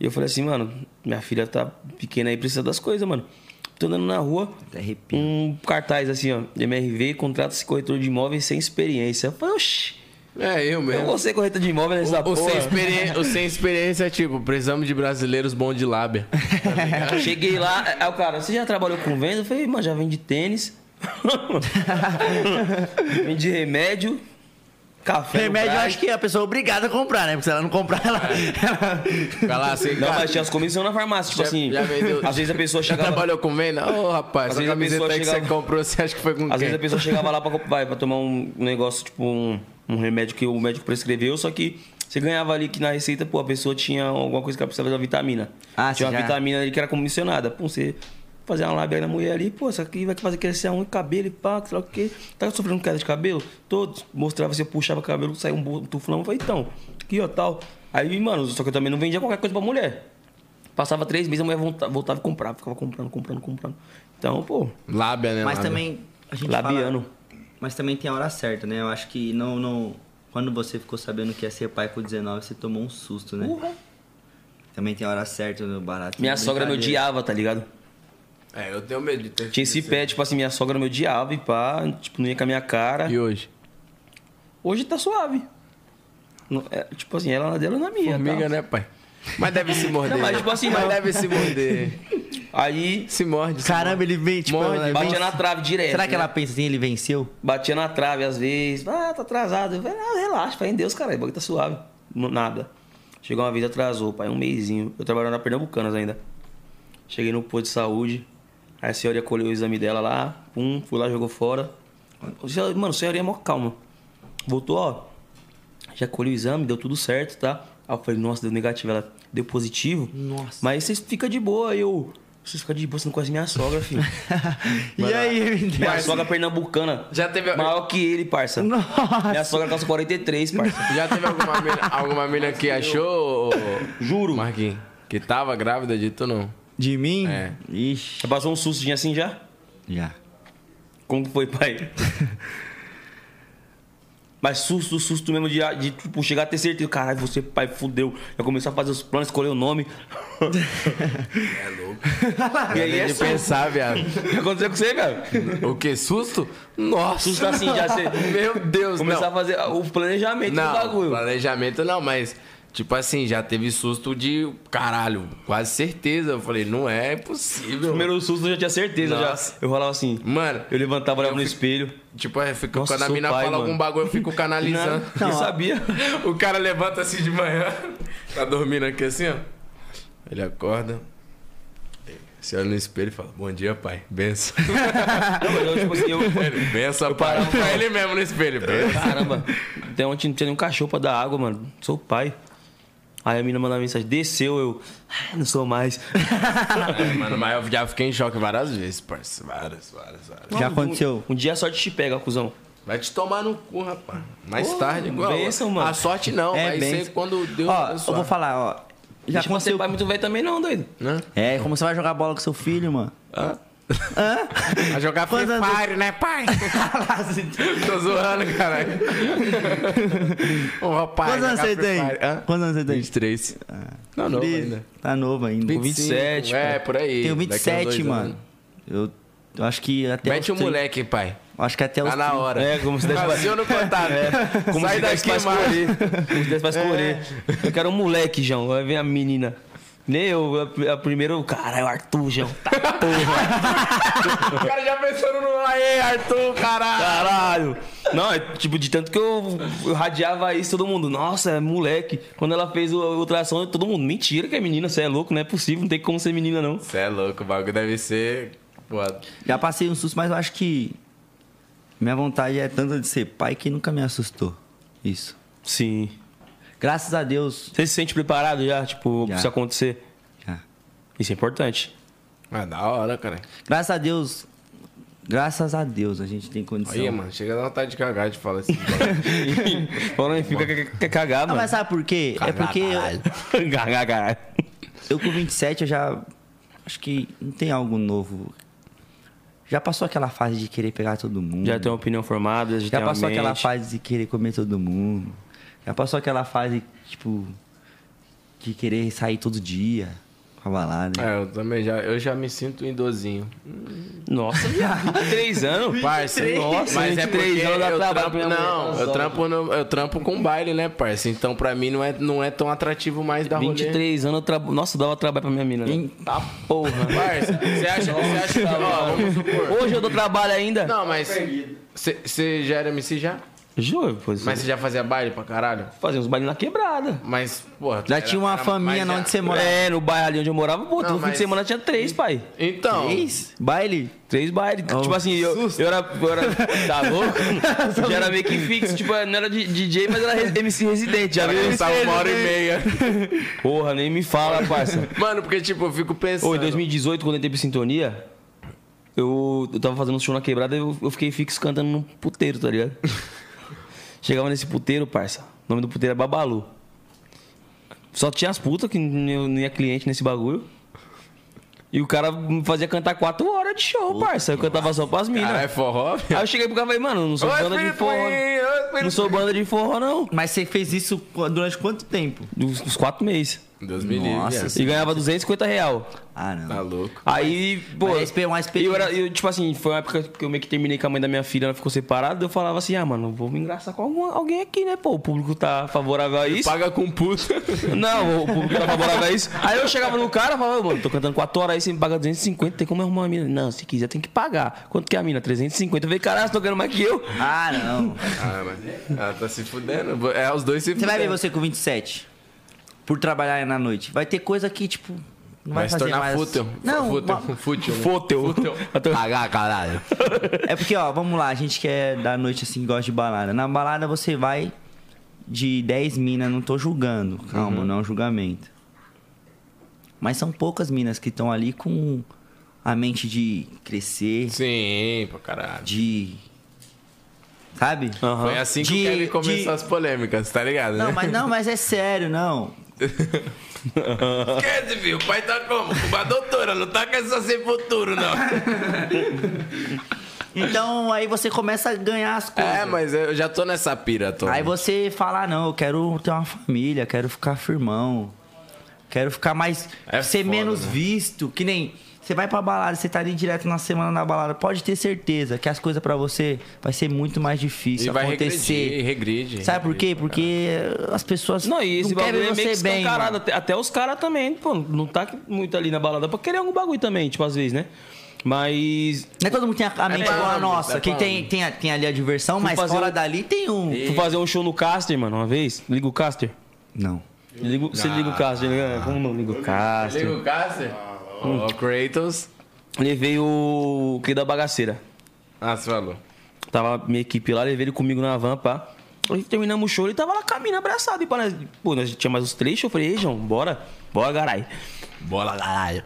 E eu falei assim, mano, minha filha tá pequena aí, precisa das coisas, mano. Tô andando na rua, um cartaz assim, ó, MRV, contrata-se corretor de imóveis sem experiência. Eu falei, oxi.
É, eu mesmo.
Eu vou ser corretor de imóveis nessa
O, o, sem
porra.
experiência, o sem experiência é tipo, precisamos de brasileiros bons de lábia.
Cheguei lá, aí o cara, você já trabalhou com venda? Eu falei, mano, já vende tênis. vende remédio. Café.
Remédio, eu acho que a pessoa é obrigada a comprar, né? Porque se ela não comprar, ela.
Vai lá, você
Não, mas tinha as comissões na farmácia, tipo
Já-
assim.
já vendeu-
Às vezes a pessoa
Já
chegava.
trabalhou com venda? Ô, rapaz,
Às
essa
vezes a
camiseta
pessoa
aí que você
chegava-
comprou, você acha que foi com
Às
quem?
vezes a pessoa chegava lá pra, co- vai, pra tomar um negócio, tipo um, um remédio que o médico prescreveu, só que você ganhava ali que na receita, pô, a pessoa tinha alguma coisa que ela precisava da vitamina.
Ah,
tinha
você
uma
já-
vitamina ali que era comissionada. Pô, você fazer uma lábia na mulher ali, pô, isso aqui vai fazer crescer a unha, cabelo e pá, sei lá o quê. Tá sofrendo queda de cabelo? Todos. Mostrava, você puxava o cabelo, saiu um bo- um tuflão, eu falei, então, aqui ó, tal. Aí, mano, só que eu também não vendia qualquer coisa pra mulher. Passava três meses, a mulher volta- voltava e comprava, ficava comprando, comprando, comprando. Então, pô.
Lábia, né?
Mas também a gente
Labiano.
fala- mas também tem a hora certa, né? Eu acho que não, não. Quando você ficou sabendo que ia ser pai com 19, você tomou um susto, né? Também tem a hora certa no barato.
Minha sogra me
Brincadeira.
odiava, tá ligado?
É, eu tenho medo de ter.
Tinha esse pé, tipo assim, minha sogra me odiava e pá, tipo, não ia com a minha cara. E
hoje?
Hoje tá suave. Não- é, tipo assim, ela na dela, eu na minha.
Formiga,
tá?
né, pai? Mas deve se morder.
Não, mas tipo assim,
mas
não.
deve se morder.
Aí.
Se morde.
Caramba, ele vem, tipo,
Morde,
ela
batia
vence.
na trave direto,
Será que
né?
ela pensa assim, ele venceu?
Batia na trave às vezes. Ah, tá atrasado. Eu falei, ah, relaxa, vai em Deus, cara. O bagulho tá suave. Não- Nada. Chegou uma vez, atrasou, pai, um mêsinho. Eu trabalhava na Pernambucanas ainda. Cheguei no posto de saúde. Aí a senhora ia colher o exame dela lá. Pum, fui lá, jogou fora. O senhor- Mano, a senhora é mó calma. Voltou, ó. Já colheu o exame, deu tudo certo, tá? Aí eu falei, nossa, deu negativo. Ela deu positivo. Nossa. Mas vocês ficam de boa. Aí eu. Vocês ficam de boa, você não conhece minha sogra, filho. e
aí,
Minha
Deus?
sogra pernambucana.
Já teve.
Maior que ele, parça. Minha sogra calça 43, parça.
Já teve alguma mina, alguma mina que achou?
Juro.
Marquinhos, que tava grávida de tu não.
De mim?
É.
Ixi.
Já passou um sustinho assim já?
Já.
Como que foi, pai? Mas susto, susto mesmo de, de tipo, chegar a ter certeza. Caralho, você, pai, fudeu. Já começou a fazer os planos, escolher o nome. E aí é
de
susto.
pensar, viado.
O que aconteceu com você, velho?
O que? Susto? Nossa.
Susto assim, já você.
Meu Deus,
Começar
não.
a fazer o planejamento
não,
do bagulho.
planejamento não, mas
Tipo assim, já teve susto de caralho, quase certeza. Eu falei, não é possível.
Primeiro susto eu já tinha certeza. Já.
Nossa.
Eu falava assim.
Mano.
Eu levantava, olhava no espelho.
Tipo, eu fico
Nossa,
quando a
sou
mina
pai,
fala
mano.
algum bagulho, eu fico canalizando.
Não, não, sabia.
O cara levanta assim de manhã, tá dormindo aqui assim, ó. Ele acorda, se olha no espelho e fala, bom dia, pai, benção.
eu, tipo assim, eu...
Ele, benção, pai. Pra ele mesmo no espelho, benção.
Caramba. Até ontem não tinha nenhum cachorro pra dar água, mano. Sou pai. Aí a menina mandava mensagem, desceu, eu. "Ah, Não sou mais.
É, mano, mas eu já fiquei em choque várias vezes, parceiro. Várias, várias, várias.
Mano, Um, um dia a sorte te pega, cuzão.
Vai te tomar no cu, rapaz. Mais
Pô,
tarde, igual.
bênção, mano.
A sorte não,
É,
vai
bênção.
ser quando Deus
Ó,
abençoar.
eu vou
falar, ó.
Já Deixa aconteceu... pai muito velho também não, doido.
né?
É, como você vai jogar bola com seu filho, mano?
Hã?
Hã?
Vai jogar
Quantos
Free
anos-
Fire, né, pai? Tô zoando, caralho. Ô, rapaz.
Quantos anos
jogar
você
Free
tem?
Fire. Hã?
Quantos anos você tem?
23. Tá novo ainda.
Tá novo ainda.
Com 27, É, pô. por aí. Daqui a
Tenho
uns
27,
dois
mano.
anos.
Eu, eu acho que até.
Mete
os
o
30
moleque, pai.
Acho que até os
Tá na
30.
hora.
É, como se desse pra-
Nasceu no contato.
É, como
Sai
se desse
daqui,
pra
mano.
escolher. Como se desse pra escolher. Eu quero um moleque, João. Aí vem a menina. Nem eu, a, a primeira, eu, caralho, Arthur, João. Tá
O cara já pensando no. Aê, Arthur, caralho.
Caralho! Não, é tipo, de tanto que eu, eu radiava isso, todo mundo, nossa, é moleque. Quando ela fez o o ultrassom, todo mundo, mentira que é menina, você é louco, não é possível, não tem como ser menina, não.
Você é louco, o bagulho deve ser. Pô,
Já passei um susto, mas eu acho que. Minha vontade é tanta de ser pai que nunca me assustou. Isso.
Sim.
Graças a Deus.
Você se sente preparado já, tipo, pra isso acontecer?
Já.
Isso é importante.
É da hora, cara.
Graças a Deus. Graças a Deus a gente tem condição.
Aí, mano, chega a dar vontade de cagar de falar assim.
Falando em fica quer cagar,
Ah,
mano.
mas sabe por quê? é
Cagar,
porque.
caralho.
Eu... Eu com 27 eu já. Acho que não tem algo novo. Já passou aquela fase de querer pegar todo mundo.
Já tem uma opinião formada, já,
Já
tem uma
passou aquela
mente.
fase de querer comer todo mundo. Já passou aquela fase, tipo, de querer sair todo dia pra balada.
É, eu também já, eu já me sinto idosinho.
Nossa, três anos?
Parça,
Nossa,
mas é
23
porque
anos dá
eu
trabalho pra
trampo,
minha mulher.
não,
Nossa,
eu trampo, no- eu trampo com baile, né, parça? Então pra mim não é, não é tão atrativo mais da rolê.
23 anos, eu tra... nossa, dava trabalho pra minha mina. Né? Tá porra.
Parça, você acha, você acha que... Ó, vamos supor...
Hoje eu dou trabalho ainda?
Não, mas... Você já era MC já?
Juro, pois
Mas você já fazia baile pra caralho?
Fazia uns bailes na quebrada.
Mas, porra...
Já
era-
tinha uma
era-
faminha
mas
na
já-
onde você morava.
É, no bairro ali onde eu morava, pô, todo fim
mas-
de semana tinha três, pai.
Então...
Três? Baile?
Três bailes.
É um
Tipo assim, eu, eu era. Eu era tá louco? já era meio que fixo. Tipo, eu não era de- DJ, mas era res- MC residente. Já
Cara,
viu?
começava uma hora e meia.
Porra, nem me fala, parça.
Mano, porque tipo, eu fico pensando...
Ô, em 2018, quando eu entrei pra sintonia, eu, eu tava fazendo um show na quebrada e eu, eu fiquei fixo cantando num puteiro, tá ligado? Chegava nesse puteiro, parça. O nome do puteiro é Babalu. Só tinha as putas que n- eu não ia cliente nesse bagulho. E o cara me fazia cantar quatro horas de show, parça. Eu cantava só pras minas.
Caralho, é forró?
Aí eu cheguei pro cara e falei, mano, eu não sou
Oi,
banda de
né? Felipe,
forró.
oi, Felipe.
Não sou banda de forró, não.
Mas você fez isso durante quanto tempo?
Uns, uns quatro meses.
Deus me
Nossa,
livre. é.
E ganhava 250 real.
Ah, não.
Tá louco.
Aí, pô.
Mas é exper- uma
eu era, eu, tipo assim, foi uma época que eu meio que terminei com a mãe da minha filha, ela ficou separada. Eu falava assim, ah, mano, vou me engraçar com algum- alguém aqui, né? Pô, o público tá favorável a isso.
Paga com puta.
Não, o público tá favorável a isso. Aí eu chegava no cara e falava, mano, tô cantando 4 horas aí, você me paga 250, tem como arrumar uma mina? Não, se quiser tem que pagar. Quanto que é a mina? 350. Eu falei, caralho, você tá ganhando mais que eu.
Ah, não.
Ah, mas ela tá se fudendo. É, os dois se
Você
fudendo.
vai ver você com 27 por trabalhar na noite. Vai ter coisa que, tipo, não vai,
Vai se
fazer
tornar
mais.
fútil.
Não,
Fútil.
ma-
Fútil. né?
Fútil.
Cagar, caralho.
É porque, ó, vamos lá, a gente quer da noite assim, gosta de balada. Na balada você vai de 10 minas, não tô julgando, calma,
Uhum.
não é um julgamento. Mas são poucas minas que estão ali com a mente de crescer,
Sim, pra caralho.
de. Sabe?
Foi assim que
De-
o Kevin começou
de-
as polêmicas, tá ligado?
Não, mas, não, mas é sério, não.
Esquece, viu? O pai tá como? Com a doutora, não tá com essa sem futuro, não.
Então aí você começa a ganhar as coisas.
é, mas eu já tô nessa pira, tô.
Aí você fala, "Ah, não, eu quero ter uma família, quero ficar firmão. Quero ficar mais.
É
ser menos
né?
visto. Que nem. Você vai pra balada, você tá ali direto na semana na balada. Pode ter certeza que as coisas pra você vai ser muito mais difícil
E vai
acontecer.
regredir, regride.
Sabe por quê? Porque as pessoas
Não, e esse
não
bagulho
querem
é meio que
você bem.
escancarado.
mano.
até, até os caras também, pô, não tá muito ali na balada pra querer algum bagulho também, tipo, às vezes, né? Mas.
Não é todo mundo tem a mente igual a
é
nossa, que tem, tem, a- tem ali a diversão, mas fora dali tem um.
Fui fazer um show no Caster, mano, uma vez. Liga o Caster?
Não.
Ligo, você liga o Caster, né? Como não liga o Caster?
Liga o Cássio. Ó, Ah, Kratos.
Levei o. que da bagaceira.
Ah, você falou.
Tava minha equipe lá, levei ele comigo na van, pá. Aí terminamos o show, ele tava lá caminhando abraçado. E pá, nós, pô, nós tinha mais uns três shows. Eu falei, ei, João, bora. Bora, garai.
Bora, caralho.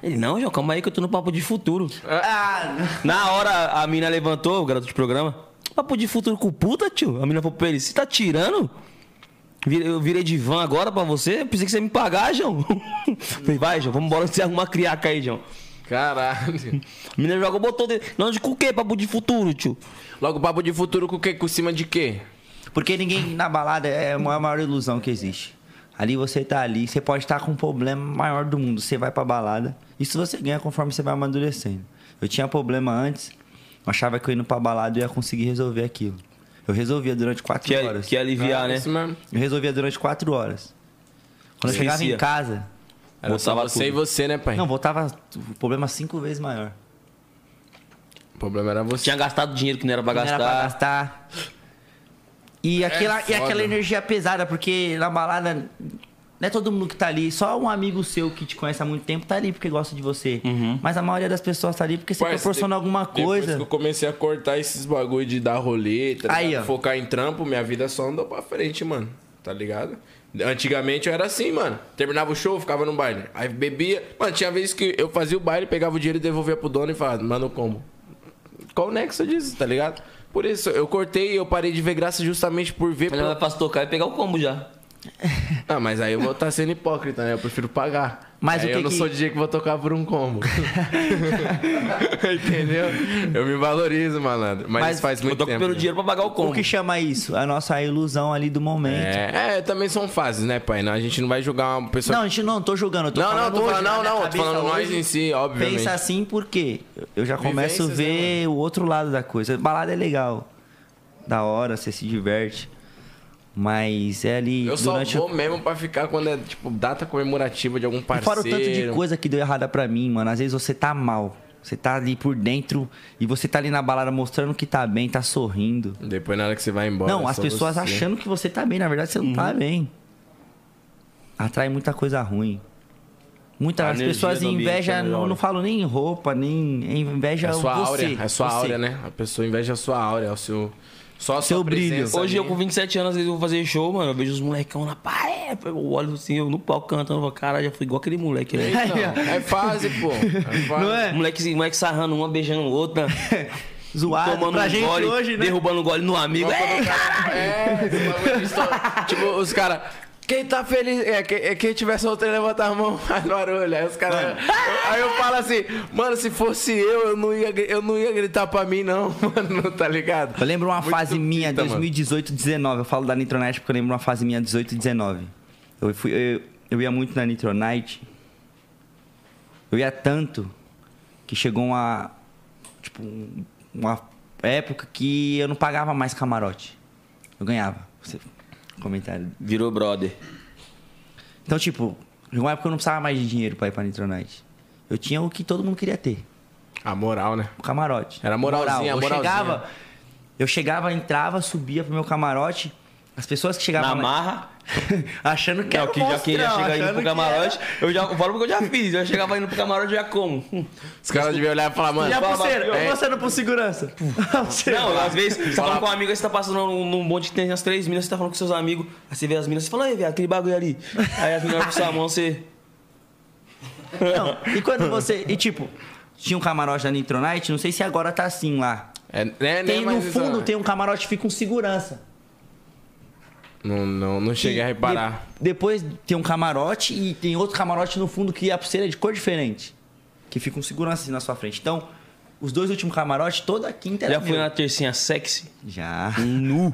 Ele, não, João, calma aí que eu tô no papo de futuro.
Ah,
Na hora, a mina levantou, o garoto de programa. Papo de futuro com puta, tio. A mina falou pra ele, você tá tirando? Vire- Eu virei de van agora pra você? Eu pensei que você ia me pagar, João. Falei, vai, João, vamos embora você arruma uma criaca aí, João.
Caralho.
A mina jogou, botou dentro. Não, de com o quê? Papo de futuro, tio.
Logo, papo de futuro com o quê? Com cima de quê?
Porque ninguém na balada é a maior, a maior ilusão que existe. Ali você tá ali, você pode estar com um problema maior do mundo. Você vai pra balada. Isso você ganha conforme você vai amadurecendo. Eu tinha problema antes, eu achava que eu indo pra balada eu ia conseguir resolver aquilo. Eu resolvia durante quatro
Que, é-
horas. Ah,
que
Ah,
aliviar, né?
Eu resolvia durante quatro horas. Quando eu chegava
Esquecia.
em casa.
Era só
voltava
você e você, né, pai?
Não, voltava. O problema cinco vezes maior.
O problema era você.
Tinha gastado dinheiro que não era pra
Não era
gastar.
pra gastar.
É
E aquela, e
foda.
aquela energia pesada, porque na balada não é todo mundo que tá ali, só um amigo seu que te conhece há muito tempo tá ali porque gosta de você.
Uhum.
Mas a maioria das pessoas tá ali porque você
Parça,
proporciona
de-
alguma
Depois que eu
coisa.
comecei a cortar esses bagulho de dar rolê, tá
Aí,
ligado?
ó.
focar em trampo, minha vida só andou pra frente, mano. Tá ligado? Antigamente eu era assim, mano. Terminava o show, ficava no baile. Aí bebia. Mano, tinha vezes que eu fazia o baile, pegava o dinheiro e devolvia pro dono e falava, mano, como? Qual o nexo disso, tá ligado? Por isso, eu cortei e eu parei de ver graça justamente por ver.
Tá
Ele vai pra se tocar e pegar o combo já.
Ah, mas aí eu vou estar sendo hipócrita, né? Eu prefiro pagar.
Mas
aí
o que
eu não
que-
sou DJ que vou tocar por um combo. Entendeu? Eu me valorizo, malandro. Mas, faz muito tempo. né?
O que chama isso? A nossa ilusão ali do momento.
É, é, também são fases, né, pai? Não, A gente não vai julgar uma pessoa.
Não, a gente não, tô julgando. eu Tô
Não, não,
falando
tô
hoje,
falando-
na
não,
minha
não, tô
cabeça
falando nós
hoje.
em si, obviamente.
Pensa assim porque eu já começo a
Vivências, né,
ver o outro lado da coisa. Balada é legal, da hora, você se diverte. Mas é ali
Eu só
durante
vou mesmo pra ficar quando é, tipo, data comemorativa de algum
E
parceiro.
fora o tanto de coisa que deu errada pra mim, mano. Às vezes você tá mal. Você tá ali por dentro e você tá ali na balada mostrando que tá bem, tá sorrindo.
Depois, na hora que você vai embora.
não,
é
as
só
pessoas
você. Uhum.
achando que você tá bem, na verdade você não tá bem. Atrai muita coisa ruim. Muitas
A
as
energia
pessoas
do ambiente
inveja,
é melhor,
não,
né?
não falo nem em roupa, nem em inveja
É a sua
você,
áurea, é a sua
você.
áurea, né? A pessoa inveja a sua áurea, é o seu. Só a sua presença
Hoje eu
ali.
com 27 anos, às vezes eu vou fazer show, mano. Eu vejo os molecão na parede. Eu olho assim, eu no palco cantando. Eu falo, caralho, já fui igual aquele moleque. Né?
Então, é fase, pô. É fase.
Não é? Moleque, moleque sarrando uma, beijando outra.
Zoado
tomando
pra
um
gente
gole,
hoje, né?
derrubando um gole no amigo. É,
É, esse bagulho de história. tipo, os caras. Quem tá feliz. É, quem, é, quem tiver solteiro, levanta a mão, faz barulho. Aí os caras. Aí eu falo assim, mano, se fosse eu, eu não ia, gri- eu não ia gritar pra mim, não, mano, tá ligado?
Eu lembro uma fase minha,
pinta, mano.
2018, 19. Eu falo da Nitronite porque eu lembro uma fase minha, 18, 19. Eu, fui, eu, eu ia muito na Nitronite. Eu ia tanto que chegou uma. Tipo, um- uma época que eu não pagava mais camarote. Eu ganhava. Você, comentário.
Virou brother.
Então, tipo, chegou uma época que eu não precisava mais de dinheiro pra ir pra Nitronite. Eu tinha o que todo mundo queria ter.
A moral, né?
O camarote.
Era moralzinha,
Moral. Eu
moralzinha.
chegava, eu chegava, entrava, subia pro meu camarote. As pessoas que chegavam
Na
lá-
marra.
achando que
Não,
era
que já queria
monstrão,
chegar indo
achando
pro
que era-
camarote. Eu já eu falo porque eu já fiz. Eu chegava indo pro camarote eu já como.
Os caras deviam olhar e falar, mano.
E a pulseira?
É.
Eu mostrando pro segurança.
Não, às vezes você tá
Fala-
falando com um amigo, aí você tá passando num, num bonde que tem as três minas, você tá falando com seus amigos, aí você vê as minas, você fala, ei, viado, aquele bagulho ali. Aí as minas olham pra sua mão, você.
Não, e quando você. E tipo, tinha um camarote da Nitronite, não sei se agora tá assim lá.
É, né, né,
tem, no
mas,
fundo
ó,
tem um camarote fica um segurança.
né? Não, não, não cheguei a reparar.
De- depois tem um camarote e tem outro camarote no fundo que a pulseira é de cor diferente. Que fica um segurança assim na sua frente. Então, os dois últimos camarotes, toda quinta era
Já fui
meu.
na tercinha sexy?
Já.
Nu.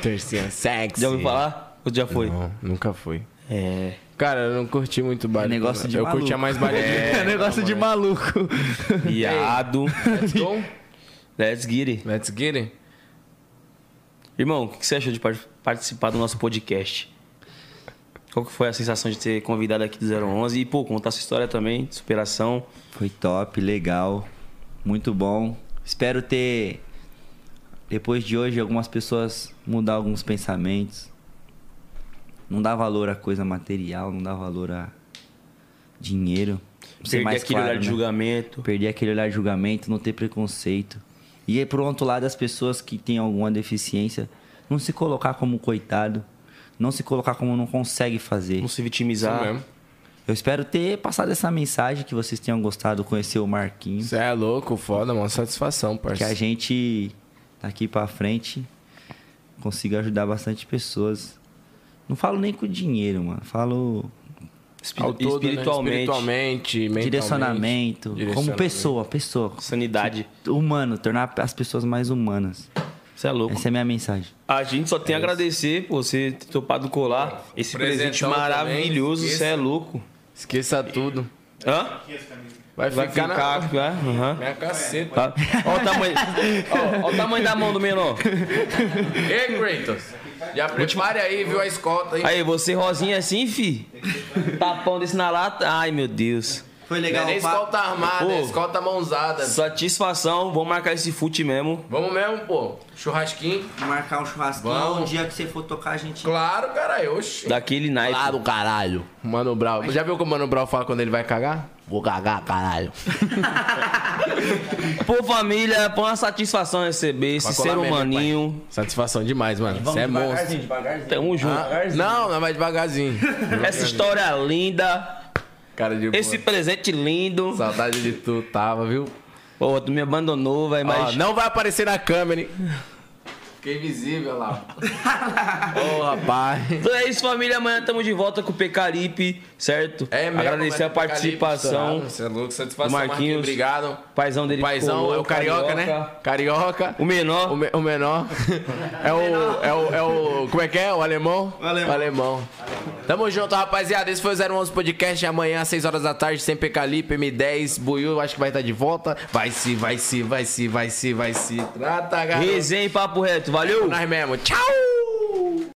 Tercinha sexy.
Já ouviu falar? Ou já foi?
Não, nunca fui. É. Cara, eu não curti muito baile.
negócio de
eu
maluco.
curtia mais baile
É, negócio de maluco.
Viado.
Let's go.
Let's get it.
Let's get it.
Irmão, o que você achou de par- participar do nosso podcast? Qual que foi a sensação de ser convidado aqui do 011? E, pô, contar sua história também, de superação.
Foi top, legal, muito bom. Espero ter, depois de hoje, algumas pessoas mudar alguns pensamentos. Não dá valor a coisa material, não dá valor a dinheiro. Ser
Perder
mais né?
aquele olhar de julgamento.
Perder aquele olhar de julgamento, não ter preconceito. E aí, por outro lado, as pessoas que têm alguma deficiência, não se colocar como coitado, não se colocar como não consegue fazer. Não
se vitimizar. Isso mesmo.
Eu espero ter passado essa mensagem, que vocês tenham gostado, conhecer o Marquinhos. Você
é louco, foda, mano. Satisfação, parceiro.
Que a gente, daqui pra frente, consiga ajudar bastante pessoas. Não falo nem com dinheiro, mano. Falo
Ao todo, né? Espiritualmente, mentalmente.
direcionamento, como
Direcionamento.
pessoa, pessoa.
Sanidade.
Humano, tornar as pessoas mais humanas.
Você é louco.
Essa é a minha mensagem.
A gente só tem a agradecer por você ter topado colar esse presente
Presentão também,
maravilhoso.
esqueça.
Você é louco.
Esqueça tudo.
Hã?
Vai
Vai
ficar na-
ficar, vai, aham.
Minha caceta.
Tá. Olha o tamanho. Ó, ó o tamanho da mão do menor.
Ei, Kratos. Já prepare aí, viu, a escolta aí.
Aí, você rosinha assim, fi? Tapão desse na lata. Ai, meu Deus.
Foi
Não é nem escolta armada, é
Pô.
escolta mãozada.
Satisfação, vamos marcar esse fute mesmo.
Vamos mesmo, pô. Churrasquinho.
Marcar um churrasquinho.
Vamos.
Um dia que você for tocar, a gente.
Claro, caralho. Oxi.
Daquele naipe.
Claro, caralho. Mano Brau. Já viu como o Mano Brau fala quando ele vai cagar? Vou cagar, caralho.
Pô, família, foi uma satisfação receber esse
Vai
ser
colar mesmo,
humaninho.
Satisfação demais, mano. Você é monstro.
devagarzinho. Tamo junto.
Ah, não, não, mas devagarzinho.
Essa história linda.
Cara de boa.
Esse presente lindo.
Saudade de tu, tava, viu?
Pô, tu me abandonou, vai
Ó,
mais.
não vai aparecer na câmera, hein? Fiquei invisível lá. Ô, rapaz.
Então é isso, família. Amanhã estamos de volta com o Pecaripe, certo? É
mesmo,
Agradecer
vai
a
pro Pecaripe,
participação.
estourado. Você é louco, satisfação, Marquinhos,
Marquinhos.
obrigado.
Paizão dele
Paizão,
colou,
é o carioca, né? Carioca. O menor. O, menor. É o, é o. É o. Como é que é? O alemão? O alemão. Tamo junto, rapaziada. Esse foi o 011 Podcast. Amanhã, às 6 horas da tarde, sem Pecalipe, M10, Buiu, acho que vai estar de volta. Vai se, vai se, vai se, vai se, vai se. Trata, garoto.
Resenha e papo reto. Valeu!
Nós mesmo. Tchau!